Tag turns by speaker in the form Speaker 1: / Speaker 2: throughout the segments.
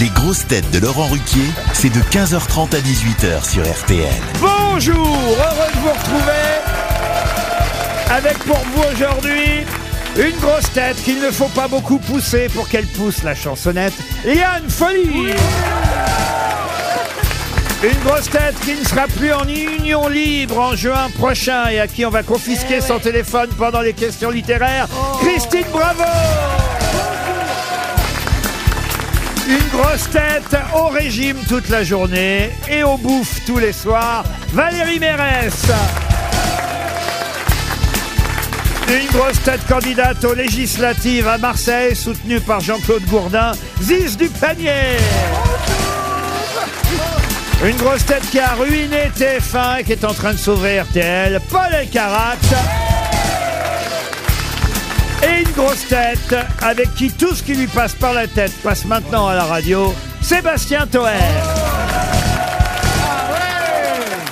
Speaker 1: Les grosses têtes de Laurent Ruquier, c'est de 15h30 à 18h sur RTL.
Speaker 2: Bonjour, heureux de vous retrouver avec pour vous aujourd'hui une grosse tête qu'il ne faut pas beaucoup pousser pour qu'elle pousse la chansonnette, Yann Folie. Une grosse tête qui ne sera plus en union libre en juin prochain et à qui on va confisquer son téléphone pendant les questions littéraires, Christine Bravo. Une grosse tête au régime toute la journée et au bouffe tous les soirs, Valérie Mérès. Une grosse tête candidate aux législatives à Marseille, soutenue par Jean-Claude Gourdin, Ziz du Panier. Une grosse tête qui a ruiné TF1 et qui est en train de sauver RTL, Paul Elkarat. Et une grosse tête avec qui tout ce qui lui passe par la tête passe maintenant à la radio, Sébastien Toer.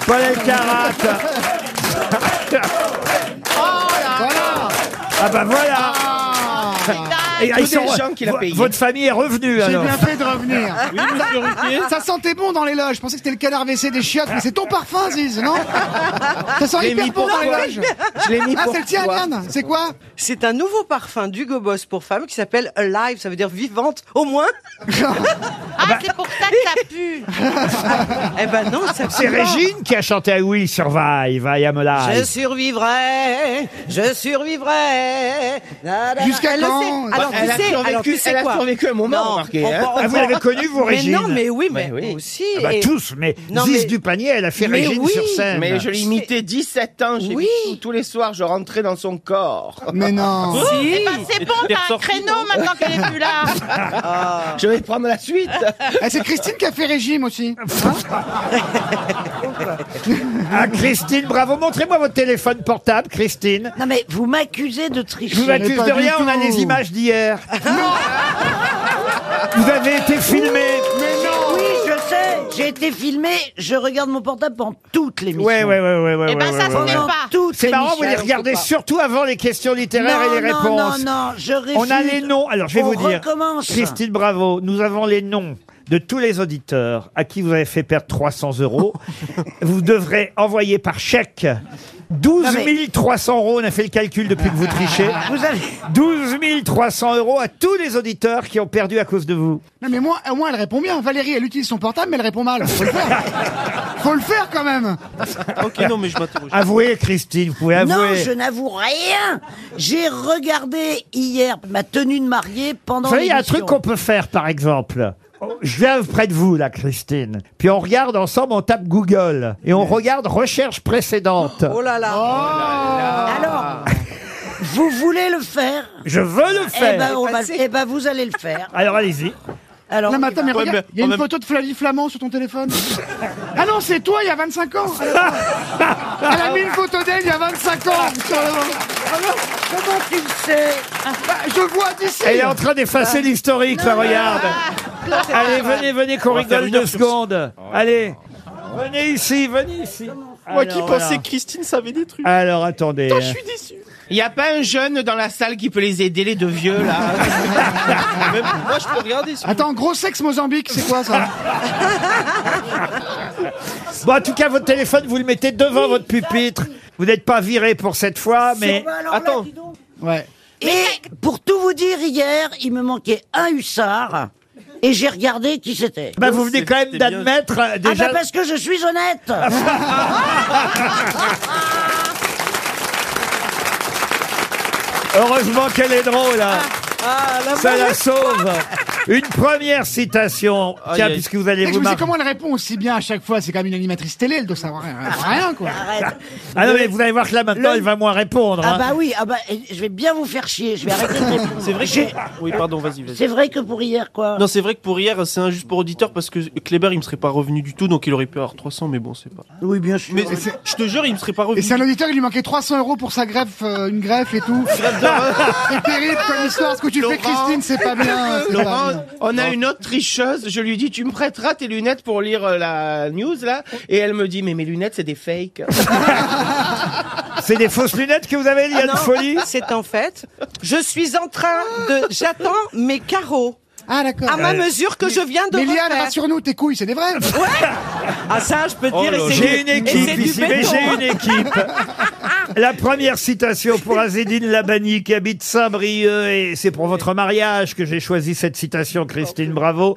Speaker 2: Paul Elkarat. Ah bah voilà Et ah,
Speaker 3: Que
Speaker 2: ils
Speaker 3: des gens qui l'a
Speaker 2: vo-
Speaker 3: payé.
Speaker 2: Votre famille est revenue
Speaker 4: J'ai
Speaker 2: alors
Speaker 4: bien fait de revenir.
Speaker 3: Oui, monsieur Ruquier.
Speaker 4: Ça sentait bon dans les loges. Je pensais que c'était le canard WC des chiottes, mais c'est ton parfum, Ziz, non Ça sent hyper bon dans les loges.
Speaker 3: Je l'ai mis
Speaker 4: Ah,
Speaker 3: pour
Speaker 4: c'est le tien,
Speaker 3: toi.
Speaker 4: Yann C'est quoi
Speaker 5: C'est un nouveau parfum d'Hugo Boss pour femmes qui s'appelle Alive, ça veut dire vivante au moins.
Speaker 6: Ah, c'est pour ça que ça pue.
Speaker 5: Eh ben
Speaker 3: Ah,
Speaker 5: non, ça
Speaker 2: C'est
Speaker 5: pue pas.
Speaker 2: Régine qui a chanté à Will Survive, I Am Alive.
Speaker 5: Je survivrai, je survivrai. Na, na, na.
Speaker 4: Jusqu'à
Speaker 5: Elle le
Speaker 4: quand
Speaker 5: sait. Alors tu
Speaker 3: Bah, Elle a
Speaker 5: sais, alors
Speaker 3: survécu-
Speaker 5: tu sais
Speaker 3: elle a
Speaker 5: quoi
Speaker 3: survécu à mon mort,
Speaker 5: Non,
Speaker 3: remarquez,
Speaker 5: on-
Speaker 3: hein.
Speaker 5: on-
Speaker 2: Ah, vous l'avez connue, vous,
Speaker 5: Mais
Speaker 2: Régine
Speaker 5: non, mais oui,
Speaker 3: Mais
Speaker 5: mais,
Speaker 3: oui.
Speaker 5: moi aussi.
Speaker 2: Ah bah,
Speaker 5: et-
Speaker 2: tous, mais
Speaker 5: Non,
Speaker 2: Ziz
Speaker 5: mais-
Speaker 2: du panier, elle a fait
Speaker 5: Mais
Speaker 2: Régine
Speaker 5: oui,
Speaker 2: sur scène.
Speaker 3: Mais je l'imitais 17 ans, j'ai
Speaker 5: Oui.
Speaker 3: vu tous les soirs, je rentrais dans son corps. Ah,
Speaker 4: Mais non
Speaker 5: Si.
Speaker 6: Eh ben, c'est bon,
Speaker 3: t'es
Speaker 6: t'as un
Speaker 3: ressorti,
Speaker 6: créneau maintenant qu'elle est plus là.
Speaker 3: Je vais prendre la suite.
Speaker 4: Ah. Eh, C'est Christine qui a fait régime aussi. Hein
Speaker 2: Ah, Christine, bravo. Montrez-moi votre téléphone portable, Christine.
Speaker 7: Non mais vous m'accusez de tricher.
Speaker 2: Je vous accuse
Speaker 4: pas
Speaker 2: de
Speaker 4: du
Speaker 2: rien, on a
Speaker 4: tout.
Speaker 2: les images d'hier. Vous avez été filmé.
Speaker 7: Oui, je sais. J'ai été filmé. Je regarde mon portable pendant toutes les missions.
Speaker 2: Ouais, ouais, ouais, ouais, ouais.
Speaker 6: Eh ben,
Speaker 2: ouais,
Speaker 6: ça
Speaker 2: ouais,
Speaker 6: se
Speaker 2: ouais.
Speaker 6: fait pas.
Speaker 7: Toutes
Speaker 2: C'est
Speaker 7: les
Speaker 2: marrant, vous
Speaker 7: missions.
Speaker 2: les regardez surtout avant les questions littéraires
Speaker 7: non,
Speaker 2: et les
Speaker 7: non,
Speaker 2: réponses.
Speaker 7: Non, non, je réfute.
Speaker 2: On a les noms. Alors, je vais
Speaker 7: On
Speaker 2: vous dire.
Speaker 7: recommence.
Speaker 2: Christine Bravo, nous avons les noms de tous les auditeurs à qui vous avez fait perdre 300 euros. vous devrez envoyer par chèque 12
Speaker 7: Non, mais-
Speaker 2: 300 euros. On a fait le calcul depuis que vous trichez.
Speaker 7: Vous avez...
Speaker 2: 12 300 euros à tous les auditeurs qui ont perdu à cause de vous.
Speaker 4: Non, mais moi, au moins, elle répond bien. Valérie, elle utilise son portable, mais elle répond mal. Faut le faire. Faut le faire quand même.
Speaker 3: ok, non, mais je m'interroge.
Speaker 2: Avouez, Christine, vous pouvez avouer.
Speaker 7: Non, je n'avoue rien. J'ai regardé hier ma tenue de mariée pendant.
Speaker 2: Vous savez, il y a un truc
Speaker 7: l'émission.
Speaker 2: qu'on peut faire, par exemple. Je viens près de vous, là, Christine. Puis on regarde ensemble, on tape Google. Et on regarde recherche précédente.
Speaker 5: Oh là là.
Speaker 7: Alors, vous voulez le faire
Speaker 2: Je veux le
Speaker 7: Eh
Speaker 2: faire.
Speaker 7: ben, on va-
Speaker 5: Passer.
Speaker 7: eh ben, vous allez le faire.
Speaker 2: Alors allez-y.
Speaker 7: Alors,
Speaker 4: Là,
Speaker 7: on y
Speaker 4: mais attends,
Speaker 7: va.
Speaker 4: mais regarde,
Speaker 3: mais-
Speaker 4: il y a
Speaker 3: en
Speaker 4: une
Speaker 3: même-
Speaker 4: photo de Flavie Flamand sur ton téléphone. Ah non, c'est toi, il y a 25 ans. Ah, Elle a mis une photo d'elle il y a 25 ans. sur le-
Speaker 7: comment tu le sais
Speaker 4: Bah, je vois d'ici.
Speaker 2: Elle est en train
Speaker 8: Ah.
Speaker 2: d'effacer l'historique, là, regarde. Allez, venez, venez, qu'on
Speaker 3: On va faire
Speaker 2: rigole
Speaker 3: une
Speaker 2: deux
Speaker 3: heure sur-
Speaker 2: secondes. Allez, venez ici, venez ici.
Speaker 9: Moi qui
Speaker 2: Alors,
Speaker 9: pensais
Speaker 2: voilà.
Speaker 9: que Christine savait des trucs.
Speaker 2: Alors, attendez.
Speaker 9: Je suis déçu.
Speaker 3: Il a pas un jeune dans la salle qui peut les aider, les deux vieux, là
Speaker 4: Ah.
Speaker 9: Même moi, je peux regarder. Sur...
Speaker 4: Attends, gros sexe Mozambique, c'est quoi ça
Speaker 2: Bon, en tout cas, votre téléphone, vous le mettez devant votre pupitre. Vous n'êtes pas viré pour cette fois,
Speaker 7: C'est-
Speaker 2: mais...
Speaker 7: bah, alors là,
Speaker 9: Attends.
Speaker 7: dis donc.
Speaker 4: Ouais.
Speaker 7: Et pour tout vous dire, hier, il me manquait un hussard et j'ai regardé qui c'était.
Speaker 2: Bah, vous venez quand même
Speaker 9: C'était bien.
Speaker 2: d'admettre euh,
Speaker 7: Ah
Speaker 2: déjà...
Speaker 7: bah parce que je suis honnête
Speaker 2: Heureusement qu'elle est drôle, hein.
Speaker 5: Ah, la
Speaker 2: ça la sauve. Une première citation, tiens,
Speaker 9: Aïe, aïe.
Speaker 2: puisque vous allez
Speaker 4: Et je me
Speaker 2: vous
Speaker 4: dis
Speaker 2: marrer.
Speaker 4: comment elle répond aussi bien à chaque fois. C'est quand même une animatrice télé, elle doit savoir rien, rien, quoi.
Speaker 7: Arrête.
Speaker 2: Ah non, mais vous allez voir que là, maintenant,
Speaker 7: Le-
Speaker 2: elle va moins répondre.
Speaker 7: Ah
Speaker 2: hein.
Speaker 7: bah oui, ah bah, et je vais bien vous faire chier, je vais arrêter de répondre.
Speaker 9: C'est vrai
Speaker 7: J'ai-
Speaker 2: Ah,
Speaker 9: que. Oui, pardon, vas-y, vas-y.
Speaker 7: C'est vrai que pour hier, quoi.
Speaker 9: Non, c'est vrai que pour hier, c'est injuste pour auditeur parce que Kleber, il me serait pas revenu du tout, donc il aurait pu avoir 300, mais bon, c'est pas.
Speaker 7: Oui, bien sûr.
Speaker 9: Mais je te jure, il me serait pas
Speaker 4: Et
Speaker 9: revenu.
Speaker 4: c'est un auditeur, il lui manquait 300 euros pour sa greffe, euh, une greffe et tout. C'est terrible comme histoire. Ce que tu fais,
Speaker 3: Laurent.
Speaker 4: Christine, c'est pas bien. c'est pas bien.
Speaker 3: Laurent, on a une autre tricheuse, je lui dis tu me prêteras tes lunettes pour lire euh, la news là et elle me dit mais mes lunettes c'est des fakes.
Speaker 2: C'est des fausses lunettes que vous avez, il y a de
Speaker 5: Ah Non,
Speaker 2: folie
Speaker 5: C'est en fait, je suis en train de, j'attends mes carreaux.
Speaker 4: Ah, d'accord.
Speaker 5: à ma
Speaker 3: Euh,
Speaker 5: mesure que je viens de
Speaker 4: Mais Liane,
Speaker 5: refaire.
Speaker 4: rassure-nous, tes couilles, c'est des vrais
Speaker 5: Ah ça, je peux te
Speaker 9: Oh
Speaker 5: dire,
Speaker 9: là
Speaker 5: et
Speaker 9: là.
Speaker 5: c'est
Speaker 2: J'ai
Speaker 5: du-
Speaker 2: une
Speaker 5: et c'est
Speaker 2: équipe
Speaker 5: du
Speaker 2: ici, mais
Speaker 5: béton.
Speaker 2: j'ai une équipe. La première citation pour Azedine Labani qui habite Saint-Brieuc et c'est pour votre mariage que j'ai choisi cette citation, Christine Bravo,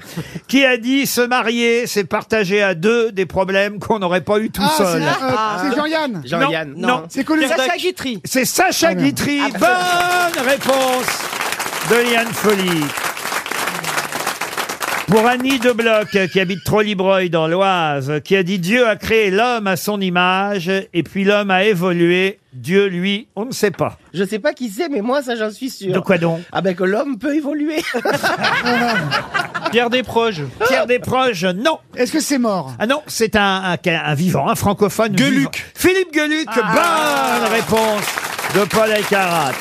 Speaker 2: qui a dit se marier, c'est partager à deux des problèmes qu'on n'aurait pas eu tout
Speaker 4: Ah, c'est
Speaker 2: seul.
Speaker 4: euh, c'est Jean-Yann.
Speaker 3: Jean-Yann.
Speaker 2: non.
Speaker 4: C'est connu.
Speaker 5: Sacha Guitry.
Speaker 2: C'est Sacha Guitry. Bonne réponse de Liane Folly. Pour Annie Debloc, qui habite Trollibreuil dans l'Oise, qui a dit Dieu a créé l'homme à son image, et puis l'homme a évolué. Dieu, lui, on ne sait pas.
Speaker 3: Je sais pas qui c'est, mais moi, ça, j'en suis sûr.
Speaker 2: De quoi donc
Speaker 3: Ah ben que l'homme peut évoluer.
Speaker 9: Pierre Desproges.
Speaker 2: Pierre Desproges, non.
Speaker 4: Est-ce que c'est mort
Speaker 2: Ah non, c'est un, un- un vivant, un francophone.
Speaker 9: Gueuluc.
Speaker 2: vivant. Philippe Gueluc,
Speaker 4: Ah.
Speaker 2: bonne réponse de Paul Aycarat.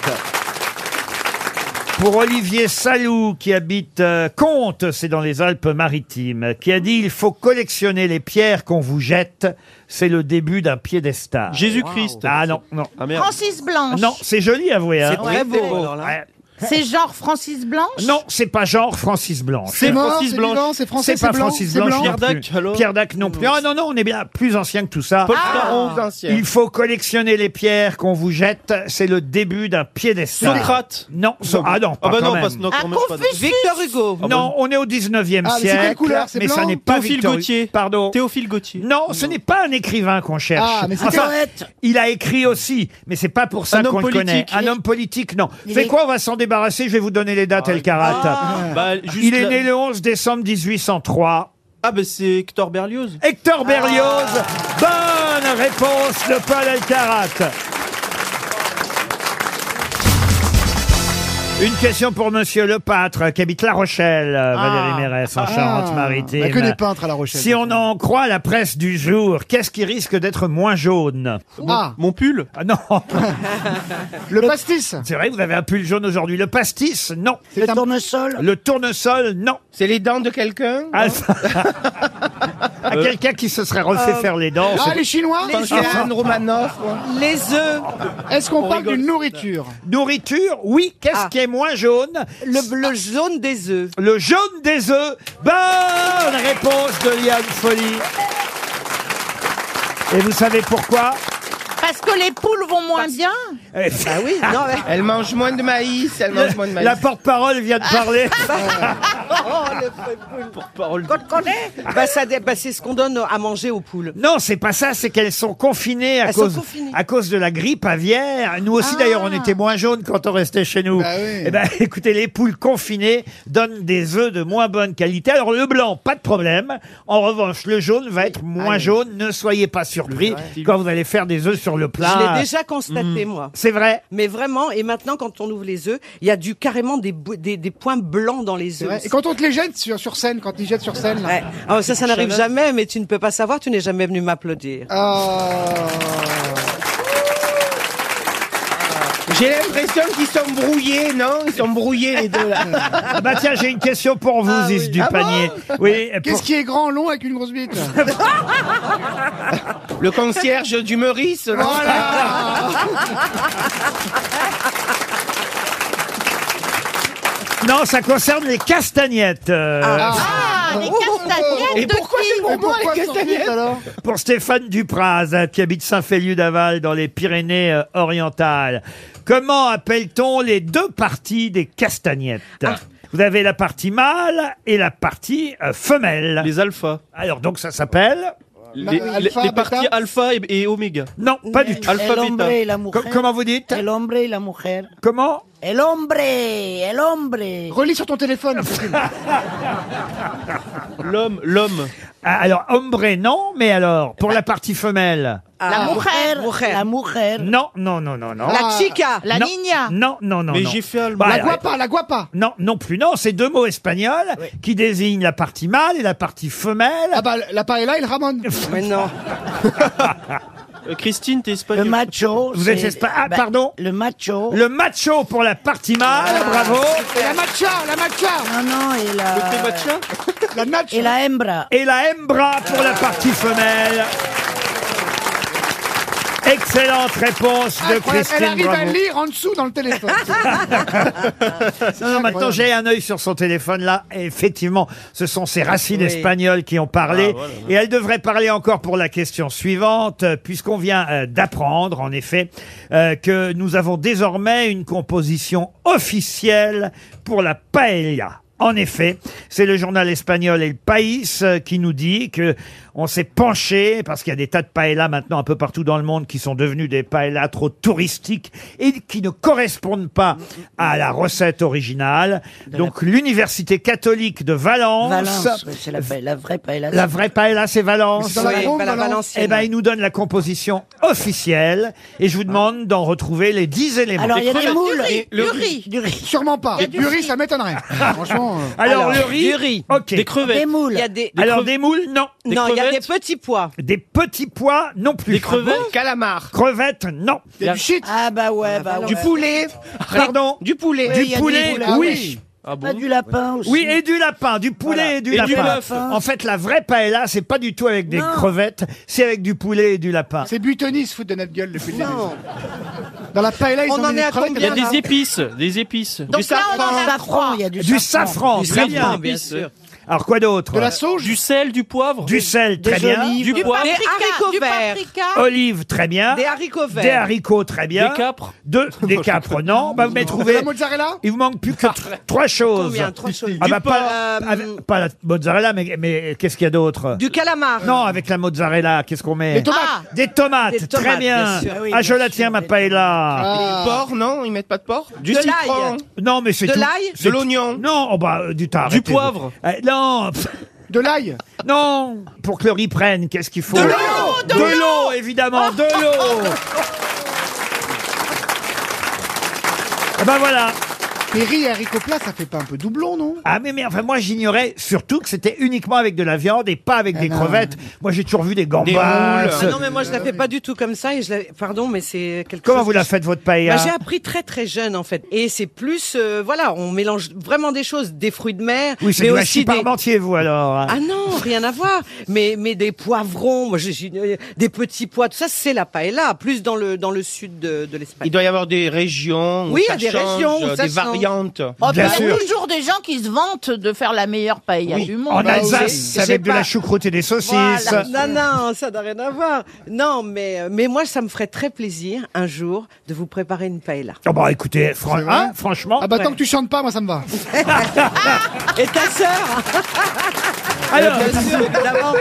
Speaker 2: Pour Olivier Salou, qui habite euh, Comte, c'est dans les Alpes-Maritimes, qui a dit « Il faut collectionner les pierres qu'on vous jette, c'est le début d'un piédestal. »
Speaker 9: Jésus-Christ.
Speaker 2: Ah non, non.
Speaker 9: Ah merde.
Speaker 6: Francis Blanche.
Speaker 2: Non, c'est joli, avouez. Hein.
Speaker 5: Très beau. alors là.
Speaker 2: Ouais.
Speaker 6: C'est genre Francis Blanche
Speaker 2: Non, c'est pas genre Francis Blanche.
Speaker 4: C'est mort,
Speaker 9: Francis
Speaker 4: c'est
Speaker 9: Blanche.
Speaker 4: vivant, c'est français,
Speaker 2: C'est
Speaker 4: c'est
Speaker 2: pas
Speaker 4: blanc,
Speaker 2: Francis
Speaker 4: c'est
Speaker 2: Blanche.
Speaker 4: blanc.
Speaker 9: Pierre
Speaker 2: non plus.
Speaker 9: Dac, alors
Speaker 2: Pierre Dac non plus. Ah non, non, on est bien plus ancien que tout ça.
Speaker 9: Paul
Speaker 3: Ah,
Speaker 9: Caron.
Speaker 3: aux anciens.
Speaker 2: Il faut collectionner les pierres qu'on vous jette. C'est le début d'un piédestal.
Speaker 9: Socrate.
Speaker 2: Non, so- ah non,
Speaker 9: Ah
Speaker 2: pas
Speaker 9: bah
Speaker 2: quand
Speaker 9: non,
Speaker 2: même.
Speaker 9: parce que non,
Speaker 6: Ah,
Speaker 9: quand même pas.
Speaker 6: Confucius.
Speaker 5: Victor Hugo.
Speaker 9: Ah bah
Speaker 2: Non, on est au 19e
Speaker 4: Ah, mais c'est
Speaker 2: siècle.
Speaker 4: quelle couleur, c'est
Speaker 2: mais ça
Speaker 4: blanc
Speaker 2: n'est pas
Speaker 9: Théophile
Speaker 2: Victor Hugo.
Speaker 9: Gautier.
Speaker 2: Pardon.
Speaker 9: Théophile Gauthier.
Speaker 2: non, ce n'est pas un écrivain qu'on cherche.
Speaker 4: Ah, mais c'est
Speaker 2: Enfin,
Speaker 7: poète.
Speaker 2: il a écrit aussi, mais c'est pas pour ça
Speaker 9: Un homme
Speaker 2: qu'on le connaît.
Speaker 9: politique.
Speaker 2: Un homme politique, non.
Speaker 7: Il
Speaker 2: C'est
Speaker 7: est-
Speaker 2: quoi On va s'en débarrasser. Je vais vous donner les
Speaker 9: Ah,
Speaker 2: dates, El Karat.
Speaker 9: Bah, juste
Speaker 2: il est
Speaker 9: la-
Speaker 2: né le 11 décembre 1803.
Speaker 9: Ah bah c'est Hector Berlioz. Ah.
Speaker 2: Hector Berlioz. Bonne réponse de Paul Alcarat. Une question pour Monsieur Lepâtre, qui habite La Rochelle, euh, Ah,
Speaker 9: Ah.
Speaker 3: Ah.
Speaker 2: Valérie Mérès, en Charente-Maritime.
Speaker 4: Bah, que des peintres à La Rochelle.
Speaker 2: si on en croit la presse du jour, qu'est-ce qui risque d'être moins jaune
Speaker 4: Ah,
Speaker 9: Mon pull.
Speaker 2: Ah non,
Speaker 4: le pastis.
Speaker 2: c'est vrai, vous avez un pull jaune aujourd'hui. Le pastis, non.
Speaker 7: Le tournesol
Speaker 2: Le tournesol, non.
Speaker 3: C'est les dents de quelqu'un
Speaker 2: Ah, ça- à quelqu'un qui se serait refait
Speaker 3: Euh,
Speaker 2: faire les dents.
Speaker 4: Ah,
Speaker 2: c'est-
Speaker 4: les Chinois
Speaker 3: Enfin, c'est Anne Romanoff. moi.
Speaker 5: Les œufs.
Speaker 4: Est-ce qu'on parle d'une nourriture
Speaker 2: Nourriture, oui. Qu'est-ce
Speaker 5: Ah.
Speaker 2: qui est moins jaune
Speaker 5: Le, le jaune des œufs.
Speaker 2: Le jaune des œufs. Bonne réponse de Liane Folly. Et vous savez pourquoi
Speaker 6: Parce que les poules vont moins bien
Speaker 2: Eh,
Speaker 5: Ah oui, non, mais...
Speaker 3: Elle mange moins de maïs, elle mange moins de maïs.
Speaker 2: La porte-parole vient de parler. Oh,
Speaker 5: Bah, ça dé- bah, c'est ce qu'on donne à manger aux poules.
Speaker 2: Non, c'est pas ça, c'est qu'elles sont confinées à
Speaker 5: Elles sont
Speaker 2: cause
Speaker 5: confinées. Ah.
Speaker 2: à cause de la grippe aviaire. Nous aussi d'ailleurs, on était moins jaunes quand on restait chez nous.
Speaker 4: Bah oui.
Speaker 2: Eh ben écoutez, les poules confinées donnent des œufs de moins bonne qualité. Alors le blanc, pas de problème. En revanche, le jaune va être moins jaune. Ne soyez pas surpris quand vous allez faire des œufs sur le
Speaker 5: Je l'ai
Speaker 2: plat. Mm.
Speaker 5: déjà constaté, moi.
Speaker 2: C'est vrai.
Speaker 5: Mais vraiment, et maintenant, quand on ouvre les œufs, il y a du carrément des, bou- des, des points blancs dans les
Speaker 4: C'est vrai.
Speaker 5: œufs.
Speaker 4: Et quand on te les jette sur, sur scène, quand ils jettent sur scène, là.
Speaker 5: Ouais. Ah, ça, ça n'arrive jamais, mais tu ne peux pas savoir, tu n'es jamais venu m'applaudir.
Speaker 2: Ah,
Speaker 4: Ah.
Speaker 3: J'ai l'impression qu'ils sont brouillés, non Ils sont brouillés les deux là.
Speaker 2: Ah bah tiens, j'ai une question pour vous, Is du
Speaker 3: Ah bon
Speaker 2: panier. oui, pour-
Speaker 4: Qu'est-ce qui est grand, long, avec une grosse bite
Speaker 3: Le concierge du Meurice, non
Speaker 2: non, ça concerne les castagnettes. euh,
Speaker 6: Ah, les castagnettes
Speaker 3: Et
Speaker 6: de
Speaker 3: pourquoi
Speaker 6: qui
Speaker 3: c'est pour moi
Speaker 4: Pourquoi
Speaker 3: les
Speaker 4: sans bite,
Speaker 3: castagnettes
Speaker 4: alors
Speaker 2: Pour Stéphane Dupraz, euh, qui habite Saint-Féliu-d'Aval dans les Pyrénées-Orientales. Comment appelle-t-on les deux parties des castagnettes
Speaker 9: Ah.
Speaker 2: Vous avez la partie mâle et la partie euh, femelle.
Speaker 9: Les alphas.
Speaker 2: Alors donc ça s'appelle
Speaker 9: Les,
Speaker 4: Alpha,
Speaker 9: les- les
Speaker 4: bêta.
Speaker 9: parties alpha et, et oméga.
Speaker 2: Non, pas du tout.
Speaker 9: Alpha,
Speaker 7: El hombre
Speaker 9: bêta.
Speaker 7: et la
Speaker 2: Co-
Speaker 7: mujer.
Speaker 2: comment vous dites
Speaker 7: El hombre et la mujer.
Speaker 2: Comment
Speaker 7: El hombre, el hombre.
Speaker 4: Relis sur ton téléphone.
Speaker 9: L'homme, l'homme.
Speaker 2: Ah, Alors hombre non, mais alors pour la partie femelle
Speaker 5: Ah.
Speaker 6: La mujer.
Speaker 5: Mujer.
Speaker 7: La mujer.
Speaker 2: Non, non, non, non, non.
Speaker 5: La chica.
Speaker 6: La
Speaker 2: Non,
Speaker 6: niña
Speaker 2: Non, non, non.
Speaker 9: Mais
Speaker 2: non.
Speaker 9: j'ai fait allemand.
Speaker 2: Bah,
Speaker 4: Ah. La
Speaker 2: alors,
Speaker 4: guapa, la guapa.
Speaker 2: Non, non plus. Non, c'est deux mots espagnols qui désignent la partie mâle et la partie femelle.
Speaker 4: Ah bah, la paella et le ramon.
Speaker 5: Mais non.
Speaker 9: Euh, Christine, t'es
Speaker 7: Le
Speaker 9: espagnol.
Speaker 7: macho.
Speaker 2: Vous
Speaker 7: c'est-
Speaker 2: êtes espa- ah,
Speaker 7: bah,
Speaker 2: pardon.
Speaker 7: Le macho. Ah.
Speaker 2: Le macho pour la partie mâle, bravo.
Speaker 4: La matcha, la matcha.
Speaker 7: Non, non, et
Speaker 9: T'es
Speaker 7: la.
Speaker 9: matcha
Speaker 4: La
Speaker 7: Et
Speaker 4: matcha.
Speaker 7: la hembra.
Speaker 2: Et la hembra pour la partie femelle. Excellente réponse de
Speaker 4: Elle
Speaker 2: Christine
Speaker 4: arrive à
Speaker 2: Bravo.
Speaker 4: lire en dessous dans le téléphone.
Speaker 2: Non, non, maintenant j'ai un œil sur son téléphone là. Et effectivement, ce sont ses racines espagnoles qui ont parlé. Et elle devrait parler encore pour la question suivante, euh, puisqu'on vient euh, d'apprendre, en effet, euh, que nous avons désormais une composition officielle pour la paella. En effet, c'est le journal espagnol El País euh, qui nous dit que on s'est penché parce qu'il y a des tas de paellas maintenant un peu partout dans le monde qui sont devenus des paellas trop touristiques et qui ne correspondent pas à la recette originale. Donc l'université catholique de Valence,
Speaker 7: Valence, ouais, c'est la, pa- la vraie paella.
Speaker 2: la vraie paella c'est Valence.
Speaker 4: Dans la
Speaker 5: Ouais,
Speaker 4: Drôme,
Speaker 5: bah, la
Speaker 4: Valence.
Speaker 5: Valencienne.
Speaker 2: Eh ben, il nous donne la composition officielle et je vous demande d'en retrouver les 10 éléments.
Speaker 7: Alors, il y a des
Speaker 6: Alors,
Speaker 7: moules.
Speaker 6: du riz,
Speaker 7: Le
Speaker 6: du
Speaker 7: riz.
Speaker 6: riz.
Speaker 7: Du riz.
Speaker 4: Sûrement pas.
Speaker 6: Il y a du
Speaker 4: Yuri,
Speaker 6: riz.
Speaker 4: ça m'étonnerait. Franchement. euh.
Speaker 2: Alors,
Speaker 5: Alors,
Speaker 2: le riz,
Speaker 5: du riz.
Speaker 2: ok.
Speaker 9: Des crevettes.
Speaker 7: Des moules.
Speaker 5: Il y a des,
Speaker 2: Alors
Speaker 9: crevettes.
Speaker 2: des moules, non.
Speaker 9: des
Speaker 5: non, il y a des
Speaker 9: crevettes.
Speaker 5: petits pois.
Speaker 2: Des petits pois, non plus. Ah
Speaker 9: Des crevettes.
Speaker 3: Calamar.
Speaker 2: Crevettes, non.
Speaker 4: Il y a du shit.
Speaker 7: Ah bah ouais, bah ouais.
Speaker 3: Du poulet.
Speaker 2: Pardon
Speaker 3: Du poulet.
Speaker 7: Oui, il y a
Speaker 2: Du
Speaker 7: des
Speaker 2: poulet,
Speaker 7: poules, ah
Speaker 2: oui.
Speaker 9: Ah
Speaker 7: Pas
Speaker 9: bon
Speaker 7: du lapin aussi.
Speaker 2: Oui, et du lapin, du poulet
Speaker 7: Voilà.
Speaker 2: et du
Speaker 9: Et
Speaker 2: lapin.
Speaker 9: du bœuf.
Speaker 2: En fait, la vraie paella, c'est pas du tout avec des
Speaker 7: Non.
Speaker 2: crevettes, c'est avec du poulet et du lapin.
Speaker 4: C'est Butonis, foutent de notre gueule depuis le début. Dans la paella, ils
Speaker 5: On
Speaker 4: ont
Speaker 5: en
Speaker 4: mis
Speaker 5: est à
Speaker 4: des crevettes.
Speaker 9: Il y a
Speaker 5: combien, là
Speaker 9: des épices, des épices.
Speaker 6: Donc là, on en a
Speaker 7: safran,
Speaker 6: trois.
Speaker 7: il y a du,
Speaker 2: Du safran,
Speaker 5: Du
Speaker 2: très
Speaker 5: safran,
Speaker 2: bien.
Speaker 5: bien sûr.
Speaker 2: Alors quoi d'autre
Speaker 4: De la sauge
Speaker 9: Du sel, du poivre.
Speaker 2: Du sel, très
Speaker 7: des
Speaker 2: bien.
Speaker 7: olives.
Speaker 9: Du poivre.
Speaker 5: Des
Speaker 6: Paprika,
Speaker 5: haricots
Speaker 6: du
Speaker 5: verts.
Speaker 6: paprika.
Speaker 2: Olives, très bien.
Speaker 5: Des haricots
Speaker 2: Des
Speaker 5: verts.
Speaker 2: haricots, très bien.
Speaker 9: Des capres.
Speaker 2: Deux, des capres, non. Bah, vous m'avez
Speaker 4: De
Speaker 2: trouvé.
Speaker 4: la mozzarella
Speaker 2: Il vous manque plus que tr- trois choses.
Speaker 5: Combien Trois choses.
Speaker 2: Ah
Speaker 5: Du
Speaker 2: bah,
Speaker 5: porc,
Speaker 2: pas,
Speaker 5: euh,
Speaker 2: avec- pas la mozzarella, mais, mais qu'est-ce qu'il y a d'autre
Speaker 5: Du calamar.
Speaker 2: Non, avec la mozzarella, qu'est-ce qu'on met
Speaker 4: Les tomates.
Speaker 6: Ah,
Speaker 2: Des tomates,
Speaker 5: Des tomates,
Speaker 2: très bien.
Speaker 5: bien sûr. Ah oui,
Speaker 2: ah, je
Speaker 5: bien
Speaker 2: la
Speaker 5: sûr,
Speaker 2: tiens, ma
Speaker 5: des
Speaker 2: paella.
Speaker 4: Ah.
Speaker 3: Porc, non, ils mettent pas de porc. Du
Speaker 5: De
Speaker 3: citron.
Speaker 5: l'ail.
Speaker 2: Non, mais c'est
Speaker 5: De
Speaker 2: tout.
Speaker 5: l'ail
Speaker 2: C'est
Speaker 3: De
Speaker 2: tout.
Speaker 3: l'oignon.
Speaker 2: Non, oh bah, euh, du tard.
Speaker 9: Du poivre.
Speaker 2: non, pff,
Speaker 4: De l'ail
Speaker 2: non. Pour que le riz prenne, qu'est-ce qu'il faut De l'eau De, l'eau, évidemment, de l'eau. Eh ben voilà.
Speaker 4: Et riz et haricots plats, ça fait pas un peu doublon, non
Speaker 2: Ah mais, mais enfin moi j'ignorais surtout que c'était uniquement avec de la viande et pas
Speaker 4: Ah
Speaker 2: avec des crevettes. Moi j'ai toujours vu des gambas.
Speaker 5: Ah non, mais moi, je la fais pas du tout comme ça. Et je la... Pardon, mais c'est quelque
Speaker 2: Comment
Speaker 5: chose
Speaker 2: vous
Speaker 5: que
Speaker 2: la
Speaker 5: je-
Speaker 2: faites votre paella
Speaker 5: Bah, j'ai appris très très jeune en fait. Et c'est plus, euh, voilà, on mélange vraiment des choses, des fruits de mer,
Speaker 2: Oui, c'est
Speaker 5: mais
Speaker 2: du
Speaker 5: aussi
Speaker 2: hachis
Speaker 5: des...
Speaker 2: parmentier vous alors. hein.
Speaker 5: Ah non, rien à voir. Mais mais des poivrons, moi j'ai- j'ai euh, des petits pois, tout ça c'est la paella, plus dans le dans le sud de, de l'Espagne.
Speaker 3: Il doit y avoir des régions. où
Speaker 5: Oui, il y
Speaker 3: ça
Speaker 5: a des
Speaker 3: change,
Speaker 5: régions où
Speaker 3: euh,
Speaker 5: ça
Speaker 3: Des
Speaker 5: change.
Speaker 3: variantes.
Speaker 6: Oh,
Speaker 2: Bien
Speaker 6: bah, il y a
Speaker 2: sûr.
Speaker 6: toujours des gens qui se vantent de faire la meilleure paella du monde.
Speaker 2: en
Speaker 6: Bah,
Speaker 2: Alsace
Speaker 5: j'ai- j'ai
Speaker 2: avec de la
Speaker 5: pas-
Speaker 2: choucroute et des saucisses.
Speaker 5: Voilà. Non, non, ça n'a rien à voir. Non, mais, euh, mais moi, ça me ferait très plaisir un jour de vous préparer une paella.
Speaker 2: Oh bah écoutez, fran-
Speaker 4: C'est vrai
Speaker 2: hein, franchement.
Speaker 4: Ah bah
Speaker 5: Ouais.
Speaker 4: tant que tu chantes pas, moi ça me va.
Speaker 5: Et ta sœur
Speaker 2: Alors,
Speaker 5: Bien sûr, évidemment.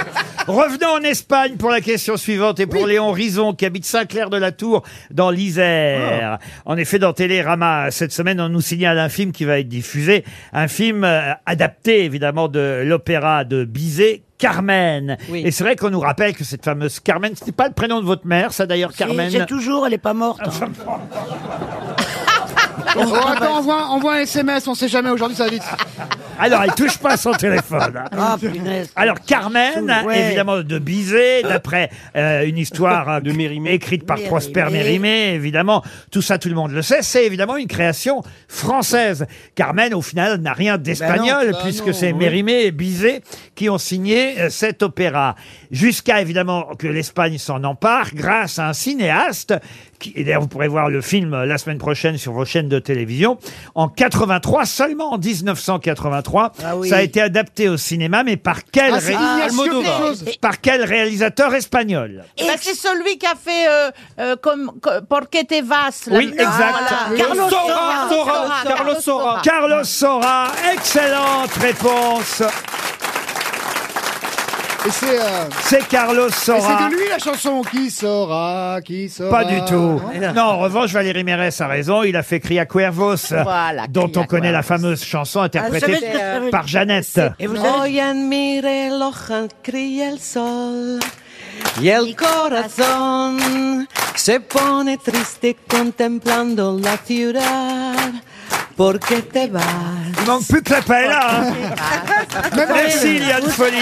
Speaker 2: revenons en Espagne pour la question suivante et pour Léon Rison qui habite Saint-Clair-de-la-Tour dans l'Isère.
Speaker 5: Ah.
Speaker 2: En effet, dans Télérama, cette semaine, on nous signale un film qui va être diffusé, un film euh, adapté évidemment de l'opéra de Bizet. Carmen.
Speaker 5: Oui.
Speaker 2: Et c'est vrai qu'on nous rappelle que cette fameuse Carmen, c'était pas le prénom de votre mère, ça d'ailleurs, Carmen.
Speaker 7: J'ai toujours, elle est pas morte. hein.
Speaker 4: Oh, attends, envoie, envoie un SMS, on sait jamais, aujourd'hui ça va vite.
Speaker 2: Alors, elle touche pas son téléphone. hein.
Speaker 7: Ah punaise.
Speaker 2: Alors Carmen,
Speaker 7: Ouais. Ah.
Speaker 2: évidemment de Bizet, d'après euh, une histoire euh,
Speaker 9: De Mérimée.
Speaker 2: écrite par
Speaker 7: Mérimée.
Speaker 2: Prosper Mérimée, évidemment, tout ça tout le monde le sait, c'est évidemment une création française. Carmen, au final, n'a rien
Speaker 7: Bah
Speaker 2: d'espagnol, puisque c'est Mérimée et Bizet qui ont signé euh, cet opéra. Jusqu'à, évidemment, que l'Espagne s'en empare grâce à un cinéaste, qui, et d'ailleurs vous pourrez voir le film euh, la semaine prochaine sur vos chaînes de télévision, en 83, seulement en 1983,
Speaker 7: Ah oui.
Speaker 2: ça a été adapté au cinéma, mais par quel
Speaker 4: Ah, c'est
Speaker 2: ré-
Speaker 4: Ignacio
Speaker 9: Almodovar.
Speaker 4: quelque chose.
Speaker 2: par quel réalisateur espagnol
Speaker 6: bah, c'est celui qui a fait euh, euh, comme, que- Porque te vas. la-
Speaker 2: Oui,
Speaker 6: la-
Speaker 2: exact.
Speaker 6: Ah, voilà.
Speaker 7: Carlos
Speaker 6: Sora, Sora,
Speaker 9: Carlos Sora.
Speaker 2: Carlos Sora, excellente réponse.
Speaker 4: Et c'est euh,
Speaker 2: C'est Carlos
Speaker 4: et
Speaker 2: Sora.
Speaker 4: c'est de lui la chanson qui sera, qui sera. Hein
Speaker 2: Pas du tout. Non, en revanche, Valérie Mérès a raison. Il a fait Cria Cuervos,
Speaker 6: Voilà,
Speaker 2: dont
Speaker 6: Cria
Speaker 2: on connaît la
Speaker 6: Cuervos.
Speaker 2: fameée chanson
Speaker 7: savez
Speaker 2: interprétée
Speaker 7: ce que ça veut
Speaker 2: par
Speaker 7: dire
Speaker 2: Jeannette.
Speaker 5: C'est
Speaker 7: Et vous
Speaker 5: Hoy en mi reloj brilla el sol y el corazón se pone triste contemplando la ciudad porque te vas.
Speaker 2: Il manque plus que la paella. Hein.
Speaker 4: Même
Speaker 2: Mais si, il y a de folie.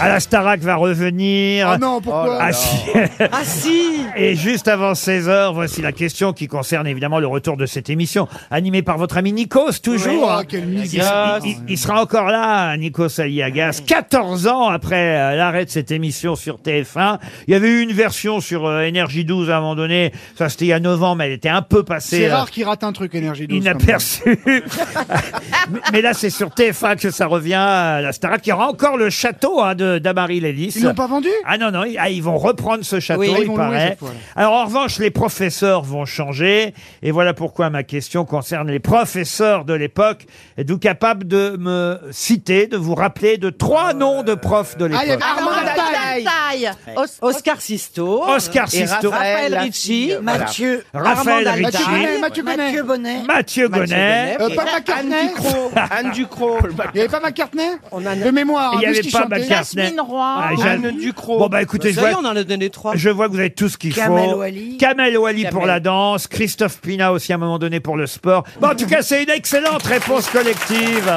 Speaker 2: À la Starac va revenir.
Speaker 4: Ah non, pourquoi
Speaker 2: Ah, si.
Speaker 5: Ah si
Speaker 2: Et juste avant 16h, voici la question qui concerne évidemment le retour de cette émission, animée par votre ami Nikos, toujours.
Speaker 4: Oh,
Speaker 2: hein.
Speaker 4: quelle
Speaker 2: Il,
Speaker 4: misère.
Speaker 9: Aliagas.
Speaker 2: il- il sera encore là, Nikos Aliagas, 14 ans après euh, l'arrêt de cette émission sur TF1. Il y avait eu une version sur euh, Énergie 12 à un moment donné, ça c'était il y a 9 ans, mais elle était un peu passée.
Speaker 4: C'est
Speaker 2: euh,
Speaker 4: rare qu'il rate un truc énergie douce. comme ça.
Speaker 2: inaperçu. mais, mais là, c'est sur TF1 que ça revient, euh, la Starac. Il y aura encore le château hein, de d'Amarie Lélis.
Speaker 4: Ils l'ont pas vendu
Speaker 2: Ah non, non, ils, ah, ils vont reprendre ce château,
Speaker 5: Oui,
Speaker 4: ils
Speaker 2: il
Speaker 4: vont le louer
Speaker 2: paraît.
Speaker 4: cette fois, là.
Speaker 2: Alors en revanche, les professeurs vont changer. Et voilà pourquoi ma question concerne les professeurs de l'époque. Êtes-vous capable de me citer, de vous rappeler de trois noms de profs de
Speaker 4: Euh, Ah, il y
Speaker 2: l'époque
Speaker 4: avait Armand Altaï.
Speaker 6: Taille. Os-
Speaker 5: Oscar Sisto,
Speaker 2: Oh, Oscar
Speaker 3: Et
Speaker 2: Sisto,
Speaker 3: Raphaël,
Speaker 5: Raphaël
Speaker 3: la
Speaker 5: Ricci,
Speaker 3: fille, voilà.
Speaker 7: Mathieu,
Speaker 2: Raphaël
Speaker 5: Armand
Speaker 4: Mathieu
Speaker 5: Altaï.
Speaker 2: Ricci,
Speaker 4: Bonnet, Mathieu Bonnet.
Speaker 7: Mathieu Bonnet.
Speaker 2: Mathieu Gonnet.
Speaker 5: Bonnet.
Speaker 4: Euh, pas
Speaker 3: Anne
Speaker 4: McCartney
Speaker 3: Ducrot. Anne Ducrot. le bac-
Speaker 4: Il n'y avait pas McCartney De mémoire,
Speaker 2: Il y
Speaker 4: en plus,
Speaker 2: avait
Speaker 4: qui
Speaker 2: pas
Speaker 4: chantait.
Speaker 2: McCartney.
Speaker 6: Jasmine Roy.
Speaker 2: Ah, j'ai-
Speaker 3: Anne Ducrot.
Speaker 2: Bon bah écoutez, je
Speaker 5: Ça y est,
Speaker 2: vois,
Speaker 5: on en a donné trois.
Speaker 2: je vois que vous avez tout ce qu'il faut.
Speaker 7: Kamel Ouali.
Speaker 2: Kamel Ouali pour
Speaker 3: Kamel.
Speaker 2: la danse, Christophe Pina aussi à un moment donné pour le sport. Bon, en tout cas, c'est une excellente réponse collective.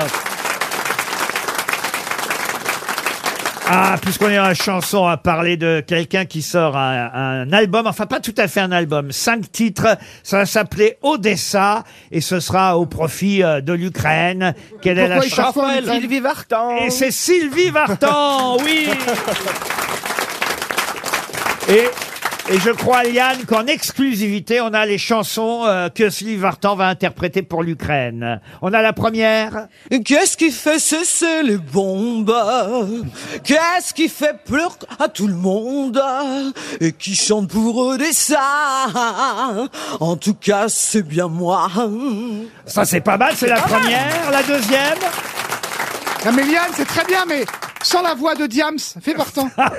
Speaker 2: Ah, puisqu'on est en chanson à parler de quelqu'un qui sort un, un album, enfin pas tout à fait un album, cinq titres, ça va s'appeler Odessa et ce sera au profit euh, de l'Ukraine. Quelle est la
Speaker 4: Pourquoi il
Speaker 2: chanson
Speaker 4: chante pas en
Speaker 3: Raphaël,
Speaker 4: Ukraine
Speaker 3: Sylvie Vartan.
Speaker 2: et c'est Sylvie Vartan, oui Et, et je crois, Liane, qu'en exclusivité, on a les chansons euh, que Sylvie Vartan va interpréter pour l'Ukraine. On a la première
Speaker 5: Qu'est-ce qui fait cesser les bombes Qu'est-ce qui fait pleurer à tout le monde Et qui chante pour Odessa En tout cas, c'est bien moi.
Speaker 2: Ça, c'est pas mal, c'est
Speaker 4: Ah,
Speaker 2: la première. La deuxième
Speaker 4: Non mais Liane, c'est très bien, mais sans la voix de Diams, fais partant. Bah,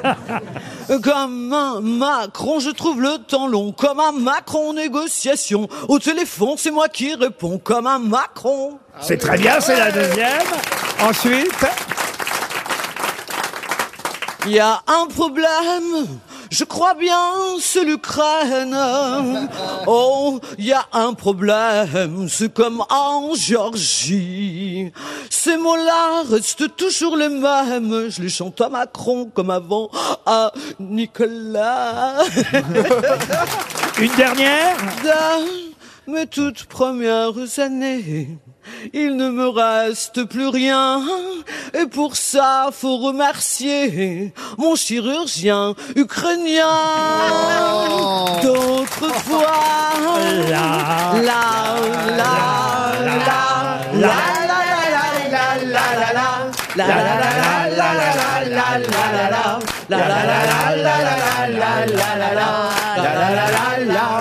Speaker 5: Euh, Comme un Macron, je trouve le temps long. Comme un Macron, négociation. Au téléphone, c'est moi qui réponds. Comme un Macron.
Speaker 2: C'est très bien, c'est la deuxième. Ensuite,
Speaker 5: Il y a un problème, je crois bien, c'est l'Ukraine. Oh, il y a un problème, c'est comme en Géorgie. Ces mots-là restent toujours les mêmes. Je les chante à Macron comme avant à Nicolas.
Speaker 2: une dernière.
Speaker 5: Dans mes toutes premières années, il ne me reste plus rien. Et pour ça, faut remercier mon chirurgien ukrainien. D'autres fois,
Speaker 2: La,
Speaker 5: la, la, la, la, la, la, la, la, la, la. La, la, la, la, la, la, la, la, la. La, la, la, la, la, la, la, la, la, la. La, la, la, la, la.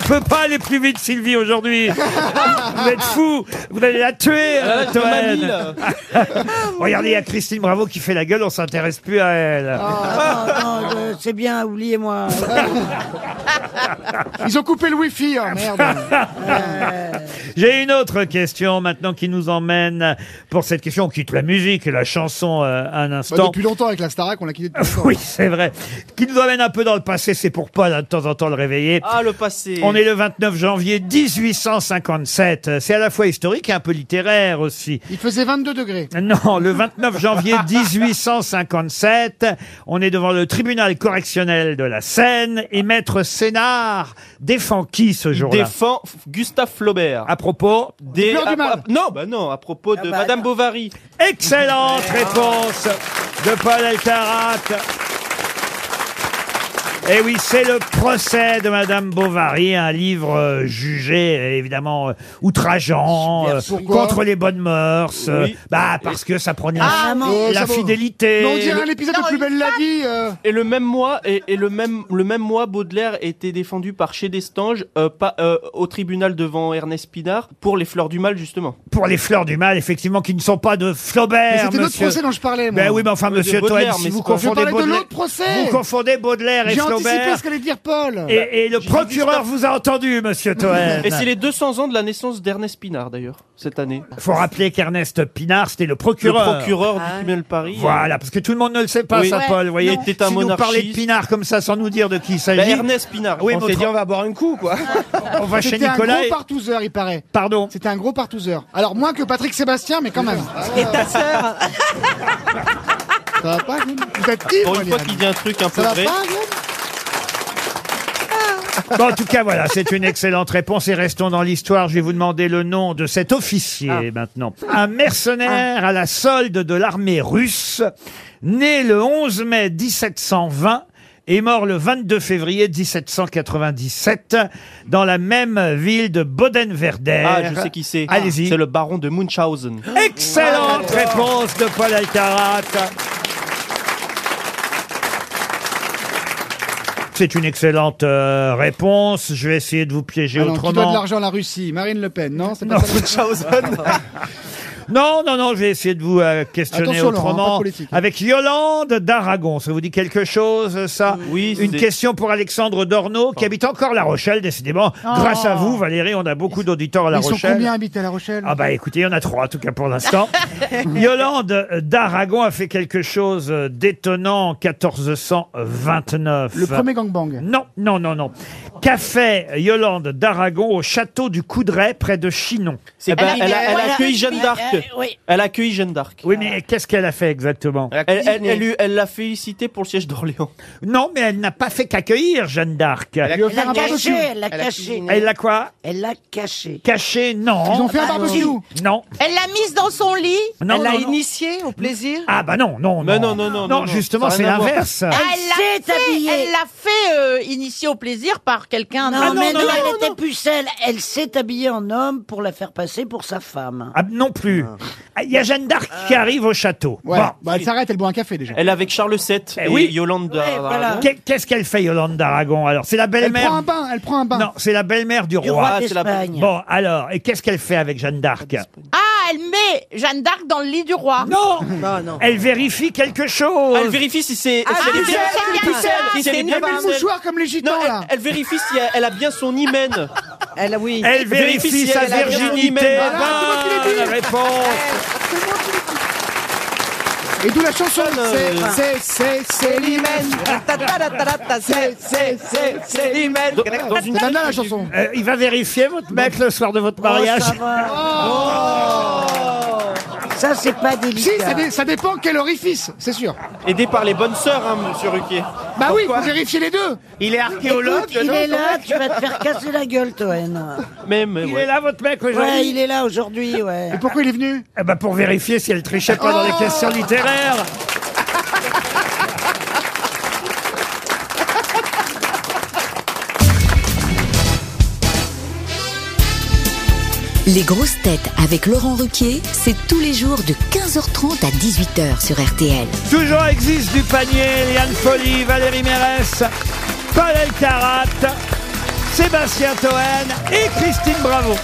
Speaker 2: peut pas aller plus vite, Sylvie, aujourd'hui. Vous êtes fou. Vous allez la tuer, euh, Toen. Regardez, il y a Christine Bravo qui fait la gueule, on s'intéresse plus à elle.
Speaker 7: Ah, non, non, je- c'est bien, oubliez-moi.
Speaker 4: Ils ont coupé le wifi, oh merde.
Speaker 2: Euh. J'ai une autre question maintenant qui nous emmène pour cette question. On quitte la musique et la chanson euh, un
Speaker 4: Bah,
Speaker 2: instant.
Speaker 4: depuis longtemps avec la Starac, on l'a quitté depuis longtemps.
Speaker 2: oui, c'est vrai. Qui nous emmène un peu dans le passé, c'est pour pas de temps en temps le réveiller.
Speaker 9: Ah, le passé.
Speaker 2: On est le 29 janvier 1857. C'est à la fois historique et un peu littéraire aussi.
Speaker 4: Il faisait 22 degrés.
Speaker 2: Non, le 29 janvier 1857, on est devant le tribunal correctionnel de la Seine et maître Sénard défend qui ce jour-là
Speaker 9: défend Gustave Flaubert.
Speaker 2: À propos,
Speaker 9: Des-
Speaker 4: Fleur du
Speaker 9: à-
Speaker 4: Mal.
Speaker 9: à- non, bah non, à propos de Madame Bovary.
Speaker 2: excellente réponse de Paul Alcarat. Et Eh oui, c'est le procès de Madame Bovary, un livre euh, jugé euh, évidemment euh, outrageant euh,
Speaker 4: Pourquoi
Speaker 2: contre les bonnes mœurs. euh,
Speaker 9: Oui.
Speaker 2: Bah parce que ça prononce
Speaker 7: Ah, maman.
Speaker 4: Oh, ça
Speaker 2: la
Speaker 4: va.
Speaker 2: fidélité.
Speaker 4: Mais on dirait un épisode de Plus belle la vie. euh.
Speaker 9: Et le même mois, et, et le même le même mois, Baudelaire était défendu par chez Destange euh, pas, euh, au tribunal devant Ernest Pinard pour les fleurs du mal justement.
Speaker 2: pour les fleurs du mal, effectivement, qui ne sont pas de
Speaker 4: Mais
Speaker 2: Flaubert,
Speaker 4: C'était notre
Speaker 2: Eh, monsieur.
Speaker 4: procès dont je parlais, moi.
Speaker 2: Ben oui, mais enfin,
Speaker 9: Oui, de
Speaker 2: monsieur Toen,
Speaker 9: Baudelaire,
Speaker 2: si
Speaker 9: mais
Speaker 2: vous
Speaker 9: c'est pas-
Speaker 4: Je
Speaker 2: confondez
Speaker 4: parlais de
Speaker 2: Baudelaire,
Speaker 4: l'autre procès.
Speaker 2: vous confondez Baudelaire et
Speaker 4: J'ai entendu
Speaker 2: Robert.
Speaker 4: ce qu'allait dire Paul.
Speaker 2: Et, et le procureur vous a entendu, monsieur Toen.
Speaker 9: Et c'est les 200 ans de la naissance d'Ernest Pinard, d'ailleurs, cette année.
Speaker 2: faut rappeler qu'Ernest Pinard, c'était le
Speaker 9: Le
Speaker 2: procureur.
Speaker 9: procureur
Speaker 7: Ah
Speaker 9: du tribunal de Paris.
Speaker 2: Voilà, parce que tout le monde ne le sait pas,
Speaker 9: Oui.
Speaker 2: ça,
Speaker 6: Ouais.
Speaker 2: Paul. Vous voyez,
Speaker 9: Il était un
Speaker 2: si vous parlez de
Speaker 9: monarchiste.
Speaker 2: Pinard comme ça, sans nous dire de qui il
Speaker 9: Bah,
Speaker 2: s'agit,
Speaker 9: Ernest Pinard.
Speaker 2: Oui,
Speaker 9: On
Speaker 2: mais
Speaker 9: s'est
Speaker 2: autre-
Speaker 9: dit, on va boire un coup, quoi.
Speaker 2: on va chez
Speaker 4: C'était un
Speaker 2: Nicolas.
Speaker 4: gros
Speaker 2: et-
Speaker 4: partouzeur, il paraît.
Speaker 2: Pardon.
Speaker 4: C'était un gros partouzeur. Alors moins que Patrick Sébastien, mais quand même.
Speaker 5: Et ta sœur
Speaker 4: Ça va pas,
Speaker 9: Euh,
Speaker 4: Guillaume Vous êtes ivre,
Speaker 9: Pour une fois
Speaker 4: Liane.
Speaker 9: qu'il dit un truc un peu
Speaker 4: Ça va
Speaker 9: vrai.
Speaker 4: pas, Guillaume Ah
Speaker 2: Bon, en tout cas, voilà, c'est une excellente réponse. Et restons dans l'histoire. Je vais vous demander le nom de cet officier
Speaker 9: Ah.
Speaker 2: maintenant. Un mercenaire à la solde de l'armée russe, né le 11 mai 1720 et mort le 22 février 1797 dans la même ville de Bodenwerder.
Speaker 9: Ah, je sais qui c'est.
Speaker 2: Allez-y.
Speaker 9: C'est le baron de Munchausen.
Speaker 2: Excellente réponse de Paul Alcarat. C'est une excellente euh, réponse. Je vais essayer de vous piéger
Speaker 4: Ah non, Qui doit de
Speaker 2: autrement.
Speaker 4: l'argent à la Russie Marine Le Pen, non C'est pas
Speaker 2: Non.
Speaker 4: ça le-
Speaker 2: Non, non, non, je vais essayer de vous euh, questionner
Speaker 4: Attention, Laurent, pas
Speaker 2: autrement.
Speaker 4: politique. hein.
Speaker 2: avec Yolande d'Aragon, ça vous dit quelque chose, ça
Speaker 9: Oui,
Speaker 2: Une
Speaker 9: c'est-
Speaker 2: question pour Alexandre Dorneau, qui habite encore La Rochelle, décidément. Grâce à vous, Valérie, on a beaucoup d'auditeurs à La
Speaker 4: Oh. Ils sont
Speaker 2: Rochelle.
Speaker 4: combien habitent à La Rochelle
Speaker 2: Ah bah écoutez, il y en a trois en tout cas pour l'instant. Yolande euh, d'Aragon a fait quelque chose euh, d'étonnant en 1429.
Speaker 4: Le premier gangbang.
Speaker 2: Non, non, non, non. Qu'a fait Yolande d'Aragon au château du Coudray près de Chinon
Speaker 9: Eh ben, elle, a, elle a accueilli Jeanne d'Arc.
Speaker 7: Euh, oui.
Speaker 9: Elle a accueilli Jeanne d'Arc.
Speaker 2: Oui, mais qu'est-ce qu'elle a fait exactement
Speaker 9: Elle, elle, elle, lui- elle l'a félicité pour le siège d'Orléans.
Speaker 2: Non, mais elle n'a pas fait qu'accueillir Jeanne d'Arc.
Speaker 3: a-
Speaker 4: Lui
Speaker 7: Elle
Speaker 4: offert
Speaker 7: l'a
Speaker 4: un
Speaker 7: caché,
Speaker 4: barbecue.
Speaker 7: elle l'a
Speaker 3: Elle a
Speaker 7: caché.
Speaker 2: Elle l'a quoi
Speaker 7: Elle l'a caché. Ah,
Speaker 2: Caché
Speaker 4: Ils ont
Speaker 2: Non.
Speaker 4: fait un barbecue.
Speaker 2: Non.
Speaker 6: Elle l'a mise dans son lit.
Speaker 2: Non,
Speaker 5: Elle l'a
Speaker 2: non, non.
Speaker 5: initié au plaisir
Speaker 2: Ah bah non, non, non.
Speaker 9: Mais non, non, non, non, non.
Speaker 2: justement,
Speaker 9: Ça a
Speaker 2: c'est
Speaker 9: rien à voir.
Speaker 2: l'inverse.
Speaker 6: Ah,
Speaker 7: Elle s'est
Speaker 6: l'a fait,
Speaker 7: habillée.
Speaker 6: elle l'a fait euh, initier au plaisir par quelqu'un.
Speaker 7: Non,
Speaker 6: d'un-
Speaker 2: Ah non,
Speaker 7: mais
Speaker 2: non,
Speaker 7: non,
Speaker 2: non,
Speaker 7: elle
Speaker 2: non,
Speaker 7: était pucelle. Elle s'est habillée en homme pour la faire passer pour sa femme. Euh.
Speaker 2: Ah, non plus. Ah, Il y a Jeanne d'Arc qui arrive au château.
Speaker 4: Ouais.
Speaker 2: Bon.
Speaker 4: Bah, elle s'arrête, elle boit un café déjà.
Speaker 9: Elle est avec Charles VII
Speaker 2: Eh
Speaker 9: et
Speaker 2: oui.
Speaker 9: Yolande euh, d'Arc.
Speaker 7: voilà.
Speaker 2: Qu'est- Qu'est-ce qu'elle fait, Yolande d'Aragon Alors, c'est la
Speaker 4: Elle prend un
Speaker 2: belle-mère.
Speaker 4: bain, elle prend un bain.
Speaker 2: Non, c'est la belle-mère du,
Speaker 7: Du
Speaker 2: roi.
Speaker 7: roi
Speaker 9: Ah, c'est la-
Speaker 7: d'Espagne.
Speaker 2: Bon, alors, et qu'est-ce qu'elle fait avec Jeanne d'Arc
Speaker 6: Ah, elle met Jeanne d'Arc dans le lit du roi.
Speaker 2: Non
Speaker 5: Non, non.
Speaker 2: Elle vérifie quelque chose.
Speaker 9: Elle vérifie si c'est
Speaker 5: Ah,
Speaker 9: si elle est
Speaker 5: pucelle,
Speaker 9: bien-
Speaker 5: c'est
Speaker 9: pucelle,
Speaker 5: pucelle,
Speaker 9: si elle est
Speaker 5: c'est
Speaker 9: bien
Speaker 5: une
Speaker 4: Un
Speaker 9: pucelle.
Speaker 4: mouchoir comme les
Speaker 9: Non,
Speaker 4: gitans,
Speaker 9: elle,
Speaker 4: là.
Speaker 9: elle vérifie si elle, elle a bien son hymen.
Speaker 5: Elle, oui.
Speaker 2: Elle vérifie,
Speaker 9: Vérifie si
Speaker 2: sa
Speaker 9: elle a bien son
Speaker 2: virginité. Ah,
Speaker 9: hymen.
Speaker 4: Voilà, c'est moi qui l'ai
Speaker 2: Bonne
Speaker 4: dit.
Speaker 2: réponse.
Speaker 4: Et d'où la chanson.
Speaker 5: euh,
Speaker 4: C'est, c'est, c'est, c'est l'hymen.
Speaker 5: Ta-ta-ta-ta-ta, C'est, c'est, c'est, c'est l'hymen.
Speaker 9: Dans une
Speaker 4: C'est nana, la chanson. Bah, oh,
Speaker 2: Euh, il va vérifier votre mec le soir de votre mariage.
Speaker 7: Ça, va. Ça, c'est pas
Speaker 4: Si, ça,
Speaker 7: délicat.
Speaker 4: dé- ça dépend quel orifice, c'est sûr.
Speaker 9: aidée par les bonnes sœurs, hein, monsieur Ruquier.
Speaker 4: Bah oui, faut vérifier les deux.
Speaker 3: Il est archéologue.
Speaker 7: Écoute, il
Speaker 3: non
Speaker 7: est là, tu vas te faire casser la gueule, Toen.
Speaker 9: Même
Speaker 2: il
Speaker 9: ouais.
Speaker 2: est là, votre mec, aujourd'hui
Speaker 7: Ouais, il est là aujourd'hui, ouais. Oh
Speaker 4: Et pourquoi il est venu
Speaker 2: Eh ben, pour vérifier si elle trichait pas dans les questions littéraires.
Speaker 10: Les grosses têtes avec Laurent Ruquier, c'est tous les jours de 15h30 à 18h sur RTL.
Speaker 2: Toujours existe du panier, Liane Folly, Valérie Mérès, Paul Elkarat, Sébastien Toen et Christine Bravo.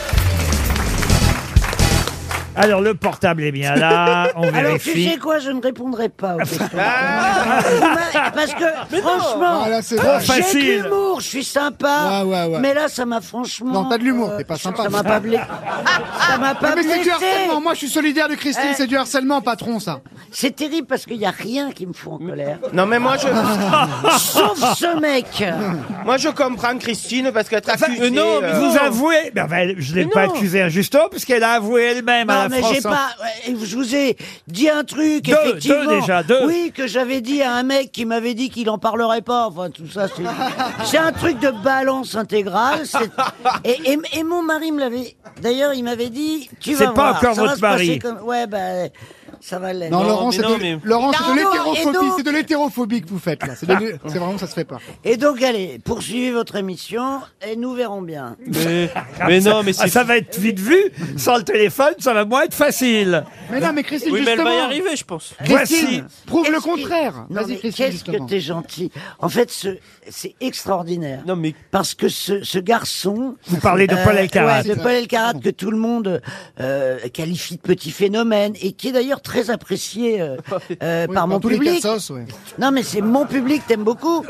Speaker 2: Alors le portable est bien là, on
Speaker 7: Alors, tu
Speaker 2: vérifie.
Speaker 7: sais quoi, je ne répondrai pas aux questions.
Speaker 3: Ah
Speaker 7: Ah Parce que, franchement,
Speaker 4: Ah, là, c'est
Speaker 2: Trop
Speaker 4: vache.
Speaker 7: j'ai de
Speaker 2: facile.
Speaker 7: l'humour, je suis sympa.
Speaker 4: Ouais, ouais, ouais.
Speaker 7: Mais là, ça m'a
Speaker 4: Non,
Speaker 7: franchement.
Speaker 4: t'as de l'humour,
Speaker 7: euh,
Speaker 4: t'es pas sympa. Ah
Speaker 7: Ça m'a pas blé. ça m'a pas
Speaker 4: Mais c'est du
Speaker 7: blessé.
Speaker 4: harcèlement. Moi, je suis solidaire de Christine.
Speaker 7: Eh.
Speaker 4: C'est du harcèlement, patron, ça.
Speaker 7: C'est terrible parce qu'il n'y a rien qui me fout en colère.
Speaker 3: Non, mais moi, je,
Speaker 7: Sauf ce mec.
Speaker 3: moi, je comprends Christine parce qu'être
Speaker 2: Enfin,
Speaker 3: accusée.
Speaker 9: non, mais
Speaker 3: euh,
Speaker 2: Vous avouez, ben, ben, je l'ai pas accusée injustement puisqu'elle a avoué elle-même à Eh
Speaker 7: Non,
Speaker 2: ben, la
Speaker 7: mais j'ai
Speaker 2: France. hein.
Speaker 7: pas. ouais, Je vous ai dit un truc,
Speaker 2: Deux,
Speaker 7: effectivement.
Speaker 2: deux déjà, deux.
Speaker 7: Oui, que j'avais dit à un mec qui m'avait dit qu'il en parlerait pas. Enfin, tout ça, c'est. C'est un truc de balance intégrale. c'est- Et, et- et mon mari me l'avait. D'ailleurs, il m'avait dit. Tu
Speaker 2: C'est
Speaker 7: vas
Speaker 2: pas
Speaker 7: voir,
Speaker 2: encore
Speaker 7: ça va
Speaker 2: votre
Speaker 7: se passer
Speaker 2: mari.
Speaker 7: comme- Ouais, bah. Ça va l'être.
Speaker 4: Non, Laurent,
Speaker 9: mais
Speaker 4: c'est
Speaker 9: non,
Speaker 4: de,
Speaker 9: mais-
Speaker 4: Laurent, c'est
Speaker 7: Non,
Speaker 4: de
Speaker 7: non, et
Speaker 4: l'hétérophobie.
Speaker 7: donc-
Speaker 4: C'est de l'hétérophobie que vous faites, là. C'est, de-
Speaker 2: Ah.
Speaker 4: c'est vraiment, ça se fait pas.
Speaker 7: Et donc, allez, poursuivez votre émission et nous verrons bien.
Speaker 9: Mais, mais non, mais
Speaker 2: Ah,
Speaker 9: c'est.
Speaker 2: ça va être vite vu, sans le téléphone, ça va moins être facile.
Speaker 4: Mais non, mais Christine,
Speaker 9: oui, mais elle
Speaker 4: justement.
Speaker 9: va y arriver, je pense.
Speaker 2: Voici,
Speaker 4: Prouve le
Speaker 7: Est-ce que-
Speaker 4: contraire.
Speaker 7: Non,
Speaker 4: Vas-y,
Speaker 7: mais
Speaker 4: Christine,
Speaker 7: Qu'est-ce que
Speaker 4: justement.
Speaker 7: t'es gentil. En fait, ce- c'est extraordinaire.
Speaker 9: Non, mais
Speaker 7: Parce que ce, ce garçon.
Speaker 2: vous parlez de Paul
Speaker 7: Euh,
Speaker 2: Elkarat.
Speaker 7: ouais, de Paul Elkarat que tout le monde euh, qualifie de petit phénomène et qui est d'ailleurs d'ailleurs très apprécié euh, euh, par mon
Speaker 11: tous les
Speaker 7: public.
Speaker 11: cassos, ouais.
Speaker 7: Non, mais c'est mon public, t'aimes beaucoup.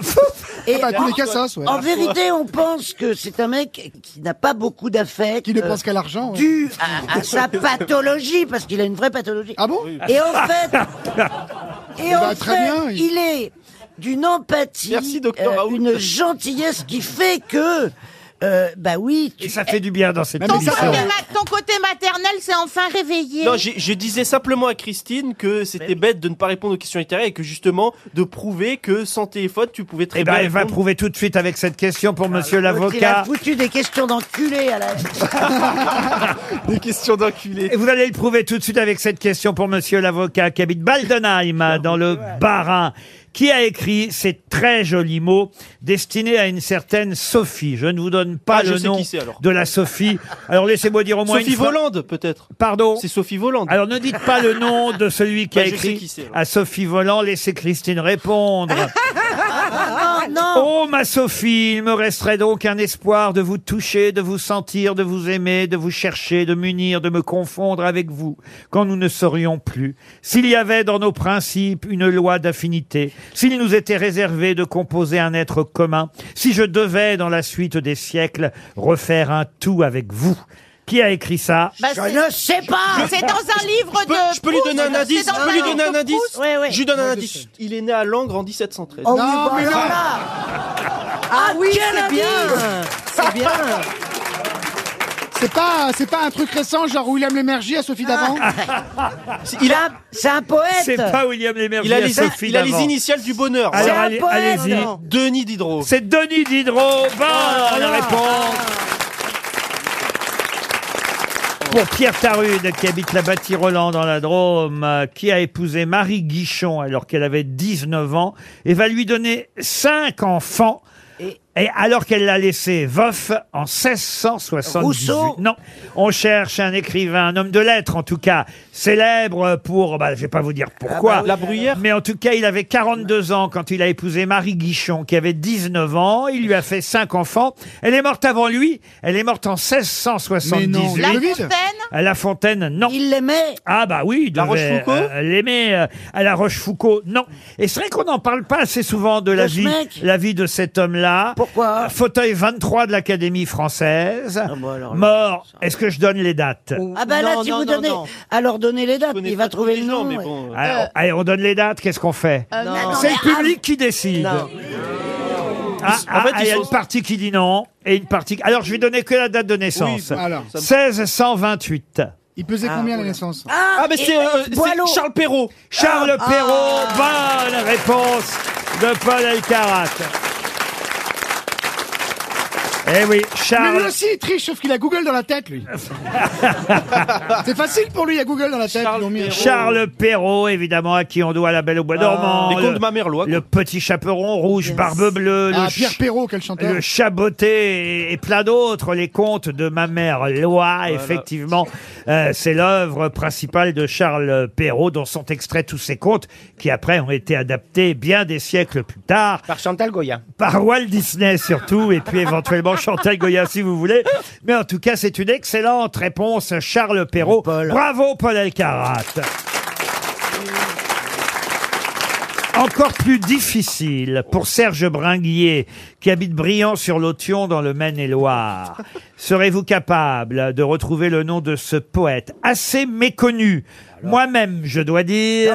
Speaker 7: Et
Speaker 11: Ah bah, tous les cassos, ouais.
Speaker 7: En vérité, on pense que c'est un mec qui n'a pas beaucoup euh, d'affect. Qui
Speaker 11: ne pense qu'à l'argent, ouais.
Speaker 7: Dû à, à sa pathologie, parce qu'il a une vraie pathologie. Ah
Speaker 11: bon
Speaker 7: Et en fait, et
Speaker 11: Eh
Speaker 7: en
Speaker 11: ben, très
Speaker 7: fait,
Speaker 11: bien,
Speaker 7: il... est d'une empathie, euh, une gentillesse qui fait que, euh, bah oui, tu...
Speaker 2: ça fait du bien
Speaker 7: Ah,
Speaker 2: dans cette
Speaker 6: Ton côté, ma- ton côté maternel s'est enfin réveillé.
Speaker 9: Non, j'ai- je disais simplement à Christine que c'était bête de ne pas répondre aux questions littéraires et que justement de prouver que sans téléphone tu pouvais très
Speaker 2: Eh ben,
Speaker 9: bien
Speaker 2: elle va
Speaker 9: répondre.
Speaker 2: prouver tout de suite avec cette question pour monsieur
Speaker 7: Il a
Speaker 2: l'avocat.
Speaker 7: foutu des questions d'enculé à la.
Speaker 9: Des questions d'enculé.
Speaker 2: Et vous allez le prouver tout de suite avec cette question pour monsieur l'avocat qui habite Baldenheim, dans le Bas-Rhin, qui a écrit ces très jolis mots destinés à une certaine Sophie. Je ne vous donne pas
Speaker 9: Ah, je
Speaker 2: le
Speaker 9: sais
Speaker 2: nom
Speaker 9: qui c'est, alors.
Speaker 2: de la Sophie. Alors laissez-moi dire au moins
Speaker 9: Sophie
Speaker 2: une fois-
Speaker 9: Volande peut-être.
Speaker 2: Pardon
Speaker 9: C'est Sophie Volande.
Speaker 2: Alors ne dites pas le nom de celui qui a
Speaker 9: Bah, je sais
Speaker 2: écrit
Speaker 9: qui c'est, alors.
Speaker 2: à Sophie Volant. Laissez Christine répondre.
Speaker 7: Ah non
Speaker 2: Oh ma Sophie, il me resterait donc un espoir de vous toucher, de vous sentir, de vous aimer, de vous chercher, de m'unir, de me confondre avec vous quand nous ne serions plus. S'il y avait dans nos principes une loi d'affinité, s'il nous était réservé de composer un être commun, si je devais dans la suite des siècles refaire un tout avec vous. Qui a écrit ça
Speaker 6: Bah,
Speaker 7: Je
Speaker 6: c'est-
Speaker 7: ne sais pas
Speaker 6: c'est dans un livre
Speaker 9: Je peux,
Speaker 6: de.
Speaker 9: je peux lui donner
Speaker 2: Oh,
Speaker 9: un
Speaker 6: Proust,
Speaker 9: indice.
Speaker 6: c'est dans
Speaker 9: Je peux lui
Speaker 6: un
Speaker 9: donner
Speaker 6: livre
Speaker 9: un
Speaker 6: de
Speaker 9: indice.
Speaker 6: Proust. Ouais, ouais.
Speaker 9: Je lui donne un indice. Il est né à Langres en 1713.
Speaker 7: Oh
Speaker 11: Non,
Speaker 7: oui,
Speaker 11: mais non.
Speaker 7: bah, voilà. Ah oui, c'est bien
Speaker 5: C'est bien.
Speaker 11: C'est pas, c'est pas un truc récent, genre William Lémergie à Sophie d'avant
Speaker 7: Il
Speaker 6: Bah,
Speaker 7: a, Ah. c'est un poète.
Speaker 2: C'est pas William Lémergie
Speaker 9: Il a
Speaker 2: à
Speaker 9: les,
Speaker 2: Sophie
Speaker 9: il a les
Speaker 2: d'avant.
Speaker 9: initiales du bonheur.
Speaker 2: Alors
Speaker 7: un
Speaker 2: allez-
Speaker 7: poète.
Speaker 2: allez-y.
Speaker 7: Non.
Speaker 9: Denis Diderot. Oh,
Speaker 2: C'est Denis Diderot. Bonne réponse. Pour Pierre Tarude, qui habite la bâtie Roland dans la Drôme, euh, qui a épousé Marie Guichon alors qu'elle avait 19 ans et va lui donner cinq enfants. Et, alors qu'elle l'a laissé veuf en 1678.
Speaker 7: Rousseau
Speaker 2: Non, on cherche un écrivain, un homme de lettres en tout cas, célèbre pour, bah, je vais pas vous dire pourquoi,
Speaker 9: La Bruyère.
Speaker 2: mais en tout cas, il avait 42 ans quand il a épousé Marie Guichon, qui avait 19 ans. Il lui a fait cinq enfants. Elle est morte avant lui. Elle est morte en 1678.
Speaker 11: Mais non,
Speaker 6: La
Speaker 11: Le vide.
Speaker 6: Fontaine.
Speaker 2: À La Fontaine, non.
Speaker 7: Il l'aimait.
Speaker 2: Ah bah oui, il
Speaker 9: La
Speaker 2: devait
Speaker 9: Rochefoucauld
Speaker 2: euh, l'aimer euh, à la Rochefoucauld, non. Et c'est vrai qu'on n'en parle pas assez souvent de la
Speaker 7: ce
Speaker 2: vie,
Speaker 7: mec
Speaker 2: la vie de cet homme-là. Euh,
Speaker 7: Pourquoi
Speaker 2: Fauteuil 23 de l'Académie française.
Speaker 7: bah alors là,
Speaker 2: Mort. Est-ce que je donne les dates
Speaker 7: Ah bah là,
Speaker 5: Non,
Speaker 7: si
Speaker 5: non,
Speaker 7: vous
Speaker 5: non,
Speaker 7: donnez,
Speaker 5: non.
Speaker 7: alors donnez les dates.
Speaker 9: Je connais
Speaker 7: Il va
Speaker 9: pas tous
Speaker 7: trouver
Speaker 9: les
Speaker 7: le
Speaker 9: gens,
Speaker 7: nom.
Speaker 9: mais
Speaker 7: ouais.
Speaker 9: bon.
Speaker 2: Allez, Ah, on- Allez, on donne les dates. Qu'est-ce qu'on fait
Speaker 6: Euh, non, non,
Speaker 2: C'est
Speaker 6: mais-
Speaker 2: le public qui décide.
Speaker 5: Non.
Speaker 2: Ah, ah,
Speaker 9: fait,
Speaker 2: ah,
Speaker 9: ils
Speaker 2: il y a
Speaker 9: sont-
Speaker 2: une partie qui dit non et une partie. qui- Alors je vais donner que la date de naissance.
Speaker 11: Oui, voilà.
Speaker 2: 1628.
Speaker 11: Il pesait combien à la naissance
Speaker 9: Ah, mais c'est euh, c'est
Speaker 7: Boileau.
Speaker 9: Charles Perrault. Ah.
Speaker 2: Charles Perrault, bonne réponse de Paul Elkarat. Eh oui,
Speaker 11: Mais lui
Speaker 2: Charles.
Speaker 11: aussi, il triche, sauf qu'il a Google dans la tête, lui. c'est facile pour lui, il a Google dans la tête. ils
Speaker 9: Charles
Speaker 11: l'ont mis.
Speaker 9: Perrault. Ah.
Speaker 2: Charles Perrault, évidemment, à qui on doit la Belle au Bois dormant.
Speaker 9: Les
Speaker 2: le-
Speaker 9: contes de ma mère, Loa.
Speaker 2: le petit chaperon rouge, barbe bleue,
Speaker 11: Ah,
Speaker 2: le,
Speaker 11: Pierre
Speaker 2: ch-
Speaker 11: Perrault, quel chanteur.
Speaker 2: le chaboté et, et plein d'autres. Les contes de ma mère Loi, effectivement, euh, c'est l'œuvre principale de Charles Perrault, dont sont extraits tous ces contes qui après ont été adaptés bien des siècles plus tard
Speaker 3: Par Chantal Goya.
Speaker 2: par Walt Disney surtout, et puis éventuellement Chantal Goya si vous voulez. Mais en tout cas, c'est une excellente réponse, Charles Perrault. Bravo, Paul Elkarat. Encore plus difficile pour Serge Bringuier, qui habite Briand-sur-Lotion dans le Maine-et-Loire. Serez-vous capable de retrouver le nom de ce poète assez méconnu Moi-même, je dois dire.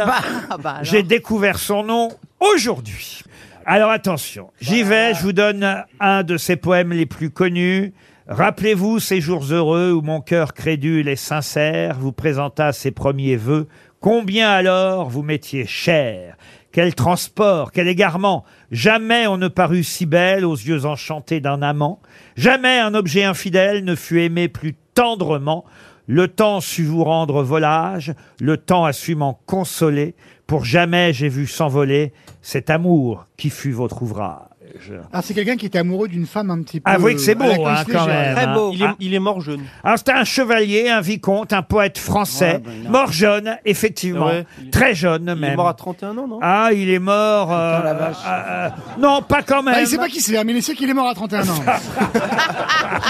Speaker 6: Ah bah, alors.
Speaker 2: J'ai découvert son nom aujourd'hui. Alors attention, j'y vais, je vous donne un de ses poèmes les plus connus. Rappelez-vous ces jours heureux où mon cœur crédule et sincère vous présenta ses premiers vœux. Combien alors vous mettiez cher Quel transport, quel égarement Jamais on ne parut si belle aux yeux enchantés d'un amant. Jamais un objet infidèle ne fut aimé plus tendrement. Le temps sut vous rendre volage, le temps a su m'en consoler. Pour jamais j'ai vu s'envoler cet amour qui fut votre ouvrage. je-
Speaker 11: Ah, c'est quelqu'un qui était amoureux d'une femme un petit peu.
Speaker 2: Avouez que c'est beau,
Speaker 11: à la Claude
Speaker 2: hein, quand
Speaker 11: Léger.
Speaker 2: même. hein.
Speaker 9: Il est- il est mort jeune.
Speaker 2: Alors c'était un chevalier, un vicomte, un poète français, mort jeune, effectivement,
Speaker 9: ben, Ouais.
Speaker 2: très jeune même.
Speaker 9: Il est mort à 31 ans, non
Speaker 2: Ah, il est mort. euh, euh, euh, non, pas quand
Speaker 9: Ah,
Speaker 2: même.
Speaker 11: Bah, il sait pas qui c'est, mais il sait qu'il est mort à 31 ans.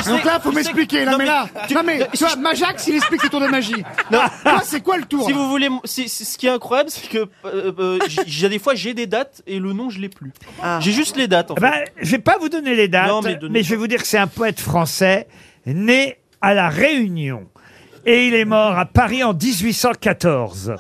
Speaker 11: Donc là, faut m'expliquer. Là, mais là, tu... non, mais, tu vois, Majax, il explique le tour de magie. Toi, c'est quoi le tour
Speaker 9: Si
Speaker 11: là
Speaker 9: vous voulez, si- si- ce qui est incroyable, c'est que euh, euh, j- j'ai des fois j'ai des dates et le nom je l'ai plus. J'ai juste les dates. En fait.
Speaker 2: Ben, je vais pas vous donner les dates,
Speaker 9: Non, mais
Speaker 2: mais,
Speaker 9: donnez-
Speaker 2: je vais vous dire que c'est un poète français né à la Réunion et il est mort à Paris en 1814.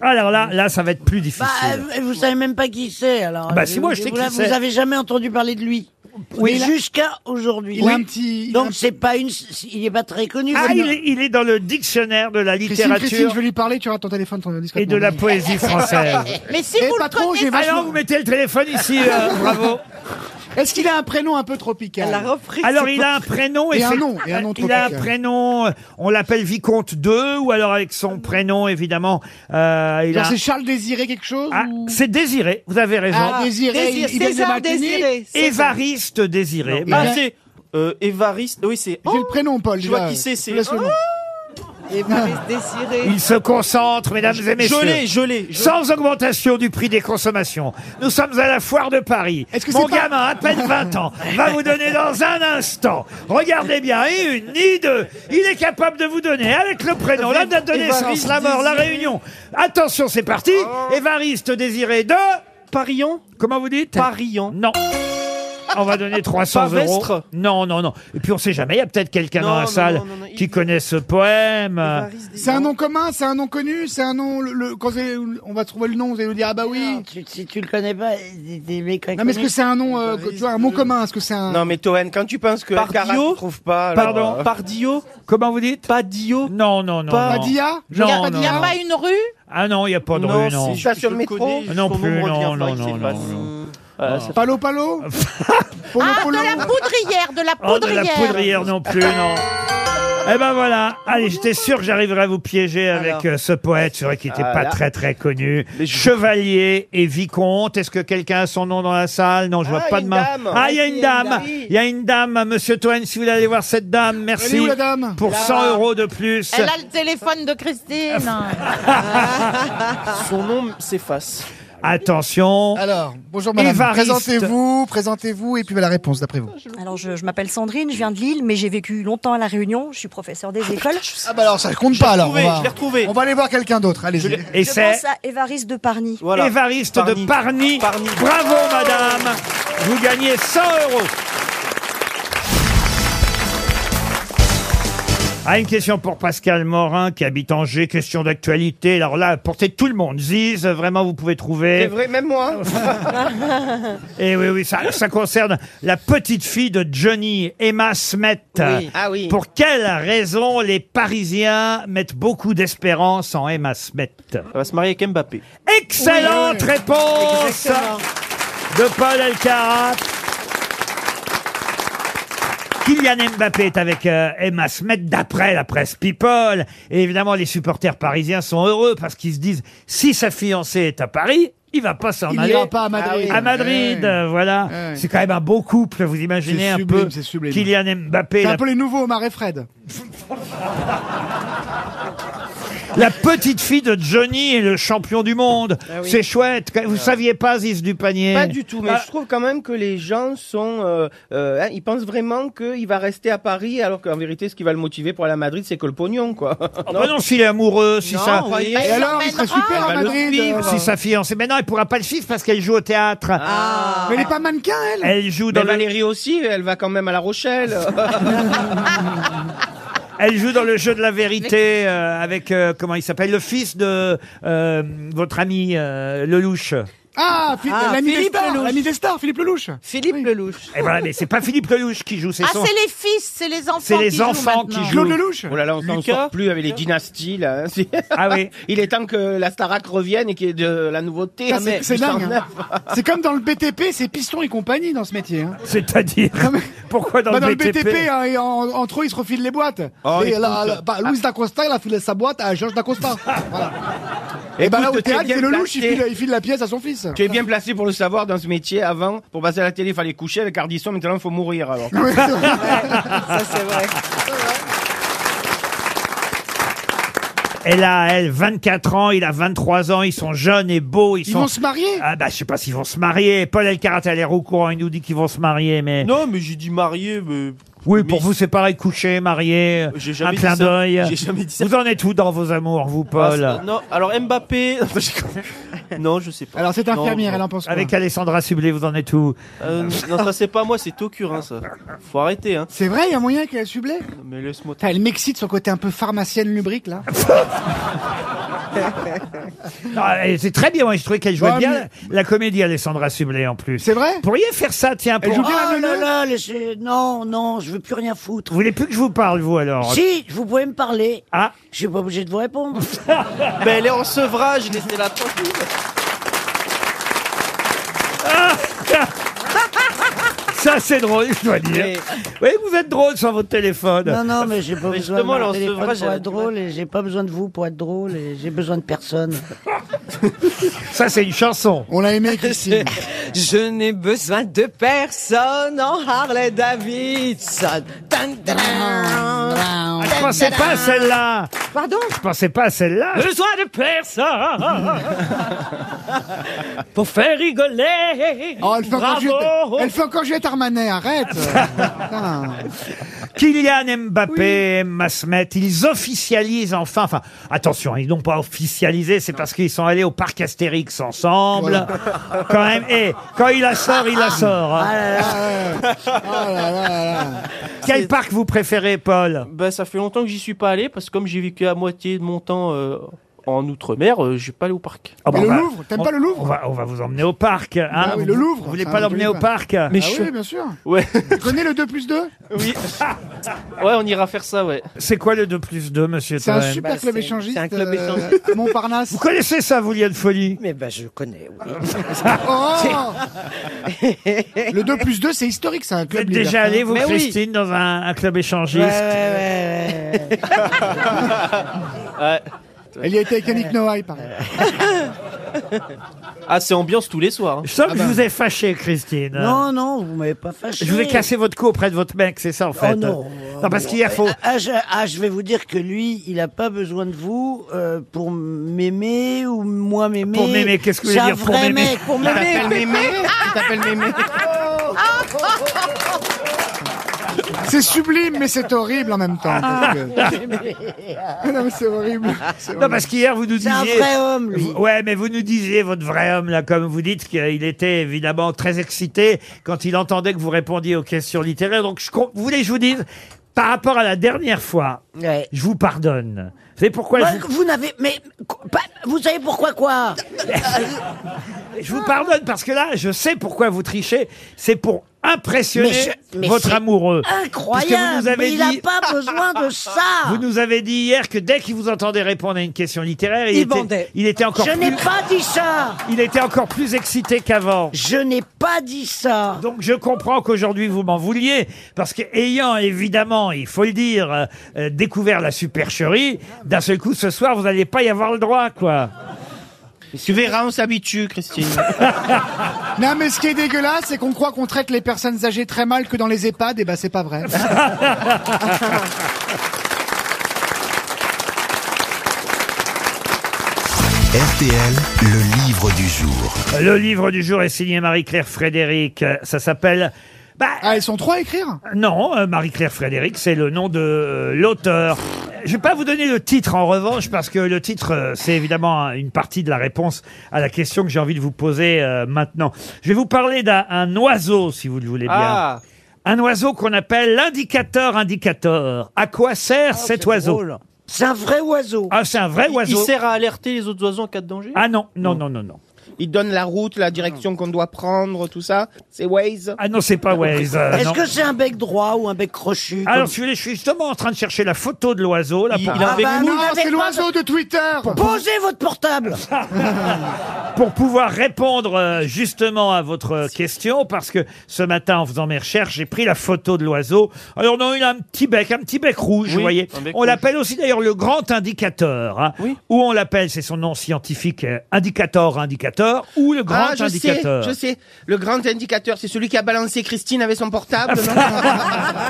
Speaker 2: Alors là, là, ça va être plus difficile.
Speaker 7: Bah, euh, vous savez même pas qui c'est, alors.
Speaker 2: Bah, si,
Speaker 7: Vous-
Speaker 2: moi, je sais
Speaker 7: vous,
Speaker 2: qui
Speaker 7: vous
Speaker 2: c'est.
Speaker 7: avez jamais entendu parler de lui.
Speaker 2: Oui,
Speaker 7: Mais
Speaker 2: il a-
Speaker 7: jusqu'à aujourd'hui.
Speaker 11: Il a un petit. il a un
Speaker 7: Donc, c'est pas une, il est pas très connu.
Speaker 2: Ah,
Speaker 7: votre-
Speaker 2: il est, il est dans le dictionnaire de la
Speaker 11: Christine, Christine,
Speaker 2: littérature
Speaker 11: je vais lui parler, tu auras ton téléphone, ton discrètement.
Speaker 2: et de la poésie française.
Speaker 6: Mais si
Speaker 11: Eh,
Speaker 6: vous le
Speaker 11: patron, j'ai
Speaker 6: connaissez...
Speaker 11: vachement-
Speaker 2: Alors, vous mettez le téléphone ici, euh, bravo.
Speaker 11: Est-ce qu'il a un prénom un peu tropical
Speaker 2: Alors, il a un prénom
Speaker 11: Et un
Speaker 2: c'est-
Speaker 11: nom, et un nom
Speaker 2: Il a un
Speaker 11: tropical.
Speaker 2: prénom, euh, on l'appelle Vicomte 2, ou alors avec son prénom, évidemment. euh, il
Speaker 11: Genre,
Speaker 2: a...
Speaker 11: c'est Charles Désiré quelque chose
Speaker 2: Ah,
Speaker 11: ou-
Speaker 2: c'est Désiré, vous avez raison.
Speaker 11: Ah, Désiré, il-
Speaker 5: Désir-
Speaker 11: il vient de
Speaker 5: César
Speaker 11: Martinique.
Speaker 5: Désiré. César.
Speaker 2: Évariste
Speaker 11: Non.
Speaker 2: Désiré. Ah,
Speaker 11: Il a-
Speaker 9: Ah c'est euh, Évariste. Oui c'est. oh,
Speaker 11: J'ai le prénom, Paul.
Speaker 9: Je vois
Speaker 11: déjà.
Speaker 9: qui c'est, c'est-
Speaker 11: Je laisse le nom.
Speaker 5: Évariste Désiré.
Speaker 2: il se concentre, mesdames et messieurs.
Speaker 9: Je l'ai, je l'ai. je-
Speaker 2: Sans augmentation du prix des consommations. Nous sommes à la foire de Paris.
Speaker 11: Est-ce que
Speaker 2: Mon
Speaker 11: c'est pas-
Speaker 2: gamin, à peine 20 ans, va vous donner dans un instant. Regardez bien, et une, ni deux. Il est capable de vous donner, avec le prénom, la date de naissance, la mort, la réunion. Attention, c'est parti.
Speaker 9: Oh.
Speaker 2: Évariste désiré de...
Speaker 9: Parian,
Speaker 2: Comment vous dites
Speaker 9: Parian.
Speaker 2: Non. On va donner 300 euros.
Speaker 9: Pavestre
Speaker 2: Non, non, non. Et puis on sait jamais, il y a peut-être quelqu'un
Speaker 9: Non,
Speaker 2: dans la
Speaker 9: non,
Speaker 2: salle
Speaker 9: non, non, non,
Speaker 2: qui
Speaker 9: il-
Speaker 2: connaît ce poème.
Speaker 11: C'est un nom commun, c'est un nom connu, c'est un nom. Le, le- quand vous allez- on va trouver le nom, vous allez nous dire ah bah oui.
Speaker 7: Non, tu- si tu le connais pas, des, des mecs
Speaker 11: Non mais est-ce que c'est un nom, euh,
Speaker 3: Évariste
Speaker 11: tu vois, un mot commun Est-ce que c'est un
Speaker 3: Non, mais Toen, quand tu penses que
Speaker 9: Par
Speaker 3: Alcaraz
Speaker 9: Dio
Speaker 3: ne trouve pas. alors,
Speaker 2: Pardon
Speaker 3: euh,
Speaker 9: Pardio,
Speaker 2: Comment vous dites
Speaker 9: Padio.
Speaker 2: Non, non, non.
Speaker 9: Pas
Speaker 2: non.
Speaker 11: Dia
Speaker 6: Il n'y
Speaker 2: Non,
Speaker 6: a,
Speaker 2: non,
Speaker 6: il y a
Speaker 2: non.
Speaker 6: pas une rue
Speaker 2: Ah non, il n'y a pas de rue, non.
Speaker 9: c'est-
Speaker 3: Ça, sur
Speaker 9: je
Speaker 3: le métro
Speaker 9: connais,
Speaker 2: Non
Speaker 9: son
Speaker 2: plus,
Speaker 9: nom me
Speaker 2: non,
Speaker 9: revient,
Speaker 2: non,
Speaker 9: il
Speaker 2: non,
Speaker 9: s'est
Speaker 2: non,
Speaker 9: passé.
Speaker 2: non. Ah.
Speaker 9: Voilà, ça-
Speaker 11: Palo Palo Polo
Speaker 6: Ah, de
Speaker 11: Polo
Speaker 6: la poudrière, de la
Speaker 2: Oh, de la
Speaker 6: poudrière.
Speaker 2: poudrière non plus, non. Eh ben voilà, allez, j'étais sûr que j'arriverais à vous piéger avec
Speaker 3: Alors.
Speaker 2: euh, ce poète, c'est vrai qu'il n'était
Speaker 3: Ah,
Speaker 2: pas
Speaker 3: là.
Speaker 2: très très connu.
Speaker 3: Mais je-
Speaker 2: Chevalier et vicomte, est-ce que quelqu'un a son nom dans la salle Non, je vois
Speaker 3: Ah,
Speaker 2: pas de
Speaker 3: une
Speaker 2: main.
Speaker 3: dame.
Speaker 2: Ah, il y a
Speaker 3: Oui,
Speaker 2: une
Speaker 3: il y a une
Speaker 2: dame,
Speaker 3: dame.
Speaker 2: il y a une dame, monsieur Toen, si vous voulez aller voir cette dame,
Speaker 11: Elle est
Speaker 2: merci.
Speaker 11: où la dame
Speaker 2: Pour 100 euros de plus.
Speaker 6: Elle a le téléphone de Christine. Ah,
Speaker 9: Son nom s'efface.
Speaker 2: Attention.
Speaker 11: Alors, bonjour madame.
Speaker 2: Évariste.
Speaker 11: Présentez-vous, présentez-vous et puis bah, la réponse d'après vous.
Speaker 12: Alors, je, je m'appelle Sandrine, je viens de Lille, mais j'ai vécu longtemps à La Réunion. Je suis professeur des écoles.
Speaker 11: Ah bah alors ça compte pas alors.
Speaker 9: retrouvé,
Speaker 11: on va-
Speaker 9: je l'ai retrouvé.
Speaker 11: On va aller voir quelqu'un d'autre. Allez-y.
Speaker 2: Et
Speaker 12: je
Speaker 2: c'est
Speaker 12: pense à Évariste de Parny.
Speaker 9: Voilà.
Speaker 2: Évariste de
Speaker 9: Parny.
Speaker 2: Parny.
Speaker 9: Parny.
Speaker 2: Bravo, madame. Vous gagnez 100 euros. Ah, une question pour Pascal Morin qui habite Angers. Question d'actualité. Alors là, portez tout le monde. Ziz, vraiment, vous pouvez
Speaker 3: C'est
Speaker 2: trouver.
Speaker 3: vrai, même moi.
Speaker 2: Et oui, oui, ça, ça concerne la petite fille de Johnny, Emma Smet.
Speaker 3: Oui. Ah oui.
Speaker 2: Pour quelle raison les Parisiens mettent beaucoup d'espérance en Emma Smet
Speaker 9: Elle va se marier avec Mbappé.
Speaker 2: Excellente réponse de Paul Elkarat. Kylian Mbappé est avec euh, Emma Smet d'après la presse People. Et évidemment, les supporters parisiens sont heureux parce qu'ils se disent si sa fiancée est à Paris, il va pas s'en
Speaker 11: Il
Speaker 2: aller Ah
Speaker 11: n'ira pas à Madrid. Ah
Speaker 2: à Madrid.
Speaker 11: Ouais.
Speaker 2: euh, Voilà.
Speaker 11: Ouais.
Speaker 2: C'est quand même un beau couple, vous imaginez
Speaker 11: C'est
Speaker 2: un
Speaker 11: sublime,
Speaker 2: peu.
Speaker 11: c'est sublime.
Speaker 2: Kylian Mbappé,
Speaker 11: C'est un
Speaker 2: la,
Speaker 11: peu les nouveaux Omar et Fred.
Speaker 2: la petite fille de Johnny est le champion du monde.
Speaker 11: Ah
Speaker 2: C'est chouette. Vous saviez pas, Ziz du panier Ah,
Speaker 3: Pas du tout, mais
Speaker 2: Bah,
Speaker 3: je trouve quand même que les gens sont, euh, euh, hein, ils pensent vraiment qu'il va rester à Paris, alors qu'en vérité, ce qui va le motiver pour aller à Madrid, c'est que le pognon, quoi.
Speaker 2: Ah bah non, s'il est amoureux, si, ça, Ah, bah,
Speaker 3: oui.
Speaker 11: Et
Speaker 6: Il
Speaker 11: alors, il serait
Speaker 6: l'emmènera.
Speaker 11: super à
Speaker 3: Elle va le
Speaker 11: Madrid.
Speaker 3: suivre.
Speaker 11: euh,
Speaker 2: si sa fiancée. Mais non, elle pourra pas le suivre parce qu'elle joue au théâtre.
Speaker 7: Ah.
Speaker 11: Mais elle est pas mannequin, elle.
Speaker 2: Elle joue
Speaker 3: Mais
Speaker 2: dans le,
Speaker 3: Valérie aussi, elle va quand même à La Rochelle.
Speaker 2: elle joue dans le jeu de la vérité euh, avec euh, comment il s'appelle le fils de euh, votre ami euh, Lelouch.
Speaker 11: Ah, Phil-
Speaker 5: Ah,
Speaker 11: l'ami des
Speaker 5: Philippe
Speaker 11: stars,
Speaker 5: Lelouch.
Speaker 11: l'ami des stars, Philippe Lelouch.
Speaker 5: Philippe Lelouch.
Speaker 2: Et voilà, mais c'est pas Philippe Lelouch qui joue, c'est
Speaker 6: Ah,
Speaker 2: son.
Speaker 6: c'est les fils, c'est les enfants.
Speaker 2: C'est les
Speaker 6: qui jouent
Speaker 2: enfants qui
Speaker 6: maintenant.
Speaker 2: jouent.
Speaker 11: Claude Lelouch.
Speaker 3: oh là là, on s'en
Speaker 9: Lucas
Speaker 3: sort plus avec les dynasties, là. hein, c'est-
Speaker 2: Ah oui.
Speaker 3: Il est temps que la Starac revienne et qu'il y ait de la nouveauté.
Speaker 11: Ça,
Speaker 3: hein,
Speaker 11: C'est
Speaker 3: mais-
Speaker 11: c'est dingue. hein.
Speaker 3: 109.
Speaker 11: C'est comme dans le BTP, c'est piston et compagnie dans ce métier. hein.
Speaker 2: C'est-à-dire pourquoi dans,
Speaker 11: Bah, dans
Speaker 2: le BTP,
Speaker 11: hein, et en- entre eux, ils se refilent les boîtes.
Speaker 3: Oh,
Speaker 11: et
Speaker 3: écoute.
Speaker 11: là, là, bah, Louis Dacosta, il a filé sa boîte à Georges Dacosta. voilà. Et bah là, au
Speaker 3: Écoute, t'es
Speaker 11: théâtre,
Speaker 3: bien
Speaker 11: c'est le louche, il
Speaker 3: placé.
Speaker 11: file, il file la pièce à son fils. Maurice.
Speaker 3: Tu es bien placé pour le savoir dans ce métier. Avant, pour passer à la télé, il fallait coucher avec Ardisson. Maintenant, il faut mourir. Alors.
Speaker 2: Ça, c'est vrai. Elle a, elle, 24 ans, il a 23 ans, ils sont jeunes et beaux. Ils,
Speaker 11: Ils
Speaker 2: sont-
Speaker 11: vont se marier
Speaker 2: Ah bah, je sais pas s'ils vont se marier. Paul Elkarat a l'air au courant, il nous dit qu'ils vont se marier,
Speaker 11: Eh.
Speaker 2: mais...
Speaker 9: Non, mais j'ai dit marié, mais...
Speaker 2: Oui, pour vous, c'est pareil, coucher, marié,
Speaker 9: J'ai
Speaker 2: un
Speaker 9: jamais dit
Speaker 2: clin
Speaker 9: ça.
Speaker 2: d'œil.
Speaker 9: J'ai jamais dit ça.
Speaker 2: Vous en êtes où dans vos amours, vous, Paul
Speaker 9: Ah, c'est- non, alors Mbappé... non, je sais pas.
Speaker 11: Alors, cette
Speaker 9: Non,
Speaker 11: infirmière,
Speaker 9: non.
Speaker 11: elle en pense quoi
Speaker 2: Avec Alessandra Sublet, vous en êtes où
Speaker 9: Euh, non, ça c'est pas moi, c'est Tokurin, ça. Faut arrêter, hein.
Speaker 11: C'est vrai, il y a moyen qu'elle sublait
Speaker 9: Mais laisse-moi...
Speaker 11: Putain, Elle m'excite son côté un peu pharmacienne lubrique, là.
Speaker 2: Non, elle- C'est très bien, moi, je trouvais qu'elle jouait
Speaker 11: Ouais,
Speaker 2: bien
Speaker 11: mais-
Speaker 2: la comédie Alessandra Sublet, en plus.
Speaker 11: C'est vrai
Speaker 2: Vous pourriez faire ça, tiens, pour... Ah
Speaker 7: Oh là là, laissez- non, non, je veux plus rien foutre.
Speaker 2: Vous voulez plus que je vous parle, vous, alors
Speaker 7: Si, vous pouvez me parler.
Speaker 2: Ah
Speaker 7: Je suis pas obligé de vous répondre.
Speaker 9: Mais elle est en sevrage, laissez-la tranquille.
Speaker 2: Ah Ça, c'est drôle, je dois dire.
Speaker 7: Mais-
Speaker 2: Vous voyez que vous êtes drôle sans votre téléphone.
Speaker 7: Non, non, mais j'ai pas
Speaker 9: Mais
Speaker 7: besoin de
Speaker 9: justement,
Speaker 7: mon
Speaker 9: alors, ce
Speaker 7: téléphone
Speaker 9: vrai,
Speaker 7: pour
Speaker 9: j'avais
Speaker 7: être
Speaker 9: du
Speaker 7: drôle et j'ai pas besoin de vous pour être drôle et j'ai besoin de personne.
Speaker 2: Ça, c'est une chanson.
Speaker 11: On l'a aimé, Christine.
Speaker 5: Je n'ai besoin de personne en Harley Davidson. Tan, tan, tan.
Speaker 2: Ah, je pensais pas à celle-là.
Speaker 5: Pardon
Speaker 2: Je pensais pas à celle-là.
Speaker 5: Besoin de personne pour faire rigoler.
Speaker 11: Oh, elle fait encore Juliette,
Speaker 5: Bravo.
Speaker 11: elle fait encore Juliette Armanet, arrête Putain.
Speaker 2: Kylian Mbappé, Emma Smet, ils officialisent enfin, enfin, attention, ils n'ont pas officialisé, c'est parce qu'ils sont allés au parc Astérix ensemble. Quand même, et quand il la sort, il la sort.
Speaker 5: Ah
Speaker 2: hein. Quel parc vous préférez, Paul
Speaker 9: Bah, ça fait longtemps que j'y suis pas allé, parce que comme j'ai vécu à moitié de mon temps euh, en Outre-mer, euh, je suis pas allé au parc.
Speaker 2: Ah bon,
Speaker 11: Et
Speaker 2: on
Speaker 11: le
Speaker 2: va-
Speaker 11: Louvre T'aimes
Speaker 2: on-
Speaker 11: pas le Louvre
Speaker 2: on va, on va vous emmener au parc. hein.
Speaker 11: Ah oui, le Louvre.
Speaker 2: Vous voulez
Speaker 11: Ah,
Speaker 2: pas
Speaker 11: je
Speaker 2: l'emmener
Speaker 11: voulais
Speaker 2: au
Speaker 11: pas.
Speaker 2: parc
Speaker 9: Mais
Speaker 11: Ah
Speaker 9: je-
Speaker 11: oui, bien sûr.
Speaker 9: Ouais,
Speaker 11: Tu connais le 2 plus 2
Speaker 9: oui. Ouais, on ira faire ça, ouais.
Speaker 2: C'est quoi le 2 plus 2, monsieur
Speaker 11: C'est un
Speaker 2: Toen
Speaker 11: super
Speaker 5: Bah,
Speaker 11: club
Speaker 5: c'est-
Speaker 11: échangiste.
Speaker 5: c'est un club
Speaker 11: euh,
Speaker 5: échangiste.
Speaker 11: à Montparnasse.
Speaker 2: Vous connaissez ça, vous, Liane Folie
Speaker 5: Mais ben, je connais, oui.
Speaker 11: Oh le 2 plus 2, c'est historique, c'est un
Speaker 2: Vous
Speaker 11: club.
Speaker 2: êtes
Speaker 11: libertin.
Speaker 2: déjà allé, vous,
Speaker 5: Mais oui.
Speaker 2: Christine, dans un, un club
Speaker 5: Ouais,
Speaker 2: échangiste
Speaker 5: ouais, ouais, ouais.
Speaker 9: Ouais.
Speaker 11: Elle y a été avec Yannick Noah, il paraît.
Speaker 9: Ah, c'est ambiance tous les soirs. hein.
Speaker 2: Je sens que je vous ai fâché, Christine.
Speaker 7: Non, non, vous m'avez pas fâché.
Speaker 2: Je vous ai cassé votre cou auprès de votre mec, c'est ça en fait euh,
Speaker 7: Oh non.
Speaker 2: Non, parce qu'il y a faut.
Speaker 7: Ah, Ah, je, ah, je vais vous dire que lui, il a pas besoin de vous euh, pour m'aimer ou moi m'aimer.
Speaker 2: Pour m'aimer, qu'est-ce que vous
Speaker 7: C'est
Speaker 2: voulez
Speaker 7: un
Speaker 2: dire pour
Speaker 7: vrai
Speaker 2: m'aimer
Speaker 7: mec, pour m'aimer.
Speaker 11: C'est sublime, mais c'est horrible en même temps.
Speaker 8: Ah.
Speaker 11: parce que- non, mais c'est horrible. c'est
Speaker 2: Non,
Speaker 11: horrible.
Speaker 2: parce qu'hier vous nous
Speaker 7: C'est un
Speaker 2: disiez.
Speaker 7: vrai homme, lui.
Speaker 2: Vous- Ouais, mais vous nous disiez, votre vrai homme, là, comme vous dites, qu'il était évidemment très excité quand il entendait que vous répondiez aux questions littéraires. Donc, je, com- vous voulez que je vous dise, par rapport à la dernière fois,
Speaker 7: Ouais.
Speaker 2: je vous pardonne. Vous savez pourquoi
Speaker 7: Moi,
Speaker 2: je, vous,
Speaker 7: vous n'avez, mais quoi, pas- vous savez pourquoi quoi
Speaker 2: je vous pardonne Parce que là, je sais pourquoi vous trichez. C'est pour impressionner
Speaker 7: Mais je- mais
Speaker 2: votre
Speaker 7: c'est
Speaker 2: amoureux. Puisque vous
Speaker 7: Incroyable.
Speaker 2: nous avez
Speaker 7: mais il
Speaker 2: dit-
Speaker 7: n'a pas besoin de ça.
Speaker 2: Vous nous avez dit hier que dès qu'il vous entendait répondre à une question littéraire, il,
Speaker 5: Il
Speaker 2: était,
Speaker 5: bandait.
Speaker 2: il était encore
Speaker 7: Je
Speaker 2: plus,
Speaker 7: n'ai pas dit ça.
Speaker 2: Ah. il était encore plus excité qu'avant.
Speaker 7: Je n'ai pas dit ça.
Speaker 2: Donc je comprends qu'aujourd'hui vous m'en vouliez parce que ayant évidemment, il faut le dire, euh, euh, découvert la supercherie, d'un seul coup ce soir vous n'allez pas y avoir le droit quoi.
Speaker 3: Tu verras, on s'habitue, Christine.
Speaker 11: Non, mais ce qui est dégueulasse, c'est qu'on croit qu'on traite les personnes âgées très mal que dans les EHPAD, et ben c'est pas vrai. Ah,
Speaker 1: RTL, le livre du jour.
Speaker 2: Le livre du jour est signé Marie-Claire Frédéric, Euh, ça s'appelle bah,
Speaker 11: Ah, ils sont trois à écrire
Speaker 2: Non, euh, Marie-Claire Frédéric, c'est le nom de euh, l'auteur. Je vais pas vous donner le titre en revanche parce que le titre euh, c'est évidemment hein, une partie de la réponse à la question que j'ai envie de vous poser euh, maintenant. Je vais vous parler d'un un oiseau si vous le voulez bien.
Speaker 9: Ah,
Speaker 2: Un oiseau qu'on appelle l'indicateur indicateur. À quoi sert cet oiseau
Speaker 7: Drôle. C'est un vrai oiseau.
Speaker 2: Ah, c'est un vrai
Speaker 9: il
Speaker 2: oiseau.
Speaker 9: sert à alerter les autres oiseaux en cas de danger
Speaker 2: Ah non, non, non, non, non.
Speaker 3: Il donne la route, la direction qu'on doit prendre, tout ça. C'est Waze.
Speaker 2: Ah non, c'est pas Waze. euh,
Speaker 7: Est-ce
Speaker 2: non.
Speaker 7: que c'est un bec droit ou un bec crochu
Speaker 2: Alors,
Speaker 7: comme-
Speaker 2: si vous voulez, je suis justement en train de chercher la photo de l'oiseau. là,
Speaker 9: Il-
Speaker 2: pour-
Speaker 9: il a un
Speaker 7: Ah
Speaker 9: bec
Speaker 7: bah,
Speaker 9: mou.
Speaker 11: Non,
Speaker 7: n'avez
Speaker 11: c'est
Speaker 7: pas
Speaker 11: l'oiseau de Twitter
Speaker 7: Posez votre portable.
Speaker 2: pour pouvoir répondre euh, justement à votre euh, question, parce que ce matin, en faisant mes recherches, j'ai pris la photo de l'oiseau. Alors non, il a un petit bec, un petit bec rouge,
Speaker 9: Oui,
Speaker 2: vous voyez.
Speaker 9: un bec
Speaker 2: On
Speaker 9: rouge.
Speaker 2: l'appelle aussi d'ailleurs le grand indicateur, hein,
Speaker 9: Oui.
Speaker 2: ou on l'appelle, c'est son nom scientifique, euh, indicator indicateur ou le grand
Speaker 3: ah, je
Speaker 2: indicateur
Speaker 3: Sais, je sais, le grand indicateur, c'est celui qui a balancé Christine avec son portable. non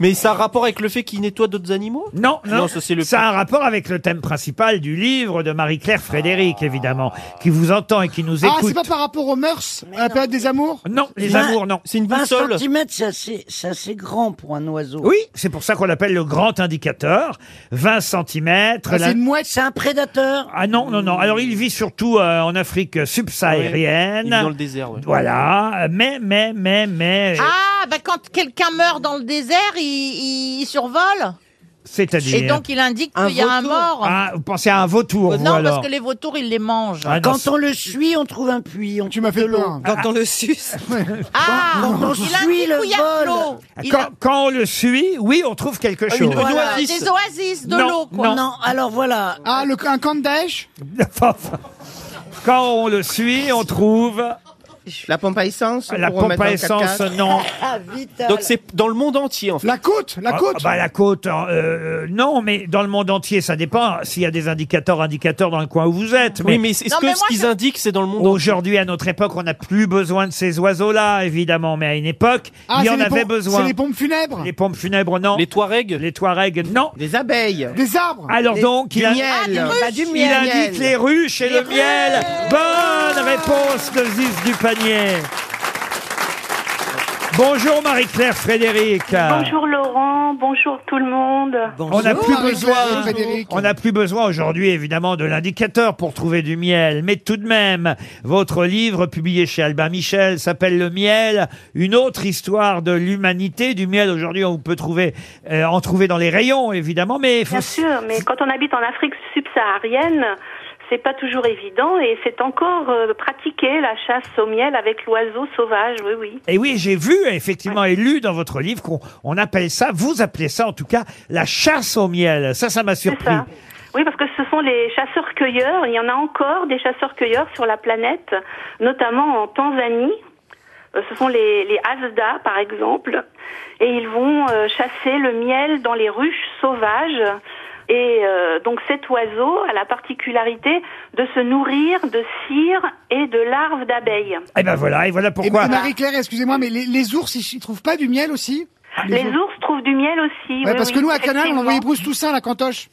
Speaker 9: Mais ça a un rapport avec le fait qu'il nettoie d'autres animaux
Speaker 2: Non, non.
Speaker 9: ça c'est le.
Speaker 2: Ça a un rapport avec le thème principal du livre de Marie-Claire Frédéric, évidemment, qui vous entend et qui nous
Speaker 11: Ah,
Speaker 2: écoute.
Speaker 11: c'est pas par rapport aux mœurs, à la période des amours
Speaker 2: Non, les amours, non. C'est une
Speaker 7: 20
Speaker 2: boussole.
Speaker 7: centimètres, c'est assez, c'est assez grand pour un oiseau.
Speaker 2: Oui, c'est pour ça qu'on l'appelle le grand indicateur. 20 cm.
Speaker 11: Ah,
Speaker 7: mouette. Ah, C'est un prédateur.
Speaker 2: Ah non, non, non. Alors, il vit surtout euh, en Afrique
Speaker 9: Ouais, il
Speaker 2: subsaharienne.
Speaker 9: vit dans le désert, ouais.
Speaker 2: Voilà. Mais, mais, mais, mais.
Speaker 6: Ah, bah quand quelqu'un meurt dans le désert, il, il survole
Speaker 2: C'est-à-dire.
Speaker 6: Et donc il indique qu'il y a un mort.
Speaker 2: Ah, vous pensez à un vautour,
Speaker 6: Euh,
Speaker 2: vous,
Speaker 6: non,
Speaker 2: alors.
Speaker 6: parce que les vautours, ils les mangent.
Speaker 2: Ah, non, Quand c'est-
Speaker 7: on le suit, on trouve un puits. On tu
Speaker 11: m'as fait
Speaker 7: peur.
Speaker 5: Quand on le suce.
Speaker 6: Ah,
Speaker 7: Quand on
Speaker 6: il indique
Speaker 7: suit le
Speaker 6: où il y a de l'eau.
Speaker 7: vol. Ah,
Speaker 6: Il
Speaker 2: Quand,
Speaker 6: a-
Speaker 2: quand on le suit, oui, on trouve quelque chose.
Speaker 7: Voilà.
Speaker 6: Des oasis, de
Speaker 2: Non,
Speaker 6: l'eau, quoi.
Speaker 2: non.
Speaker 7: Non, alors voilà.
Speaker 11: Ah, le, un camp de Daesh
Speaker 2: Quand on le suit, on trouve
Speaker 3: La pompe à essence
Speaker 2: la
Speaker 3: pour
Speaker 2: pompe
Speaker 3: remettre
Speaker 2: à
Speaker 3: dans le
Speaker 2: essence,
Speaker 3: 4x4.
Speaker 2: non.
Speaker 7: Ah, vite.
Speaker 9: Donc c'est dans le monde entier en fait.
Speaker 11: La côte, la
Speaker 2: Ah,
Speaker 11: côte
Speaker 2: bah, La côte, hein, euh, non, mais dans le monde entier, ça dépend s'il y a des indicateurs, indicateurs dans le coin où vous êtes.
Speaker 9: Oui, mais est-ce
Speaker 6: Non,
Speaker 9: que
Speaker 6: mais
Speaker 9: ce
Speaker 6: moi,
Speaker 9: qu'ils
Speaker 6: je-
Speaker 9: indiquent c'est dans le monde entier
Speaker 2: Aujourd'hui, à notre époque, on n'a plus besoin de ces oiseaux-là, évidemment, mais à une époque,
Speaker 11: Ah,
Speaker 2: il y
Speaker 11: c'est
Speaker 2: en
Speaker 11: les
Speaker 2: avait
Speaker 11: pom-
Speaker 2: besoin.
Speaker 11: C'est les pompes funèbres
Speaker 2: Les pompes funèbres, non.
Speaker 9: Les Touaregs
Speaker 2: Les Touaregs, non.
Speaker 3: Des abeilles.
Speaker 11: Des arbres
Speaker 2: Alors donc, il,
Speaker 3: Du
Speaker 2: a-
Speaker 3: miel.
Speaker 6: Ah,
Speaker 2: il indique les ruches et le miel. Bonne réponse de Ziz du panier. Bonjour Marie-Claire Frédéric.
Speaker 13: Bonjour Laurent, bonjour tout le monde.
Speaker 2: On n'a plus
Speaker 11: Marie-Claire
Speaker 2: besoin,
Speaker 11: Frédéric.
Speaker 2: on n'a plus besoin aujourd'hui évidemment de l'indicateur pour trouver du miel, mais tout de même, votre livre publié chez Albin Michel s'appelle Le miel, une autre histoire de l'humanité. Du miel aujourd'hui, on peut trouver, euh, en trouver dans les rayons évidemment, mais il faut-
Speaker 13: Bien sûr, mais quand on habite en Afrique subsaharienne, c'est pas toujours évident et c'est encore euh, pratiqué la chasse au miel avec l'oiseau sauvage, oui, oui.
Speaker 2: Et Eh oui, j'ai vu effectivement et lu dans votre livre qu'on on appelle ça, vous appelez ça en tout cas la chasse au miel. Ça, ça m'a
Speaker 13: C'est
Speaker 2: surpris.
Speaker 13: ça. Oui, parce que ce sont les chasseurs-cueilleurs. Il y en a encore des chasseurs-cueilleurs sur la planète, notamment en Tanzanie. Euh, Ce sont les, les Asda, par exemple. Et ils vont euh, chasser le miel dans les ruches sauvages. Et euh, donc cet oiseau a la particularité de se nourrir de cire et de larves d'abeilles.
Speaker 2: Et ben voilà, et voilà
Speaker 11: Et
Speaker 2: pourquoi.
Speaker 11: Marie-Claire, excusez-moi, mais les, les ours, ils, ils trouvent pas du miel aussi
Speaker 13: Les ours trouvent du miel aussi.
Speaker 11: Ouais,
Speaker 13: oui,
Speaker 11: parce que
Speaker 13: oui,
Speaker 11: nous, à Canal, on
Speaker 13: effectivement.
Speaker 11: envoyait Bruce Toussaint à la cantoche.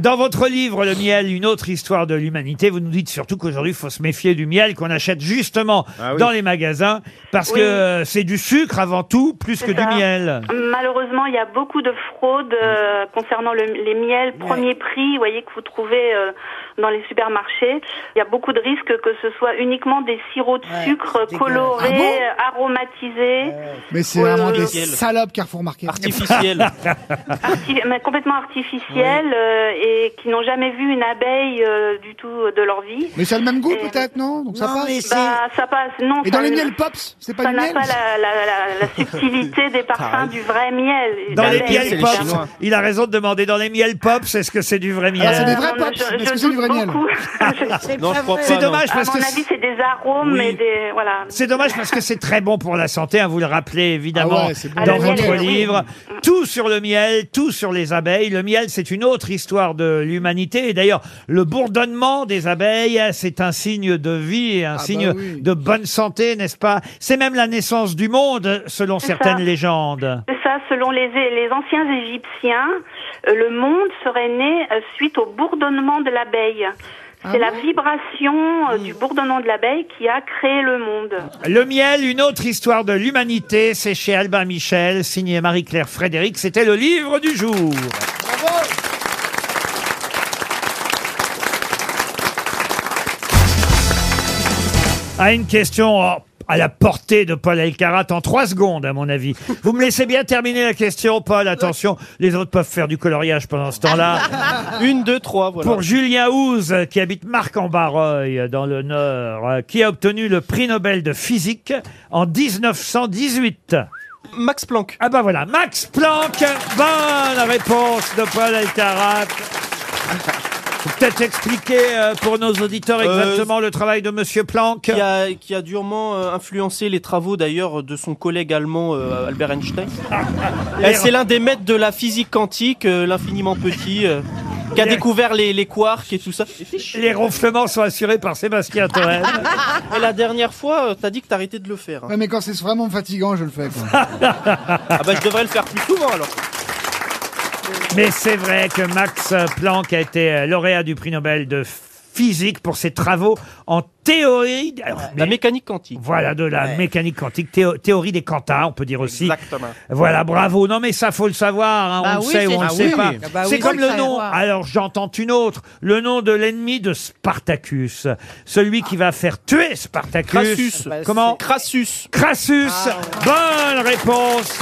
Speaker 2: Dans votre livre, Le miel, une autre histoire de l'humanité, vous nous dites surtout qu'aujourd'hui, il faut se méfier du miel qu'on achète justement
Speaker 3: Ah oui.
Speaker 2: dans les magasins, parce
Speaker 13: Oui.
Speaker 2: que euh, c'est du sucre avant tout, plus que
Speaker 13: C'est
Speaker 2: du
Speaker 13: ça.
Speaker 2: miel.
Speaker 13: Malheureusement, il y a beaucoup de fraudes euh, concernant le- les miels premier prix, vous voyez, que vous trouvez euh, dans les supermarchés. Il y a beaucoup de risques que ce soit uniquement des sirops de sucre
Speaker 7: c'est
Speaker 13: colorés,
Speaker 11: dégueulasse.
Speaker 13: aromatisés, euh,
Speaker 11: Mais c'est
Speaker 13: Ouais,
Speaker 11: vraiment des
Speaker 13: ouais,
Speaker 9: ouais.
Speaker 11: salopes, Carrefour Market.
Speaker 9: Artificiel.
Speaker 13: arti- mais complètement artificiels euh, et qui n'ont jamais vu une abeille euh, du tout de leur vie.
Speaker 11: Mais ça a le même goût,
Speaker 13: Et-
Speaker 11: peut-être, non Donc ça
Speaker 7: Non,
Speaker 11: passe.
Speaker 7: mais c'est-
Speaker 13: Bah, ça passe. Non,
Speaker 11: Et
Speaker 13: ça
Speaker 11: dans les
Speaker 13: ne-
Speaker 11: miels Pops, c'est pas
Speaker 13: ça
Speaker 11: du
Speaker 13: n'a
Speaker 11: miel
Speaker 13: pas la, la- la- la subtilité des parfums du vrai miel.
Speaker 2: Dans les
Speaker 13: d'abeille,
Speaker 2: miels
Speaker 13: évidemment.
Speaker 2: pops, il a raison de demander dans les miels pops, est-ce que c'est du vrai miel
Speaker 11: Ah, c'est des vrais
Speaker 13: Non, non,
Speaker 11: Pops,
Speaker 13: je-
Speaker 11: mais
Speaker 13: je
Speaker 11: est-ce que c'est du
Speaker 13: doute
Speaker 11: vrai miel
Speaker 9: Non,
Speaker 13: beaucoup.
Speaker 9: je crois pas.
Speaker 2: C'est
Speaker 9: non.
Speaker 2: dommage
Speaker 13: À
Speaker 2: parce
Speaker 13: mon
Speaker 2: que
Speaker 13: avis, c'est des arômes
Speaker 2: Oui.
Speaker 13: et des voilà.
Speaker 2: C'est dommage parce que c'est très bon pour la santé, hein, vous le rappelez évidemment
Speaker 11: Ah ouais, c'est bon.
Speaker 2: dans
Speaker 13: Ah, le
Speaker 2: votre
Speaker 13: miel, oui.
Speaker 2: livre. Tout sur le miel, tout sur les abeilles. Le miel, c'est une autre histoire de l'humanité. Et d'ailleurs, le bourdonnement des abeilles, hein, c'est un signe de vie, et un
Speaker 11: bah
Speaker 2: signe
Speaker 11: oui.
Speaker 2: de bonne santé, n'est-ce pas C'est même la naissance du monde, selon
Speaker 13: C'est
Speaker 2: certaines
Speaker 13: ça.
Speaker 2: légendes.
Speaker 13: C'est ça, selon les, les anciens Égyptiens, euh, le monde serait né euh, suite au bourdonnement de l'abeille. C'est la vibration euh, du bourdonnement de l'abeille qui a créé le monde.
Speaker 2: Le miel, une autre histoire de l'humanité, c'est chez Albin Michel, signé Marie-Claire Frédéric. C'était le livre du jour. À une question oh, à la portée de Paul Elkarat en trois secondes, à mon avis. Vous me laissez bien terminer la question, Paul. Attention, les autres peuvent faire du coloriage pendant ce temps-là.
Speaker 9: Une, deux, trois, voilà.
Speaker 2: Pour Julien Houze, euh, qui habite Marc-en-Barreuil, euh, dans le Nord, euh, qui a obtenu le prix Nobel de physique en 1918.
Speaker 9: Max Planck.
Speaker 2: Ah bah voilà, Max Planck, bonne réponse de Paul Alcarat. Faut Peut-être expliquer euh, pour nos auditeurs
Speaker 9: Euh,
Speaker 2: exactement le travail de Monsieur Planck.
Speaker 9: Qui a, qui a durement euh, influencé les travaux d'ailleurs de son collègue allemand euh, Albert Einstein. Et c'est l'un des maîtres de la physique quantique, euh, l'infiniment petit, euh, qui a découvert les, les quarks et tout ça.
Speaker 2: Les ronflements sont assurés par Sébastien Toen.
Speaker 9: Et la dernière fois, euh, t'as dit que t'arrêtais de le faire. hein.
Speaker 11: Ouais, mais quand c'est vraiment fatigant, je le fais. quoi.
Speaker 9: Ah bah je devrais le faire plus souvent alors.
Speaker 2: Mais c'est vrai que Max Planck a été euh, lauréat du prix Nobel de physique pour ses travaux en théorie de la
Speaker 9: mécanique quantique.
Speaker 2: Voilà, de la mécanique quantique, théo- théorie des quanta, on peut dire aussi.
Speaker 9: Exactement.
Speaker 2: Voilà, bravo. Non mais ça, faut le savoir, hein,
Speaker 9: Bah
Speaker 2: on
Speaker 9: oui,
Speaker 2: le sait ou
Speaker 9: c'est
Speaker 2: on ne le
Speaker 9: sûr.
Speaker 2: sait pas.
Speaker 9: Ah oui. Ah bah oui,
Speaker 2: c'est
Speaker 9: faut
Speaker 2: comme
Speaker 9: le
Speaker 2: le nom.
Speaker 9: savoir.
Speaker 2: Alors j'entends une autre, le nom de l'ennemi de Spartacus, celui qui va faire tuer Spartacus.
Speaker 9: Crassus.
Speaker 2: Comment Crassus. Crassus.
Speaker 9: Ah
Speaker 2: Bonne réponse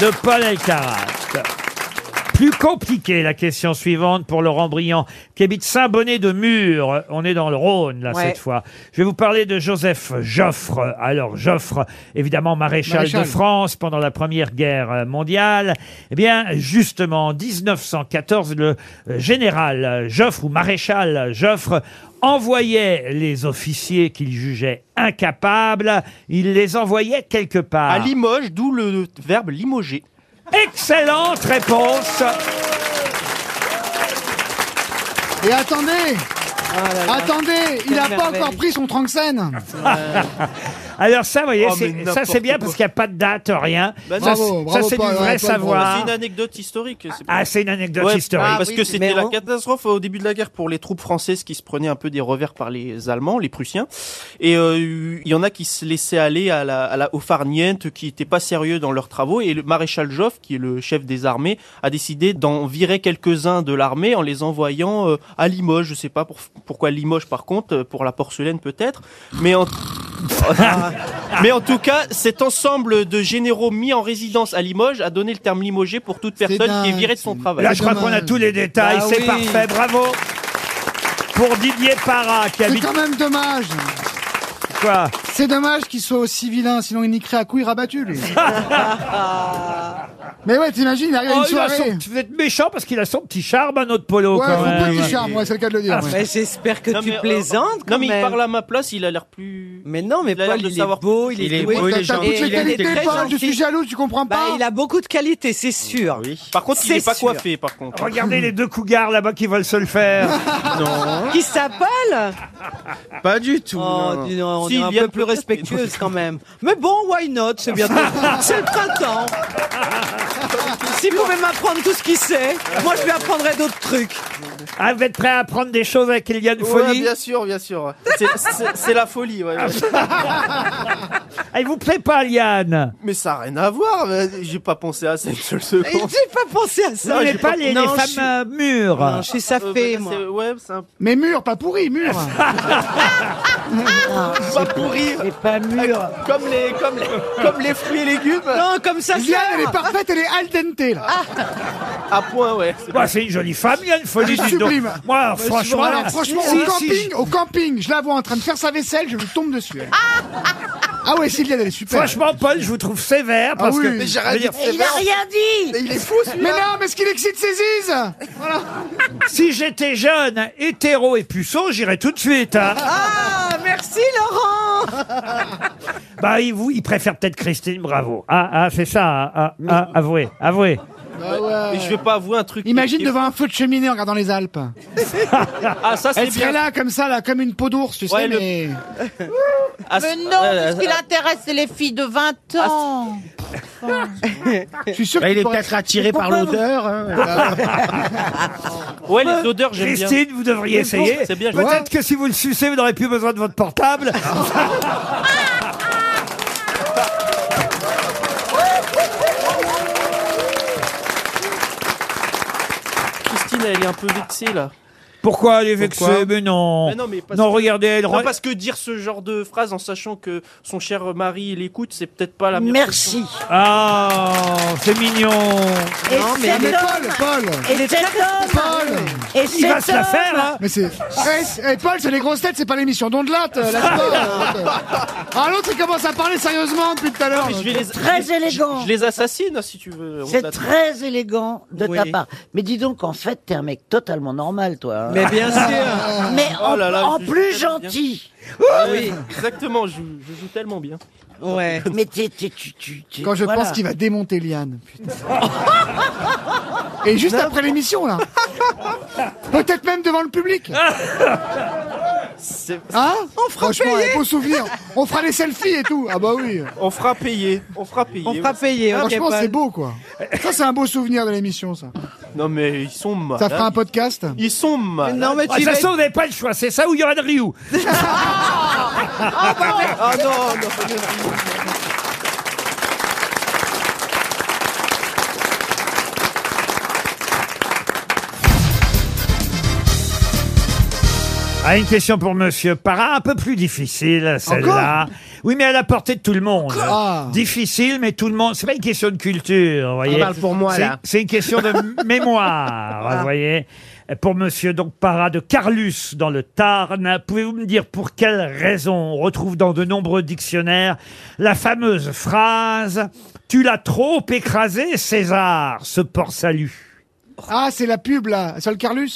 Speaker 2: de Paul Elkarat. Plus compliquée la question suivante pour Laurent Briand, qui habite Saint-Bonnet de Mur. On est dans le Rhône, là,
Speaker 14: Ouais.
Speaker 2: cette fois. Je vais vous parler de Joseph Joffre. Alors, Joffre, évidemment, maréchal,
Speaker 14: Maréchal.
Speaker 2: de France pendant la Première Guerre euh, mondiale. Eh bien, justement, en 1914, le euh, général Joffre, ou maréchal Joffre, envoyait les officiers qu'il jugeait incapables. Il les envoyait quelque part.
Speaker 9: À Limoges, d'où le verbe limoger.
Speaker 2: Excellente réponse.
Speaker 11: Et attendez
Speaker 9: Ah
Speaker 4: là.
Speaker 11: Attendez, il
Speaker 4: Quelle
Speaker 11: a pas
Speaker 4: merveille.
Speaker 11: encore pris son Tranxène
Speaker 2: Alors ça, vous voyez,
Speaker 9: Oh, mais
Speaker 2: c'est- ça c'est
Speaker 9: n'importe
Speaker 2: bien
Speaker 9: quoi.
Speaker 2: parce qu'il n'y a pas de date, rien.
Speaker 9: Bah,
Speaker 2: ça, c'est- ça, c'est du vrai
Speaker 9: C'est
Speaker 2: savoir.
Speaker 9: une anecdote historique. c'est
Speaker 2: Ah, c'est une anecdote
Speaker 9: Ouais,
Speaker 2: historique.
Speaker 9: Parce que c'était la catastrophe euh, au début de la guerre pour les troupes françaises qui se prenaient un peu des revers par les Allemands, les Prussiens. Et euh, il y en a qui se laissaient aller à la, à la, aux farnientes, qui n'étaient pas sérieux dans leurs travaux. Et le maréchal Joffre, qui est le chef des armées, a décidé d'en virer quelques-uns de l'armée en les envoyant euh, à Limoges. Je sais pas pour- pourquoi Limoges par contre, euh, pour la porcelaine peut-être. Mais en... Mais en tout cas, cet ensemble de généraux mis en résidence à Limoges a donné le terme limogé pour toute personne qui est
Speaker 2: dingue,
Speaker 9: virée de son travail.
Speaker 2: Là, je crois qu'on a tous les détails.
Speaker 9: Bah
Speaker 2: c'est
Speaker 9: oui.
Speaker 2: parfait. Bravo. Pour Didier Parra qui
Speaker 11: C'est
Speaker 2: habite
Speaker 11: quand même dommage
Speaker 2: quoi
Speaker 11: C'est dommage qu'il soit aussi vilain, sinon il niquerait à couilles rabattues, lui. Mais ouais, t'imagines, il arrive à
Speaker 2: Oh,
Speaker 11: une
Speaker 2: il a son-
Speaker 11: soirée.
Speaker 2: Vous êtes méchant parce qu'il a son petit charme, un autre polo
Speaker 11: Ouais,
Speaker 2: quand
Speaker 11: son
Speaker 2: même. Ah,
Speaker 11: petit charme, ouais, c'est le cas de le dire. ouais.
Speaker 5: Ah, J'espère que
Speaker 9: Non,
Speaker 5: tu
Speaker 9: mais, euh,
Speaker 5: plaisantes quand
Speaker 9: non, mais
Speaker 5: même.
Speaker 9: il parle à ma place, il a l'air plus.
Speaker 5: Mais non, mais
Speaker 9: Il a l'air
Speaker 5: Paul,
Speaker 9: de
Speaker 5: il est
Speaker 9: savoir
Speaker 5: beau, il
Speaker 9: plus.
Speaker 5: est,
Speaker 9: Il est
Speaker 5: doué,
Speaker 9: beau, il a toutes
Speaker 5: gentil.
Speaker 9: ses
Speaker 5: Il a
Speaker 9: qualités,
Speaker 5: été très
Speaker 11: Paul, je
Speaker 5: gentil.
Speaker 11: suis jaloux, tu comprends
Speaker 5: Bah,
Speaker 11: pas
Speaker 5: il a beaucoup de qualités, c'est sûr.
Speaker 9: Par contre, il
Speaker 5: C'est
Speaker 9: est pas
Speaker 5: sûr.
Speaker 9: coiffé, par contre.
Speaker 2: Regardez les deux cougars là-bas qui veulent se le faire.
Speaker 9: Non.
Speaker 5: Qui s'appelle
Speaker 3: Pas du tout.
Speaker 5: Oh, dis donc, on est un peu plus respectueuse quand même. Mais bon, why not C'est bientôt. c'est le printemps. Si vous pouvez m'apprendre tout ce qu'il sait, moi je lui apprendrai d'autres trucs.
Speaker 2: Ah, vous êtes prêts à apprendre des choses avec Eliane Folie
Speaker 9: bien sûr, bien sûr. C'est- C'est c'est la folie, ouais. ouais.
Speaker 2: Elle Ah, vous plaît pas, Eliane
Speaker 9: Mais ça n'a rien à voir. mais Euh, J'ai pas pensé à ça une seule
Speaker 5: Et
Speaker 9: seconde.
Speaker 5: J'ai pas pensé à ça.
Speaker 2: Vous
Speaker 5: J'ai
Speaker 2: n'êtes pas les, les
Speaker 5: Non,
Speaker 2: femmes
Speaker 5: je suis-
Speaker 2: euh, mûres.
Speaker 5: Non, je suis
Speaker 9: Euh,
Speaker 5: sapée,
Speaker 9: bah,
Speaker 5: moi.
Speaker 9: c'est- Ouais, c'est un
Speaker 11: Mais mûr, pas pourri, mûr
Speaker 9: pas pourri.
Speaker 7: Ah, C'est pas mûr.
Speaker 9: Comme les, comme les, comme les fruits et légumes.
Speaker 5: Non, comme ça, c'est.
Speaker 11: Liane, elle est parfaite, elle est al dente, là.
Speaker 7: Ah.
Speaker 9: À point, ouais. C'est
Speaker 2: Bah, c'est une jolie femme, Eliane
Speaker 11: Elle
Speaker 2: Folie.
Speaker 11: est
Speaker 2: dis donc.
Speaker 11: Ah, sublime. Ah,
Speaker 2: Moi, alors, franchement,
Speaker 11: Alors franchement,
Speaker 2: si-
Speaker 11: au
Speaker 2: si-
Speaker 11: camping, au camping, je la vois en train de faire sa vaisselle, je lui tombe dessus. elle. Ah ouais, Sylvia, elle est super.
Speaker 2: Franchement, Paul, je vous trouve sévère
Speaker 11: Ah
Speaker 2: parce
Speaker 11: oui.
Speaker 2: que.
Speaker 11: Mais j'ai
Speaker 2: je veux dire,
Speaker 7: Il a rien dit
Speaker 9: il est fou,
Speaker 11: Mais non, mais ce qu'il excite ses ziz
Speaker 2: si j'étais jeune, hétéro et puceau, j'irais tout de suite. hein.
Speaker 5: Ah, merci Laurent
Speaker 2: Bah, il, vous, il préfère peut-être Christine Bravo. Ah, ah, c'est ça. hein. Ah, ah, avouez, avouez.
Speaker 9: Et je vais pas avouer un truc.
Speaker 11: Imagine
Speaker 9: qui-
Speaker 11: devant un feu de cheminée en regardant les Alpes.
Speaker 9: Ah, ça, c'est
Speaker 11: Elle serait
Speaker 9: bien.
Speaker 11: là, comme ça, là, comme une peau d'ours, tu sais,
Speaker 9: Ouais, le-
Speaker 11: mais...
Speaker 9: Ah,
Speaker 6: Mais
Speaker 9: c'est-
Speaker 6: non,
Speaker 9: ouais,
Speaker 6: ce qui
Speaker 9: ah,
Speaker 6: l'intéresse, c'est les filles de 20 ans.
Speaker 11: Je suis sûr
Speaker 3: Bah,
Speaker 11: qu'il
Speaker 3: il est
Speaker 11: pourrait-
Speaker 3: peut-être attiré
Speaker 11: Mais
Speaker 3: par
Speaker 11: pourquoi
Speaker 3: l'odeur.
Speaker 11: Ah
Speaker 3: hein.
Speaker 9: Ouais, les odeurs, j'aime bien.
Speaker 2: Christine, vous devriez essayer.
Speaker 9: C'est bien, je-
Speaker 2: Peut-être que si vous le sucez, vous n'aurez plus besoin de votre portable.
Speaker 9: Christine, elle est un peu vexée là.
Speaker 2: Pourquoi elle est vexée
Speaker 9: Pourquoi
Speaker 2: Mais non.
Speaker 9: Mais non, mais parce
Speaker 2: non,
Speaker 9: que-
Speaker 2: regardez, elle.
Speaker 9: Non, parce que dire ce genre de phrase en sachant que son cher mari l'écoute, c'est peut-être pas la meilleure.
Speaker 7: Merci.
Speaker 2: Ah, c'est mignon.
Speaker 7: Et
Speaker 5: Non, mais
Speaker 7: cet
Speaker 5: elle est-
Speaker 7: homme-
Speaker 11: Paul,
Speaker 7: Et cet homme
Speaker 11: Paul
Speaker 7: Et
Speaker 2: Il va
Speaker 7: cet
Speaker 2: se la
Speaker 7: homme
Speaker 2: faire, hein.
Speaker 11: Mais c'est... Eh, eh, Paul, c'est les grosses têtes, c'est pas l'émission d'Ondelat, euh, lâche pas, euh, Ah, l'autre, il commence à parler sérieusement depuis tout à l'heure.
Speaker 9: Mais je vais les-
Speaker 7: Très élégant.
Speaker 9: Je, je les assassine si tu veux. on
Speaker 7: C'est
Speaker 9: t'attend.
Speaker 7: très élégant de ta
Speaker 9: Oui.
Speaker 7: part. Mais dis donc, en fait, t'es un mec totalement normal, toi. hein.
Speaker 5: Mais bien sûr.
Speaker 7: Mais
Speaker 9: Oh
Speaker 7: en,
Speaker 9: là là,
Speaker 7: en
Speaker 9: je joue
Speaker 7: plus
Speaker 9: tellement bien.
Speaker 7: gentil.
Speaker 9: Ah oui, exactement, je, je joue tellement bien.
Speaker 5: Ouais.
Speaker 7: Mais t'es, t'es- tu, tu- tu-
Speaker 11: Quand je
Speaker 7: voilà.
Speaker 11: pense qu'il va démonter Liane. putain. Et juste après l'émission, là. Peut-être même devant le public.
Speaker 9: C'est-
Speaker 11: Hein
Speaker 9: On fera
Speaker 11: Franchement,
Speaker 9: payer.
Speaker 11: un beau souvenir. On fera les selfies et tout. Ah bah oui.
Speaker 9: On fera payer, on fera payer.
Speaker 11: Franchement, c'est beau, quoi. Ça, c'est un beau souvenir de l'émission, ça.
Speaker 9: Non mais ils sont mal.
Speaker 11: Ça fera un podcast
Speaker 9: Ils sont mal.
Speaker 11: Non, mais
Speaker 2: Ah, de toute façon, vous n'avez pas le choix. C'est ça ou il y aura de Ryu.
Speaker 9: Ah non, non.
Speaker 2: Ah, une question pour Monsieur Parra, un peu plus difficile, celle-là. Oui, mais à la portée de tout le monde.
Speaker 3: Ah.
Speaker 2: Difficile, mais tout le monde. C'est pas une question de culture, vous voyez.
Speaker 3: parle Ah, bah, pour moi,
Speaker 2: C'est-
Speaker 3: là. Ah.
Speaker 2: C'est une question de m- mémoire, vous voyez. Pour Monsieur donc Parra de Carlus dans le Tarn, pouvez-vous me dire pour quelle raison on retrouve dans de nombreux dictionnaires la fameuse phrase "Tu l'as trop écrasé, César, ce port salut".
Speaker 11: Ah, c'est la pub, là. Sur le Carlus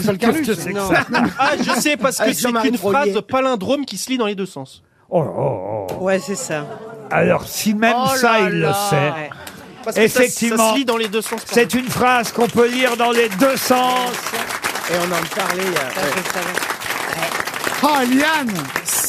Speaker 11: Sur le Carlus
Speaker 2: Qu'est-ce que c'est que ça
Speaker 9: Ah, je sais, parce que
Speaker 2: Avec
Speaker 9: c'est
Speaker 2: Jean-Marie
Speaker 9: une
Speaker 2: Prolier.
Speaker 9: phrase palindrome qui se lit dans les deux sens.
Speaker 2: Oh, oh, oh.
Speaker 5: Ouais, c'est ça.
Speaker 2: Alors, si même
Speaker 9: Oh
Speaker 2: ça,
Speaker 9: là
Speaker 2: il
Speaker 9: là.
Speaker 2: le sait.
Speaker 9: Ouais. Parce que ça-
Speaker 2: Effectivement,
Speaker 9: ça se lit dans les deux sens, pardon.
Speaker 2: C'est une phrase qu'on peut lire dans les deux sens.
Speaker 3: Et on en parlait. euh, ouais.
Speaker 11: Oh, Liane